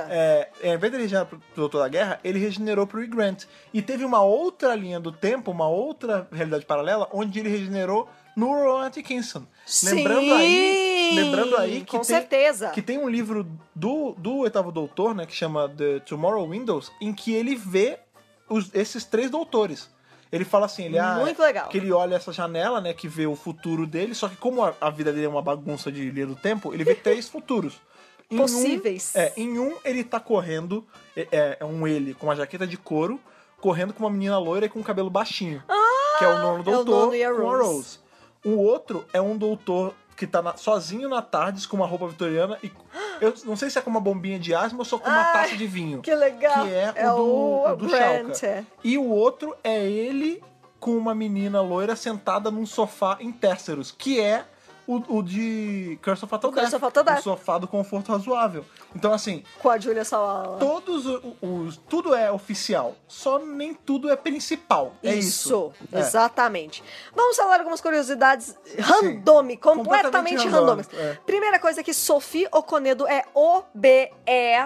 [SPEAKER 2] existia.
[SPEAKER 1] é, ao invés de regenerar pro doutor da guerra, ele regenerou pro E. Grant. E teve uma outra linha do tempo, uma outra realidade paralela, onde ele regenerou no Rowan Atkinson. Lembrando aí,
[SPEAKER 2] Sim,
[SPEAKER 1] lembrando aí que
[SPEAKER 2] com
[SPEAKER 1] tem-
[SPEAKER 2] certeza.
[SPEAKER 1] que tem um livro do, do oitavo doutor, né, que chama The Tomorrow Windows, em que ele vê os- esses três doutores. Ele fala assim, ele ah,
[SPEAKER 2] Muito legal.
[SPEAKER 1] que ele olha essa janela, né, que vê o futuro dele, só que como a, a vida dele é uma bagunça de linha do tempo, ele vê três futuros. Em um-
[SPEAKER 2] Possíveis.
[SPEAKER 1] é, em um ele tá correndo, é- é, é um ele com uma jaqueta de couro, correndo com uma menina loira e com um cabelo baixinho. que é o nono
[SPEAKER 2] é o
[SPEAKER 1] doutor
[SPEAKER 2] nono e a
[SPEAKER 1] com a
[SPEAKER 2] Rose.
[SPEAKER 1] Rose. O outro é um doutor que tá na- sozinho na tardes com uma roupa vitoriana e eu não sei se é com uma bombinha de asma ou só com uma
[SPEAKER 2] Ai,
[SPEAKER 1] taça de vinho.
[SPEAKER 2] Ah, Que legal.
[SPEAKER 1] Que é o do- o do
[SPEAKER 2] Grant.
[SPEAKER 1] Shalka.
[SPEAKER 2] é.
[SPEAKER 1] E o outro é ele com uma menina loira sentada num sofá em Tesseros, que é o, o de Curse of Fatal
[SPEAKER 2] O Curse
[SPEAKER 1] Death,
[SPEAKER 2] of Fatal Death.
[SPEAKER 1] O sofá do conforto razoável. Então, assim,
[SPEAKER 2] Com a Julia Sawala.
[SPEAKER 1] todos o- os... Tudo é oficial, só nem tudo é principal. É isso. É.
[SPEAKER 2] exatamente. Vamos falar algumas curiosidades randome, completamente
[SPEAKER 1] completamente
[SPEAKER 2] randômicas.
[SPEAKER 1] randômicas, é.
[SPEAKER 2] Primeira coisa é que Sophie Oconedo é OBE.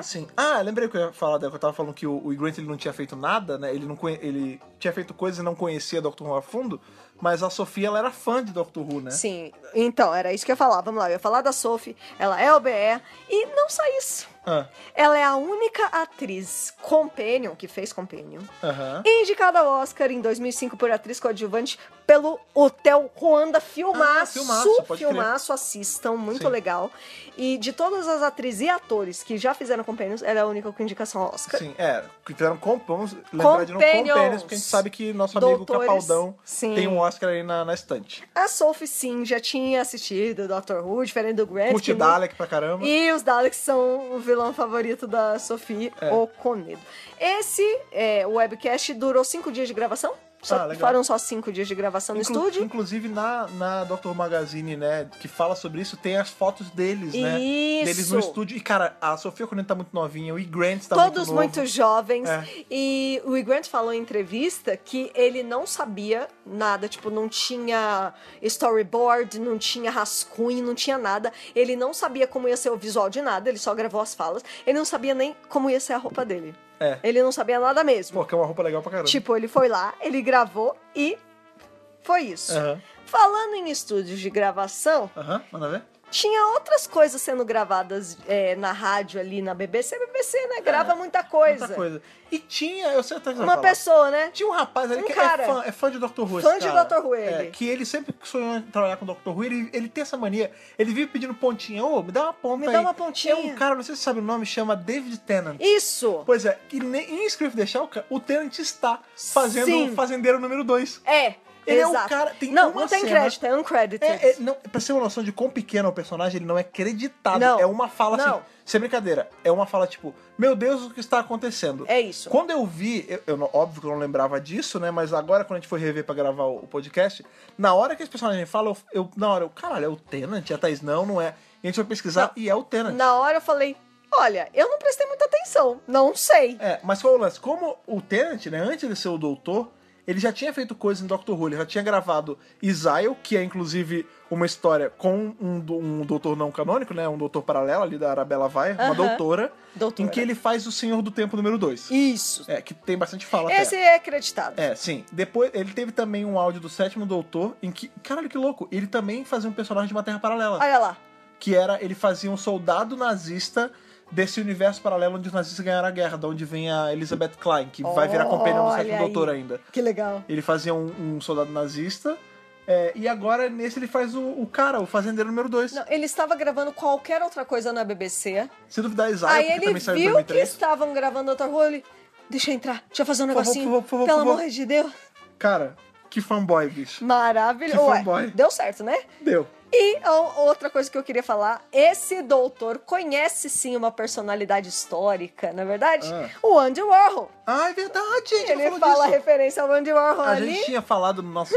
[SPEAKER 1] Sim. Ah, lembrei que eu ia falar, né, que eu tava falando que o, o Grant ele não tinha feito nada, né? Ele, não conhe- ele tinha feito coisas e não conhecia Doctor Who a fundo, mas a Sofia ela era fã de Doctor Who, né?
[SPEAKER 2] Sim, então, era isso que eu ia falar. Vamos lá, eu ia falar da Sophie, ela é OBE. E não só isso.
[SPEAKER 1] Ah,
[SPEAKER 2] Ela é a única atriz Companion, que fez Companion,
[SPEAKER 1] Aham.
[SPEAKER 2] indicada ao Oscar em 2005 por atriz coadjuvante pelo Hotel Ruanda Filmaço.
[SPEAKER 1] Ah, filmaço, pode crer.
[SPEAKER 2] filmaço, assistam, muito
[SPEAKER 1] Sim.
[SPEAKER 2] legal. E de todas as atrizes e atores que já fizeram Companions, ela é a única com indicação ao Oscar.
[SPEAKER 1] Sim, é. Que fizeram compons, lembrar de não
[SPEAKER 2] Companions.
[SPEAKER 1] companions, porque a gente sabe que nosso amigo
[SPEAKER 2] Doutores.
[SPEAKER 1] Capaldão
[SPEAKER 2] Sim.
[SPEAKER 1] tem um Oscar aí na, na estante.
[SPEAKER 2] A Sophie, sim, já tinha assistido Doctor Who, diferente do Grant.
[SPEAKER 1] Curte
[SPEAKER 2] que não-
[SPEAKER 1] Dalek né? pra caramba.
[SPEAKER 2] É, E os Daleks são o vilão favorito da Sophie
[SPEAKER 1] É.
[SPEAKER 2] Oconedo. Esse é, webcast durou cinco dias de gravação. Só,
[SPEAKER 1] Ah, legal.
[SPEAKER 2] foram só cinco dias de gravação no
[SPEAKER 1] Inclu-
[SPEAKER 2] estúdio.
[SPEAKER 1] Inclusive na, na Doctor Who Magazine, né, que fala sobre isso, tem as fotos deles, né?
[SPEAKER 2] Isso.
[SPEAKER 1] Deles no estúdio. E, cara, a Sofia Corneta tá muito novinha, o E. Grant tá muito
[SPEAKER 2] Todos
[SPEAKER 1] novo.
[SPEAKER 2] muito, jovens.
[SPEAKER 1] É.
[SPEAKER 2] E o E. Grant falou em entrevista que ele não sabia nada, tipo, não tinha storyboard, não tinha rascunho, não tinha nada. Ele não sabia como ia ser o visual de nada, ele só gravou as falas. Ele não sabia nem como ia ser a roupa dele.
[SPEAKER 1] É.
[SPEAKER 2] Ele não sabia nada mesmo.
[SPEAKER 1] Pô, que é uma roupa legal pra caramba.
[SPEAKER 2] Tipo, ele foi lá, ele gravou e foi isso.
[SPEAKER 1] Aham.
[SPEAKER 2] Falando em estúdios de gravação,
[SPEAKER 1] Aham, manda ver.
[SPEAKER 2] tinha outras coisas sendo gravadas é, na rádio ali na BBC. A BBC, né? Grava muita coisa.
[SPEAKER 1] Outra É, coisa. E tinha, eu sei até que você vai
[SPEAKER 2] é. Uma
[SPEAKER 1] falar.
[SPEAKER 2] pessoa, né?
[SPEAKER 1] Tinha um rapaz ali
[SPEAKER 2] Um
[SPEAKER 1] que é
[SPEAKER 2] cara.
[SPEAKER 1] fã, é fã de Dr. Who.
[SPEAKER 2] Fã
[SPEAKER 1] esse
[SPEAKER 2] de
[SPEAKER 1] cara.
[SPEAKER 2] Dr. Who, ele.
[SPEAKER 1] É, que ele sempre sonhou em trabalhar com Dr. Who, ele, ele tem essa mania. Ele vive pedindo pontinha. Ô, me dá uma ponta
[SPEAKER 2] Me
[SPEAKER 1] aí.
[SPEAKER 2] dá uma pontinha.
[SPEAKER 1] É um cara, não sei se você sabe o nome, chama David Tennant.
[SPEAKER 2] Isso!
[SPEAKER 1] Pois é, e ne- em Script the Shelka, o Tennant está fazendo
[SPEAKER 2] Sim.
[SPEAKER 1] o Fazendeiro número 2.
[SPEAKER 2] É.
[SPEAKER 1] Ele é um
[SPEAKER 2] exato.
[SPEAKER 1] cara- tem
[SPEAKER 2] não,
[SPEAKER 1] uma
[SPEAKER 2] não tem
[SPEAKER 1] cena-
[SPEAKER 2] crédito, é uncredited.
[SPEAKER 1] É, é, não, pra ser uma noção de quão pequeno é o personagem, ele não é acreditado.
[SPEAKER 2] Não.
[SPEAKER 1] É uma fala assim,
[SPEAKER 2] Não.
[SPEAKER 1] sem brincadeira. É uma fala tipo, meu Deus, o que está acontecendo?
[SPEAKER 2] É isso.
[SPEAKER 1] Quando eu vi, eu, eu não- óbvio que eu não lembrava disso, né? Mas agora, quando a gente foi rever pra gravar o, o podcast, na hora que esse personagem fala, eu, eu- na hora, eu, caralho, é o Tenant? E a Thaís, não, não é. E a gente foi pesquisar e é o Tenant.
[SPEAKER 2] Na hora eu falei, olha, eu não prestei muita atenção, não sei.
[SPEAKER 1] É, mas qual é o lance? Como o Tennant, né, antes de ser o Doutor, ele já tinha feito coisa em Doctor Who, ele já tinha gravado Isael, que é inclusive uma história com um, do- um doutor não canônico, né, um doutor paralelo ali da Arabella Vai, uma
[SPEAKER 2] Aham.
[SPEAKER 1] É, doutora,
[SPEAKER 2] Doutora.
[SPEAKER 1] em que ele faz o Senhor do Tempo número 2.
[SPEAKER 2] Isso.
[SPEAKER 1] É, que tem bastante fala até.
[SPEAKER 2] Esse é acreditado.
[SPEAKER 1] É, sim. Depois, ele teve também um áudio do Sétimo Doutor, em que, caralho, que louco, ele também fazia um personagem de uma terra paralela
[SPEAKER 2] Olha lá.
[SPEAKER 1] que era ele fazia um soldado nazista desse universo paralelo onde os nazistas ganharam a guerra, de onde vem a Elizabeth Klein, que vai virar companheira do
[SPEAKER 2] Olha
[SPEAKER 1] sétimo
[SPEAKER 2] aí.
[SPEAKER 1] doutor ainda.
[SPEAKER 2] Que legal.
[SPEAKER 1] Ele fazia um, um soldado nazista, é, e agora nesse ele faz o, o cara, o fazendeiro número 2.
[SPEAKER 2] Não, ele estava gravando qualquer outra coisa na BBC.
[SPEAKER 1] Se duvidar, Isaiah,
[SPEAKER 2] Aí
[SPEAKER 1] porque
[SPEAKER 2] ele
[SPEAKER 1] também saiu em
[SPEAKER 2] viu que
[SPEAKER 1] 2003.
[SPEAKER 2] estavam gravando outra role. Deixa eu entrar, deixa eu fazer um
[SPEAKER 1] Por favor,
[SPEAKER 2] negocinho.
[SPEAKER 1] por favor, por favor,
[SPEAKER 2] Pelo
[SPEAKER 1] por favor.
[SPEAKER 2] amor de Deus.
[SPEAKER 1] Cara, que fanboy, bicho.
[SPEAKER 2] Maravilhoso.
[SPEAKER 1] Que
[SPEAKER 2] Ué,
[SPEAKER 1] fanboy.
[SPEAKER 2] Deu certo, né?
[SPEAKER 1] Deu.
[SPEAKER 2] E ó, outra coisa que eu queria falar, esse doutor conhece sim uma personalidade histórica, na verdade,
[SPEAKER 1] Ah.
[SPEAKER 2] o Andy Warhol.
[SPEAKER 1] Ah, é verdade, a gente
[SPEAKER 2] Ele
[SPEAKER 1] não falou
[SPEAKER 2] fala a
[SPEAKER 1] disso.
[SPEAKER 2] referência ao Andy Warhol
[SPEAKER 1] A
[SPEAKER 2] ali,
[SPEAKER 1] gente tinha falado no nosso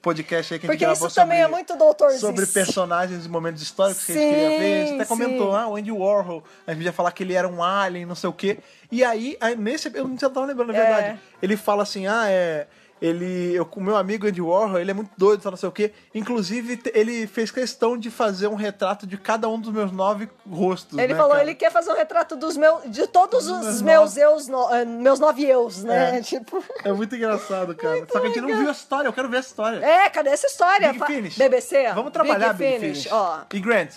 [SPEAKER 1] podcast aí que a gente
[SPEAKER 2] porque
[SPEAKER 1] gravou
[SPEAKER 2] isso também é
[SPEAKER 1] sobre-
[SPEAKER 2] muito doutorzinho.
[SPEAKER 1] sobre personagens e momentos históricos que a gente
[SPEAKER 2] Sim,
[SPEAKER 1] queria ver. A gente até
[SPEAKER 2] sim.
[SPEAKER 1] comentou, ah, o Andy Warhol, a gente ia falar que ele era um alien, não sei o quê. E aí, aí nesse, eu não sei, eu tava lembrando, na
[SPEAKER 2] É.
[SPEAKER 1] verdade. Ele fala assim, ah, é. Ele, eu, o meu amigo Andy Warhol, ele é muito doido, tal, não sei o quê. Inclusive, te- ele fez questão de fazer um retrato de cada um dos meus nove rostos.
[SPEAKER 2] Ele
[SPEAKER 1] né,
[SPEAKER 2] falou,
[SPEAKER 1] cara?
[SPEAKER 2] ele quer fazer um retrato dos meus, de todos
[SPEAKER 1] Dos
[SPEAKER 2] os
[SPEAKER 1] meus
[SPEAKER 2] meus eus, no- eh, meus nove eus, né?
[SPEAKER 1] É.
[SPEAKER 2] Tipo,
[SPEAKER 1] É muito engraçado, cara. Só que a gente não viu a história, eu quero ver a história.
[SPEAKER 2] é, cadê essa história?
[SPEAKER 1] Big
[SPEAKER 2] Fa-
[SPEAKER 1] Finish.
[SPEAKER 2] BBC, ó.
[SPEAKER 1] Vamos trabalhar, Big, Finish.
[SPEAKER 2] ó.
[SPEAKER 1] E Grant,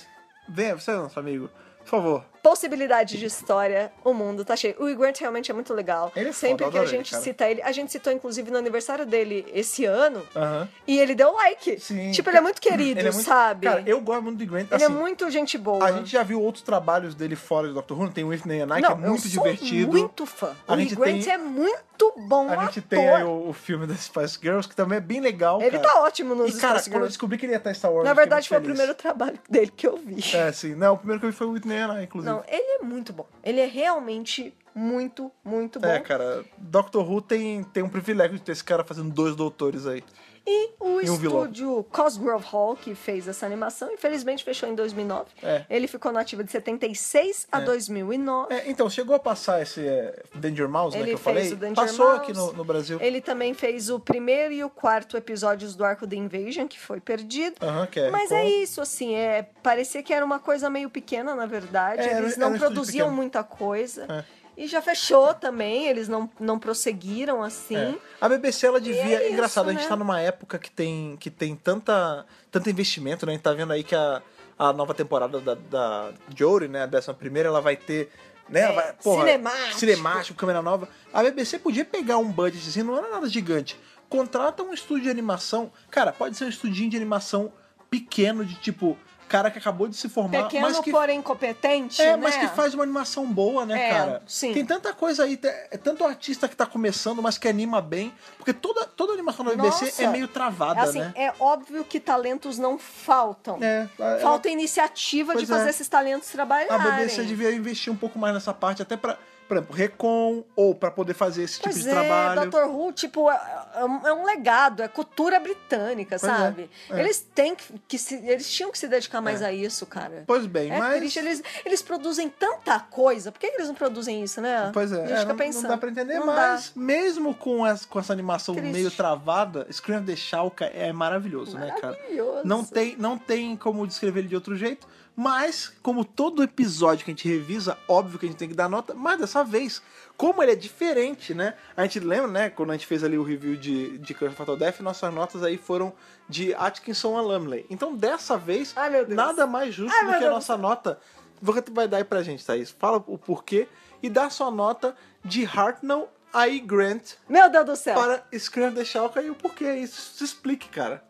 [SPEAKER 1] venha, você é nosso amigo. Por favor.
[SPEAKER 2] possibilidade de história, o mundo tá cheio. O Grant realmente é muito legal.
[SPEAKER 1] Ele é
[SPEAKER 2] Sempre
[SPEAKER 1] foda,
[SPEAKER 2] que a
[SPEAKER 1] adoro ele,
[SPEAKER 2] gente
[SPEAKER 1] cara.
[SPEAKER 2] cita ele, a gente citou inclusive no aniversário dele esse ano.
[SPEAKER 1] Aham.
[SPEAKER 2] E ele deu like.
[SPEAKER 1] Sim.
[SPEAKER 2] Tipo, ele é muito querido,
[SPEAKER 1] Ele é muito-
[SPEAKER 2] sabe?
[SPEAKER 1] Cara, eu gosto muito de Grant.
[SPEAKER 2] Ele é
[SPEAKER 1] assim,
[SPEAKER 2] muito gente boa.
[SPEAKER 1] A gente já viu outros trabalhos dele fora do Doctor Who. Tem o Whitney and I, que
[SPEAKER 2] Não,
[SPEAKER 1] é muito
[SPEAKER 2] eu
[SPEAKER 1] divertido.
[SPEAKER 2] Sou muito fã.
[SPEAKER 1] A
[SPEAKER 2] o Lee
[SPEAKER 1] gente
[SPEAKER 2] Grant
[SPEAKER 1] tem-
[SPEAKER 2] é muito bom.
[SPEAKER 1] A gente
[SPEAKER 2] ator.
[SPEAKER 1] tem aí o, o filme das Spice Girls, que também é bem legal.
[SPEAKER 2] Ele
[SPEAKER 1] cara.
[SPEAKER 2] tá ótimo nos
[SPEAKER 1] E, cara,
[SPEAKER 2] Spice
[SPEAKER 1] quando eu
[SPEAKER 2] Girls.
[SPEAKER 1] descobri que ele ia estar em Star Wars,
[SPEAKER 2] Na
[SPEAKER 1] eu fiquei
[SPEAKER 2] verdade, foi
[SPEAKER 1] muito
[SPEAKER 2] o
[SPEAKER 1] feliz.
[SPEAKER 2] primeiro trabalho dele que eu vi.
[SPEAKER 1] É, sim. Não, o primeiro que eu vi foi o Whitney and I, inclusive.
[SPEAKER 2] Não, ele é muito bom. Ele é realmente muito, muito bom.
[SPEAKER 1] É, cara, Doctor Who tem, tem um privilégio de ter esse cara fazendo dois doutores aí.
[SPEAKER 2] E o
[SPEAKER 1] E um vilão.
[SPEAKER 2] estúdio Cosgrove Hall, que fez essa animação, infelizmente fechou em 2009.
[SPEAKER 1] É.
[SPEAKER 2] Ele ficou na ativa de 76 a 2009.
[SPEAKER 1] É, então, chegou a passar esse é, Danger Mouse, né,
[SPEAKER 2] Ele
[SPEAKER 1] que eu
[SPEAKER 2] fez
[SPEAKER 1] falei?
[SPEAKER 2] o Danger
[SPEAKER 1] passou
[SPEAKER 2] Mouse.
[SPEAKER 1] aqui no, no Brasil.
[SPEAKER 2] Ele também fez o primeiro e o quarto episódios do arco The Invasion, que foi perdido.
[SPEAKER 1] Aham, que é
[SPEAKER 2] Mas
[SPEAKER 1] recorre.
[SPEAKER 2] é isso, assim, é, parecia que era uma coisa meio pequena, na verdade.
[SPEAKER 1] É, era-
[SPEAKER 2] eles
[SPEAKER 1] era um
[SPEAKER 2] não
[SPEAKER 1] estúdio
[SPEAKER 2] produziam
[SPEAKER 1] pequeno.
[SPEAKER 2] muita coisa.
[SPEAKER 1] É.
[SPEAKER 2] E já fechou também, eles não, não prosseguiram assim.
[SPEAKER 1] É. A BBC ela devia.
[SPEAKER 2] é isso,
[SPEAKER 1] Engraçado, a gente
[SPEAKER 2] né?
[SPEAKER 1] tá numa época que tem, que tem tanta, tanto investimento, né? A gente tá vendo aí que a, a nova temporada da, da Jory, né? A décima primeira, ela vai ter. Né? ela vai,
[SPEAKER 2] É, cinemático.
[SPEAKER 1] Cinemático, câmera nova. A BBC podia pegar um budget assim, não era nada gigante. Contrata um estúdio de animação. Cara, pode ser um estudinho de animação pequeno, de tipo, cara que acabou de se formar,
[SPEAKER 2] Pequeno,
[SPEAKER 1] É. mas que
[SPEAKER 2] porém competente,
[SPEAKER 1] é,
[SPEAKER 2] né?
[SPEAKER 1] mas que faz uma animação boa, né,
[SPEAKER 2] É,
[SPEAKER 1] cara?
[SPEAKER 2] sim.
[SPEAKER 1] Tem tanta coisa aí, tem- é tanto artista que tá começando, mas que anima bem. Porque toda, toda animação da BBC
[SPEAKER 2] Nossa.
[SPEAKER 1] é meio travada,
[SPEAKER 2] assim,
[SPEAKER 1] né?
[SPEAKER 2] é óbvio que talentos não faltam.
[SPEAKER 1] É,
[SPEAKER 2] Falta iniciativa de
[SPEAKER 1] Pois
[SPEAKER 2] fazer
[SPEAKER 1] é.
[SPEAKER 2] esses talentos
[SPEAKER 1] a
[SPEAKER 2] trabalharem.
[SPEAKER 1] BBC devia investir um pouco mais nessa parte, até pra, por exemplo, Recon, ou pra poder fazer esse tipo
[SPEAKER 2] Pois
[SPEAKER 1] de
[SPEAKER 2] é,
[SPEAKER 1] trabalho.
[SPEAKER 2] Dr. Who, tipo, é, é um- é um legado, é cultura britânica,
[SPEAKER 1] Pois é,
[SPEAKER 2] sabe?
[SPEAKER 1] é.
[SPEAKER 2] Eles têm que, que se- eles tinham que se dedicar mais
[SPEAKER 1] É.
[SPEAKER 2] a isso, cara.
[SPEAKER 1] Pois bem,
[SPEAKER 2] É
[SPEAKER 1] mas.
[SPEAKER 2] triste, eles, eles produzem tanta coisa. Por que que eles não produzem isso, né?
[SPEAKER 1] Pois
[SPEAKER 2] A
[SPEAKER 1] é,
[SPEAKER 2] gente
[SPEAKER 1] é,
[SPEAKER 2] fica
[SPEAKER 1] não,
[SPEAKER 2] pensando.
[SPEAKER 1] não dá pra entender,
[SPEAKER 2] Não
[SPEAKER 1] mas mesmo com, as, com essa animação
[SPEAKER 2] Triste.
[SPEAKER 1] meio travada, Scream of the Shalka é maravilhoso, né, cara?
[SPEAKER 2] Maravilhoso.
[SPEAKER 1] Não tem, não tem como descrever ele de outro jeito, mas como todo episódio que a gente revisa, óbvio que a gente tem que dar nota, mas dessa vez, como ele é diferente, né? A gente lembra, né, quando a gente fez ali o review de, de Curse of Fatal Death, nossas notas aí foram de Atkinson a Lumley. Então dessa vez,
[SPEAKER 2] Ai, meu Deus.
[SPEAKER 1] nada mais justo do
[SPEAKER 2] Ai, meu
[SPEAKER 1] que a
[SPEAKER 2] Deus.
[SPEAKER 1] nossa nota. Você vai dar aí pra gente, Thaís. Fala o porquê e dá sua nota de Hartnell a E. Grant
[SPEAKER 2] Meu Deus do céu.
[SPEAKER 1] para Scream of the Shalka e o porquê. Isso se explique, cara.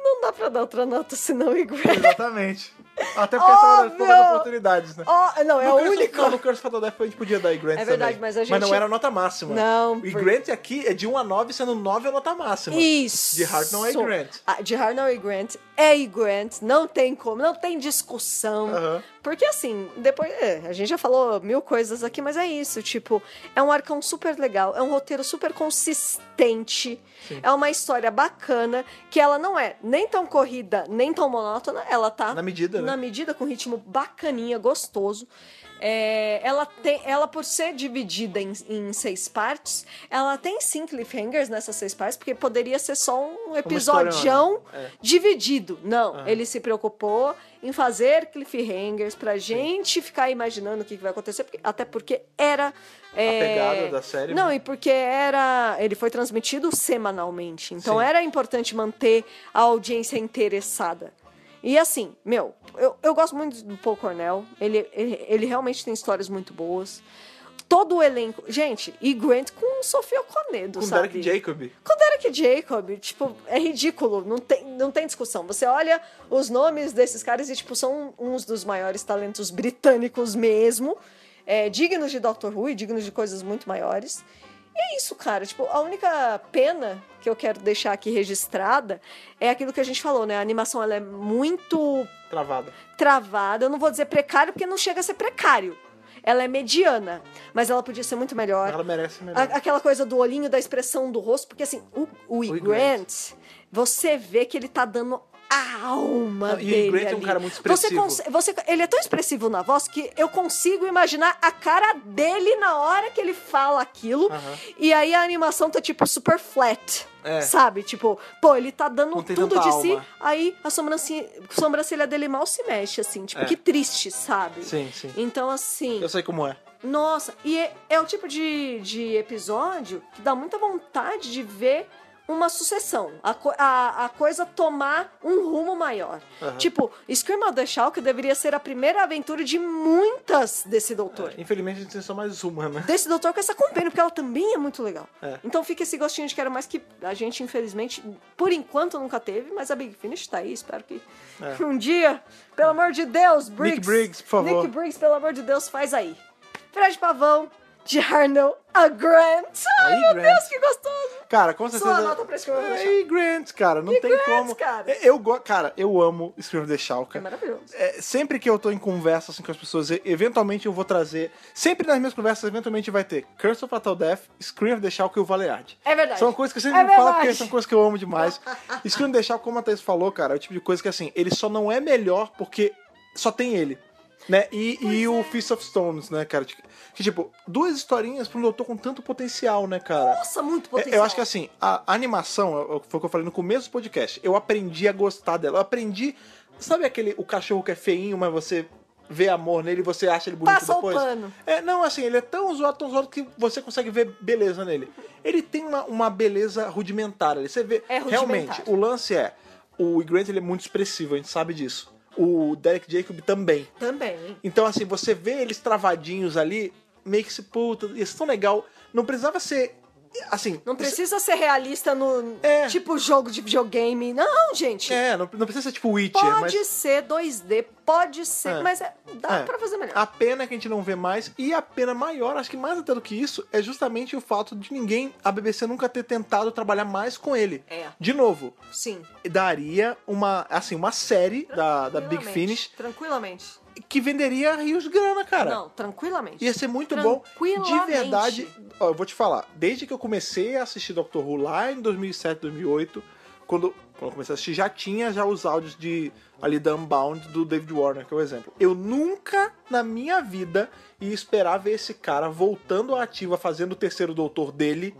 [SPEAKER 2] Não dá pra dar outra nota senão igual.
[SPEAKER 1] Exatamente. Até porque essa é uma das
[SPEAKER 2] Óbvio!
[SPEAKER 1] poucas oportunidades, né?
[SPEAKER 2] Oh, não, é
[SPEAKER 1] No
[SPEAKER 2] o
[SPEAKER 1] Curse-
[SPEAKER 2] único.
[SPEAKER 1] Não, no Curse Fatal Death a gente podia dar e Grant
[SPEAKER 2] É verdade,
[SPEAKER 1] também.
[SPEAKER 2] mas a gente-
[SPEAKER 1] não era a nota máxima.
[SPEAKER 2] Não,
[SPEAKER 1] E
[SPEAKER 2] por-
[SPEAKER 1] Grant aqui é de 1 a 9, sendo 9 a nota máxima.
[SPEAKER 2] Isso.
[SPEAKER 1] De Hartnell é E. Grant.
[SPEAKER 2] Ah, de Hartnell e Grant é e Grant, não tem como, não tem discussão.
[SPEAKER 1] Aham.
[SPEAKER 2] Porque assim, depois é, a gente já falou mil coisas aqui, mas é isso, tipo, é um arcão super legal, é um roteiro super consistente, é uma história bacana, que ela não é nem tão corrida, nem tão monótona, ela tá
[SPEAKER 1] Na medida, né?
[SPEAKER 2] na medida com um ritmo bacaninha, gostoso. É, ela tem, ela por ser dividida em, em seis partes, ela tem sim cliffhangers nessas seis partes, porque poderia ser só um
[SPEAKER 1] história,
[SPEAKER 2] episodião
[SPEAKER 1] né? É.
[SPEAKER 2] dividido. Não,
[SPEAKER 1] Ah.
[SPEAKER 2] ele se preocupou em fazer cliffhangers pra gente ficar imaginando o que, que vai acontecer, porque- até porque era é,
[SPEAKER 1] pegada da série, né?
[SPEAKER 2] Não, e porque era, ele foi transmitido semanalmente, então
[SPEAKER 1] Sim.
[SPEAKER 2] era importante manter a audiência interessada. E assim, meu, eu, eu gosto muito do Paul Cornell. Ele, ele, ele realmente tem histórias muito boas. Todo o elenco. Gente, e Grant com Sofia Conedo,
[SPEAKER 1] Com
[SPEAKER 2] sabe?
[SPEAKER 1] Derek Jacob.
[SPEAKER 2] Com Derek Jacob, tipo, é ridículo. Não tem, não tem discussão. Você olha os nomes desses caras e, tipo, são uns dos maiores talentos britânicos mesmo. é, dignos de Doctor Who e dignos de coisas muito maiores. E é isso, cara. Tipo, a única pena que eu quero deixar aqui registrada é aquilo que a gente falou, né? A animação ela é muito
[SPEAKER 1] Travada.
[SPEAKER 2] travada. Eu não vou dizer precário, porque não chega a ser precário. Ela é mediana, mas ela podia ser muito melhor.
[SPEAKER 1] Ela merece melhor.
[SPEAKER 2] A- aquela coisa do olhinho, da expressão do rosto, porque assim, o, o,
[SPEAKER 1] O
[SPEAKER 2] Hugh
[SPEAKER 1] Hugh
[SPEAKER 2] Grant, você vê que ele tá dando a alma
[SPEAKER 1] Não, e o Hugh
[SPEAKER 2] dele
[SPEAKER 1] Grant é um
[SPEAKER 2] ali.
[SPEAKER 1] cara muito
[SPEAKER 2] Você
[SPEAKER 1] expressivo.
[SPEAKER 2] cons- você- ele é tão expressivo na voz que eu consigo imaginar a cara dele na hora que ele fala aquilo.
[SPEAKER 1] Aham.
[SPEAKER 2] E aí a animação tá tipo super flat.
[SPEAKER 1] É.
[SPEAKER 2] Sabe? Tipo, pô, ele tá dando
[SPEAKER 1] Não tem
[SPEAKER 2] tudo
[SPEAKER 1] tanta
[SPEAKER 2] de si,
[SPEAKER 1] alma.
[SPEAKER 2] aí a sobrancelha, sobrancelha dele mal se mexe, assim. Tipo,
[SPEAKER 1] É.
[SPEAKER 2] que triste, sabe?
[SPEAKER 1] Sim, sim.
[SPEAKER 2] Então, assim.
[SPEAKER 1] Eu sei como é.
[SPEAKER 2] Nossa, e é, é o tipo de, de episódio que dá muita vontade de ver uma sucessão. A, co- a, a coisa tomar um rumo maior.
[SPEAKER 1] Aham.
[SPEAKER 2] Tipo, Scream of the Shulk deveria ser a primeira aventura de muitas desse doutor.
[SPEAKER 1] Infelizmente a gente tem só mais uma, né?
[SPEAKER 2] Desse doutor com essa companhia, porque ela também é muito legal.
[SPEAKER 1] É.
[SPEAKER 2] Então fica esse gostinho de quero mais que a gente, infelizmente, por enquanto nunca teve, mas a Big Finish tá aí, espero que
[SPEAKER 1] É.
[SPEAKER 2] um dia, pelo amor de Deus, Briggs.
[SPEAKER 1] Briggs, por favor.
[SPEAKER 2] Nick Briggs, pelo amor de Deus, faz aí. Fred Pavão, Jarnell, a Grant. Ai,
[SPEAKER 1] Aí,
[SPEAKER 2] meu
[SPEAKER 1] Grant. tá- É.
[SPEAKER 2] Deus, que gostoso.
[SPEAKER 1] Cara, com certeza.
[SPEAKER 2] nota pra Scream of the
[SPEAKER 1] Ei, Grant, cara, não tem
[SPEAKER 2] Grant,
[SPEAKER 1] como. É,
[SPEAKER 2] cara.
[SPEAKER 1] Eu go- cara, eu amo Scream of the Shulk.
[SPEAKER 2] É maravilhoso.
[SPEAKER 1] É, sempre que eu tô em conversa assim, com as pessoas, e- eventualmente eu vou trazer. Sempre nas minhas conversas, eventualmente vai ter Curse of Fatal Death, Scream of the Shulk e o Valeard.
[SPEAKER 2] É verdade.
[SPEAKER 1] São coisas que eu sempre
[SPEAKER 2] É
[SPEAKER 1] falo
[SPEAKER 2] verdade.
[SPEAKER 1] porque são coisas que eu amo demais. Scream of the Shulk, como a Thaís falou, cara, é o tipo de coisa que assim, ele só não é melhor porque só tem ele. Né? E, e
[SPEAKER 2] é.
[SPEAKER 1] o Fist of Stones, né, cara? Que, tipo, duas historinhas pra um doutor com tanto potencial, né, cara?
[SPEAKER 2] Nossa, muito
[SPEAKER 1] É,
[SPEAKER 2] potencial.
[SPEAKER 1] Eu acho que assim, a animação, eu- eu- foi o que eu falei no começo do podcast, eu aprendi a gostar dela. Eu aprendi. Sabe aquele o cachorro que é feinho, mas você vê amor nele e você acha ele bonito
[SPEAKER 2] Passa o
[SPEAKER 1] depois?
[SPEAKER 2] pano.
[SPEAKER 1] É, não, assim, ele é tão zoado, tão zoado que você consegue ver beleza nele. Ele tem uma, uma beleza rudimentar ali. Você vê.
[SPEAKER 2] É rudimentar.
[SPEAKER 1] Realmente, o lance é. O Hugh Grant ele é muito expressivo, a gente sabe disso. O Derek Jacob também.
[SPEAKER 2] Também.
[SPEAKER 1] Então, assim, você vê eles travadinhos ali, meio que se puta, isso é tão legal. Não precisava ser. Assim.
[SPEAKER 2] Não precisa ser realista no
[SPEAKER 1] É.
[SPEAKER 2] tipo jogo de videogame. Não, gente.
[SPEAKER 1] É, não, não precisa ser tipo Witcher,
[SPEAKER 2] Pode
[SPEAKER 1] mas.
[SPEAKER 2] ser 2D, pode ser,
[SPEAKER 1] É.
[SPEAKER 2] mas é- dá
[SPEAKER 1] É.
[SPEAKER 2] pra fazer melhor.
[SPEAKER 1] A pena que a gente não vê mais, e a pena maior, acho que mais até do que isso, é justamente o fato de ninguém, a BBC nunca ter tentado trabalhar mais com ele.
[SPEAKER 2] É.
[SPEAKER 1] De novo,
[SPEAKER 2] Sim.
[SPEAKER 1] daria uma, assim, uma série da, da Big
[SPEAKER 2] Tranquilamente,
[SPEAKER 1] Finish
[SPEAKER 2] Tranquilamente.
[SPEAKER 1] que venderia rios de grana, cara.
[SPEAKER 2] Não, tranquilamente.
[SPEAKER 1] Ia ser muito bom. De
[SPEAKER 2] Tranquilamente.
[SPEAKER 1] verdade, ó, eu vou te falar. Desde que eu comecei a assistir Doctor Who lá em 2007, 2008, quando, quando eu comecei a assistir, já tinha já os áudios de ali da Unbound do David Warner, que é o exemplo. Eu nunca na minha vida ia esperar ver esse cara voltando à ativa, fazendo o terceiro doutor dele,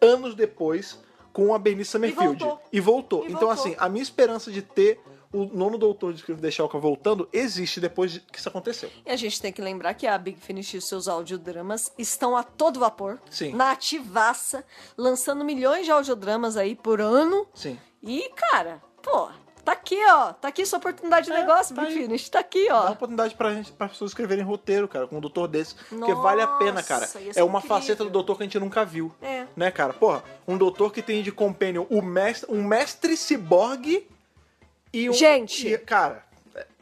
[SPEAKER 1] anos depois, com a Bernice Summerfield.
[SPEAKER 2] voltou.
[SPEAKER 1] E voltou.
[SPEAKER 2] E
[SPEAKER 1] então,
[SPEAKER 2] voltou.
[SPEAKER 1] assim, a minha esperança de ter o nono doutor de Scream deixar voltando existe depois de- que isso aconteceu.
[SPEAKER 2] E a gente tem que lembrar que a Big Finish e os seus audiodramas estão a todo vapor,
[SPEAKER 1] Sim.
[SPEAKER 2] na ativaça, lançando milhões de audiodramas aí por ano.
[SPEAKER 1] Sim.
[SPEAKER 2] E, cara, pô, tá aqui, ó. Tá aqui sua oportunidade de
[SPEAKER 1] É,
[SPEAKER 2] negócio,
[SPEAKER 1] tá
[SPEAKER 2] Big
[SPEAKER 1] aí.
[SPEAKER 2] Finish. Tá aqui,
[SPEAKER 1] Dá uma
[SPEAKER 2] ó.
[SPEAKER 1] oportunidade pra gente, pra pessoas escreverem roteiro, cara, com um doutor desse. Porque
[SPEAKER 2] Nossa,
[SPEAKER 1] vale a pena, cara.
[SPEAKER 2] ia ser
[SPEAKER 1] É uma
[SPEAKER 2] incrível.
[SPEAKER 1] faceta do doutor que a gente nunca viu.
[SPEAKER 2] É.
[SPEAKER 1] Né, cara? Porra, um doutor que tem de companion o mestre, um mestre ciborgue e um.
[SPEAKER 2] Gente.
[SPEAKER 1] e, cara,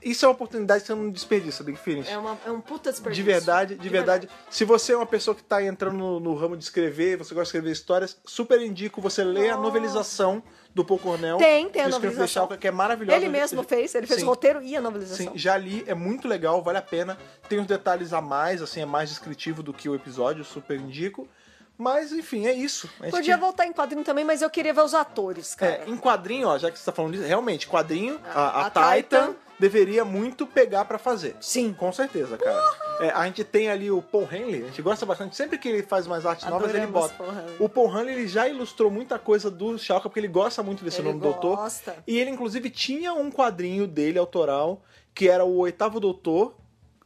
[SPEAKER 1] isso é uma oportunidade que você não desperdiça, Big Finish.
[SPEAKER 2] É, uma- é um puta
[SPEAKER 1] De
[SPEAKER 2] desperdício.
[SPEAKER 1] verdade, de, verdade. Se você é uma pessoa que tá entrando no, no ramo de escrever, você gosta de escrever histórias, super indico você ler a
[SPEAKER 2] Nossa.
[SPEAKER 1] novelização do Paul Cornell.
[SPEAKER 2] Tem, tem a
[SPEAKER 1] do Screen
[SPEAKER 2] novelização.
[SPEAKER 1] Fechal, que é maravilhosa.
[SPEAKER 2] Ele mesmo fez, ele fez
[SPEAKER 1] Sim.
[SPEAKER 2] o roteiro e a
[SPEAKER 1] Sim,
[SPEAKER 2] novelização.
[SPEAKER 1] já li, é muito legal, vale a pena. Tem uns detalhes a mais, assim, é mais descritivo do que o episódio, super indico. Mas, enfim, é isso. A gente
[SPEAKER 2] Podia
[SPEAKER 1] que-
[SPEAKER 2] voltar em quadrinho também, mas eu queria ver os atores, cara.
[SPEAKER 1] é, em quadrinho, ó, já que você tá falando disso, realmente, quadrinho, a, a,
[SPEAKER 2] Ah, a
[SPEAKER 1] Titan,
[SPEAKER 2] Titan
[SPEAKER 1] deveria muito pegar pra fazer.
[SPEAKER 2] Sim.
[SPEAKER 1] Com certeza, cara. É, a gente tem ali o Paul Henley, a gente gosta bastante. Sempre que ele faz umas artes novas, ele
[SPEAKER 2] Adoramos
[SPEAKER 1] bota.
[SPEAKER 2] Paul Henley.
[SPEAKER 1] O Paul Henley ele já ilustrou muita coisa do Shalka, porque ele gosta muito desse
[SPEAKER 2] Ele
[SPEAKER 1] nome do doutor.
[SPEAKER 2] gosta.
[SPEAKER 1] E ele, inclusive, tinha um quadrinho dele, autoral, que era o Oitavo Doutor,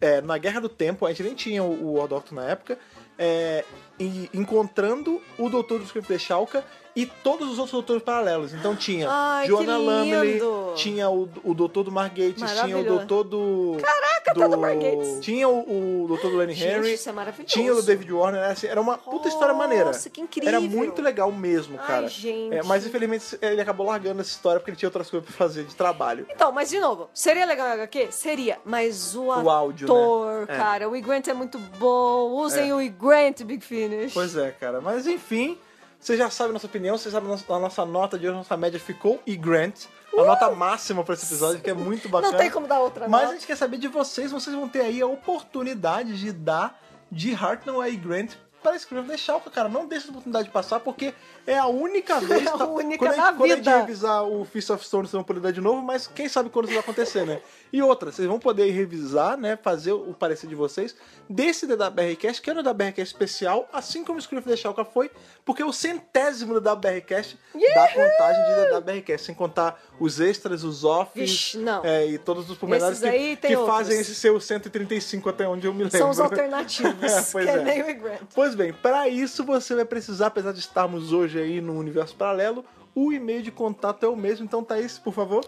[SPEAKER 1] é, na Guerra do Tempo, a gente nem tinha o, o Odocto na época, é, e encontrando o Doutor do Script de Shalka e todos os outros doutores paralelos. Então tinha
[SPEAKER 2] Ai, que
[SPEAKER 1] Joanna Lumley,
[SPEAKER 2] lindo!
[SPEAKER 1] tinha o, o Doutor do Mark Gates, tinha o
[SPEAKER 2] Maravilhoso.
[SPEAKER 1] Doutor do...
[SPEAKER 2] Caraca,
[SPEAKER 7] Coitado do Mark Gates.
[SPEAKER 1] Tinha o, o Dr. Lenny
[SPEAKER 2] Gente,
[SPEAKER 1] Henry,
[SPEAKER 2] isso é maravilhoso.
[SPEAKER 1] tinha o do David Warner, era assim, era uma puta história maneira.
[SPEAKER 2] Nossa, que incrível.
[SPEAKER 1] Era muito legal mesmo,
[SPEAKER 2] Ai,
[SPEAKER 1] cara.
[SPEAKER 2] gente.
[SPEAKER 1] É, mas infelizmente ele acabou largando essa história porque ele tinha outras coisas pra fazer de trabalho.
[SPEAKER 2] Então, mas de novo, seria legal em HQ? Seria. Mas o,
[SPEAKER 1] O áudio,
[SPEAKER 2] ator,
[SPEAKER 1] né? É.
[SPEAKER 2] cara, o E. Grant é muito bom. Usem
[SPEAKER 1] É.
[SPEAKER 2] o E. Grant, Big Finish.
[SPEAKER 1] Pois é, cara. Mas enfim, você já sabe a nossa opinião, você sabe a nossa, a nossa nota de hoje, a nossa média ficou e Grant. A nota máxima pra esse episódio, que é muito bacana.
[SPEAKER 2] Uh! Não tem como dar outra
[SPEAKER 1] Mas a
[SPEAKER 2] nota.
[SPEAKER 1] gente quer saber de vocês, vocês vão ter aí a oportunidade de dar de Hartnell e Grant para escrever da Schalke, cara. Não deixa essa oportunidade passar, porque é a única vez.
[SPEAKER 2] a única
[SPEAKER 1] quando a
[SPEAKER 2] na
[SPEAKER 1] gente, quando a gente
[SPEAKER 2] vida.
[SPEAKER 1] revisar o Fist of Stone, vocês vão poder dar de novo, mas quem sabe quando isso vai acontecer, né? E outra, vocês vão poder revisar, né? Fazer o parecer de vocês desse DWRcast, que é era o DWRcast especial, assim como o Screw da Schalke foi, porque é o centésimo do DWRcast da contagem de DWRcast, sem contar os extras, os offs.
[SPEAKER 2] Vixe, não.
[SPEAKER 1] é, e todos os pormenores
[SPEAKER 2] Esses aí
[SPEAKER 1] que,
[SPEAKER 2] tem
[SPEAKER 1] que
[SPEAKER 2] outros.
[SPEAKER 1] fazem esse seu 135 até onde eu me é, lembro.
[SPEAKER 2] São os alternativos.
[SPEAKER 1] É, pois
[SPEAKER 2] que é,
[SPEAKER 1] é.
[SPEAKER 2] nem o E. Grant.
[SPEAKER 1] Pois bem, para isso você vai precisar, apesar de estarmos hoje aí no universo paralelo, o e-mail de contato é o mesmo, então Thaís, por favor.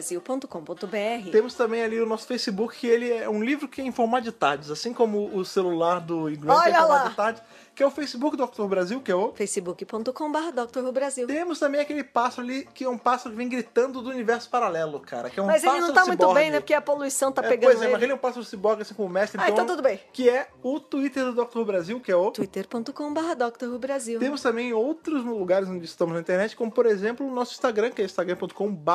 [SPEAKER 2] podcast.drrubrasil.com.br
[SPEAKER 1] Temos também ali o nosso Facebook, que ele é um livro que é em formato de tardes, assim como o celular do Igrant é em
[SPEAKER 2] Olha
[SPEAKER 1] formato
[SPEAKER 2] lá.
[SPEAKER 1] de tardes, que é o Facebook do Dr. Brasil, que é o...
[SPEAKER 2] facebook.com.br drrubrasil
[SPEAKER 1] Temos também aquele pássaro ali, que é um pássaro que vem gritando do universo paralelo, cara. Que é um
[SPEAKER 2] Mas ele não
[SPEAKER 1] pássaro
[SPEAKER 2] tá muito
[SPEAKER 1] ciborgue.
[SPEAKER 2] bem, né? Porque a poluição tá
[SPEAKER 1] É,
[SPEAKER 2] pegando
[SPEAKER 1] pois é, mas
[SPEAKER 2] ele.
[SPEAKER 1] ele é um pássaro ciborgue, assim como o mestre,
[SPEAKER 2] Ah,
[SPEAKER 1] então...
[SPEAKER 2] então tudo bem.
[SPEAKER 1] Que é o Twitter do Dr. Brasil, que é o...
[SPEAKER 2] twitter.com.br drrubrasil
[SPEAKER 1] Temos também outros lugares onde estamos na internet, como por exemplo o nosso Instagram, que é instagram.com.br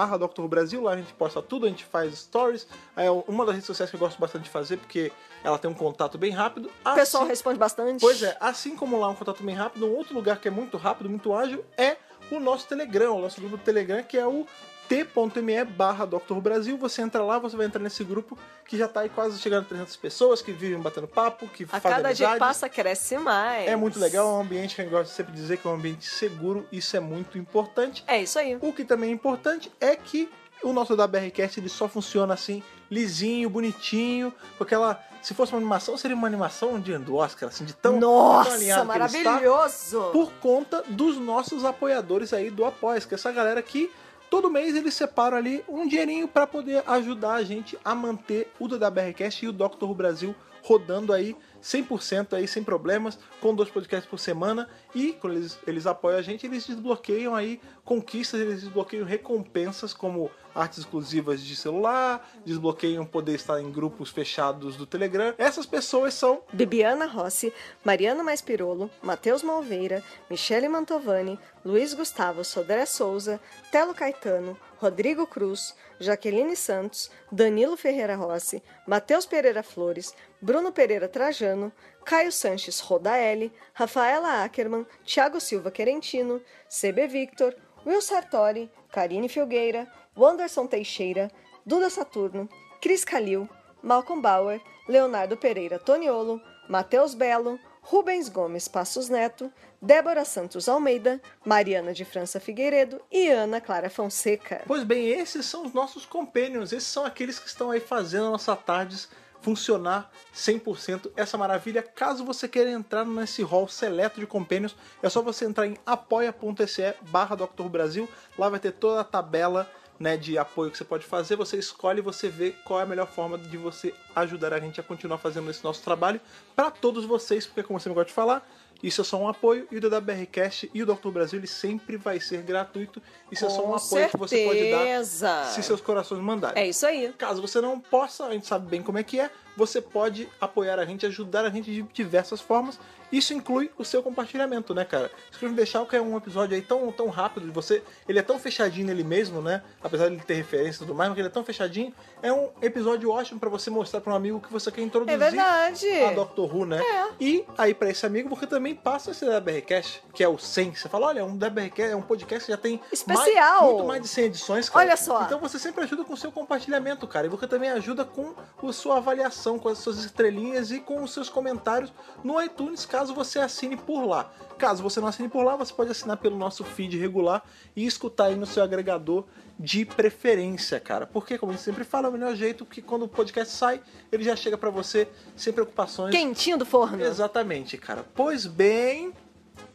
[SPEAKER 1] Brasil. Lá a gente posta tudo, a gente faz stories. É uma das redes sociais que eu gosto bastante de fazer, porque ela tem um contato bem rápido. Assim
[SPEAKER 2] O pessoal responde bastante.
[SPEAKER 1] Pois é, assim como lá um contato bem rápido, um outro lugar que é muito rápido, muito ágil, é o nosso Telegram, o nosso grupo do Telegram, que é o t.me barra Dr. Brasil, você entra lá, você vai entrar nesse grupo que já tá aí quase chegando a 300 pessoas, que vivem batendo papo, que
[SPEAKER 2] A
[SPEAKER 1] fazem
[SPEAKER 2] cada dia que
[SPEAKER 1] amizades.
[SPEAKER 2] passa, cresce mais.
[SPEAKER 1] É muito legal, é um ambiente que eu gosto de sempre dizer que é um ambiente seguro, isso é muito importante.
[SPEAKER 2] É isso aí.
[SPEAKER 1] O que também é importante é que o nosso WRCast ele só funciona assim, lisinho, bonitinho, com aquela. Se fosse uma animação, seria uma animação de do Oscar, assim, de tão. tão
[SPEAKER 2] Nossa,
[SPEAKER 1] alinhado que ele está
[SPEAKER 2] maravilhoso!
[SPEAKER 1] por conta dos nossos apoiadores aí do Após, que é essa galera que todo mês eles separam ali um dinheirinho para poder ajudar a gente a manter o DWRcast e o Dr. Brasil rodando aí 100% aí sem problemas, com dois podcasts por semana e quando eles, eles apoiam a gente, eles desbloqueiam aí conquistas, eles desbloqueiam recompensas como artes exclusivas de celular, desbloqueiam poder estar em grupos fechados do Telegram. Essas pessoas são
[SPEAKER 2] Bibiana Rossi, Mariana Mais Pirolo, Matheus Malveira, Michele Mantovani, Luiz Gustavo Sodré Souza, Telo Caetano, Rodrigo Cruz, Jaqueline Santos, Danilo Ferreira Rossi, Matheus Pereira Flores, Bruno Pereira Trajano, Caio Sanches Rodaelli, Rafaela Ackerman, Thiago Silva Querentino, CB Victor, Will Sartori, Karine Filgueira, Wanderson Teixeira, Duda Saturno, Cris Calil, Malcolm Bauer, Leonardo Pereira Toniolo, Matheus Belo, Rubens Gomes Passos Neto, Débora Santos Almeida, Mariana de França Figueiredo e Ana Clara Fonseca.
[SPEAKER 1] Pois bem, esses são os nossos companions, esses são aqueles que estão aí fazendo a nossa tardes funcionar 100% essa maravilha. Caso você queira entrar nesse hall seleto de companions, é só você entrar em apoia.se barra Dr. Brasil, lá vai ter toda a tabela né, de apoio que você pode fazer, você escolhe e você vê qual é a melhor forma de você ajudar a gente a continuar fazendo esse nosso trabalho para todos vocês, porque como eu sempre gosto de falar, isso é só um apoio e o DWRcast e o Dr. Brasil ele sempre vai ser gratuito. Isso é só um
[SPEAKER 2] Com
[SPEAKER 1] apoio que você pode dar
[SPEAKER 2] certeza.
[SPEAKER 1] se seus corações mandarem.
[SPEAKER 2] É isso aí.
[SPEAKER 1] Caso você não possa, a gente sabe bem como é que é, você pode apoiar a gente, ajudar a gente de diversas formas. Isso inclui o seu compartilhamento, né, cara? Escreve deixar que é um episódio aí tão, tão rápido de você. Ele é tão fechadinho nele mesmo, né? Apesar de ele ter referência e tudo mais, mas ele é tão fechadinho. É um episódio ótimo pra você mostrar pra um amigo que você quer
[SPEAKER 2] É
[SPEAKER 1] introduzir
[SPEAKER 2] verdade.
[SPEAKER 1] a Doctor Who, né?
[SPEAKER 2] É.
[SPEAKER 1] E aí, pra esse amigo, você também passa esse DBRcast, que é o 100. Você fala, olha, um DBRcast é um podcast que já tem...
[SPEAKER 2] Especial.
[SPEAKER 1] mais- muito mais de 100 edições, cara.
[SPEAKER 2] Olha só.
[SPEAKER 1] Então você sempre ajuda com o seu compartilhamento, cara. E você também ajuda com a sua avaliação, com as suas estrelinhas e com os seus comentários no iTunes, caso você assine por lá. Caso você não assine por lá, você pode assinar pelo nosso feed regular e escutar aí no seu agregador de preferência, cara. Porque, como a gente sempre fala, é o melhor jeito que quando o podcast sai, ele já chega pra você sem preocupações
[SPEAKER 2] Quentinho do forno.
[SPEAKER 1] Exatamente, cara. Pois bem,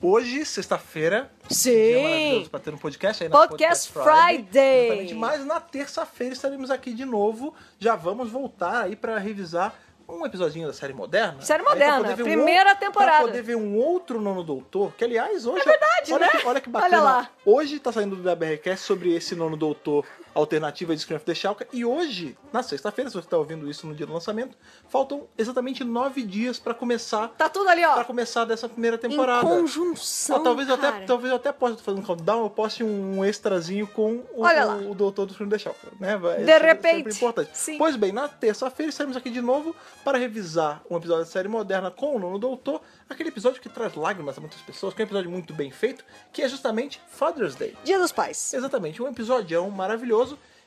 [SPEAKER 1] Hoje, sexta-feira, dia
[SPEAKER 2] Sim!
[SPEAKER 1] maravilhoso para ter um podcast aí na
[SPEAKER 2] Podcast Friday.
[SPEAKER 1] Exatamente, mas na terça-feira estaremos aqui de novo. Já vamos voltar aí para revisar um episodinho da série moderna.
[SPEAKER 2] Série
[SPEAKER 1] Aí pra
[SPEAKER 2] moderna,
[SPEAKER 1] poder ver um
[SPEAKER 2] primeira
[SPEAKER 1] outro-
[SPEAKER 2] temporada.
[SPEAKER 1] Pra poder ver um outro Nono Doutor, que aliás hoje... É verdade, olha
[SPEAKER 2] né?
[SPEAKER 1] Que, olha que
[SPEAKER 2] Olha
[SPEAKER 1] bacana.
[SPEAKER 2] lá.
[SPEAKER 1] Hoje tá saindo do BRCast sobre esse Nono Doutor alternativa de Screen of the Shalka. E hoje, na sexta-feira, se você tá ouvindo isso no dia do lançamento, faltam exatamente nove dias para começar...
[SPEAKER 2] Tá tudo ali,
[SPEAKER 1] Pra
[SPEAKER 2] ó.
[SPEAKER 1] começar dessa primeira
[SPEAKER 3] Em
[SPEAKER 1] temporada.
[SPEAKER 3] conjunção,
[SPEAKER 1] Ó, Ah, talvez, eu até,
[SPEAKER 3] cara.
[SPEAKER 1] talvez eu até possa, tô fazendo countdown, eu poste um extrazinho com o,
[SPEAKER 2] Olha lá.
[SPEAKER 1] o, o doutor do filme da Chalka, né? Vai-
[SPEAKER 2] De
[SPEAKER 1] é sempre-
[SPEAKER 2] repente.
[SPEAKER 1] Sempre importante.
[SPEAKER 2] Sim.
[SPEAKER 1] Pois bem, na terça-feira estaremos aqui de novo para revisar um episódio da série moderna com o nono doutor, aquele episódio que traz lágrimas a muitas pessoas, que é um episódio muito bem feito, que é justamente Father's Day.
[SPEAKER 3] Dia dos Pais.
[SPEAKER 1] Exatamente, um episódio maravilhoso.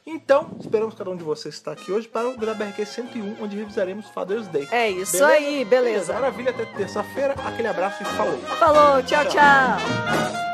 [SPEAKER 1] Então, esperamos cada um de vocês estar aqui hoje para o WRQ 101, onde revisaremos Father's Day.
[SPEAKER 2] É isso
[SPEAKER 1] Beleza?
[SPEAKER 2] aí, beleza.
[SPEAKER 1] Maravilha, até terça-feira. Aquele abraço e falou.
[SPEAKER 2] Falou, tchau, tchau.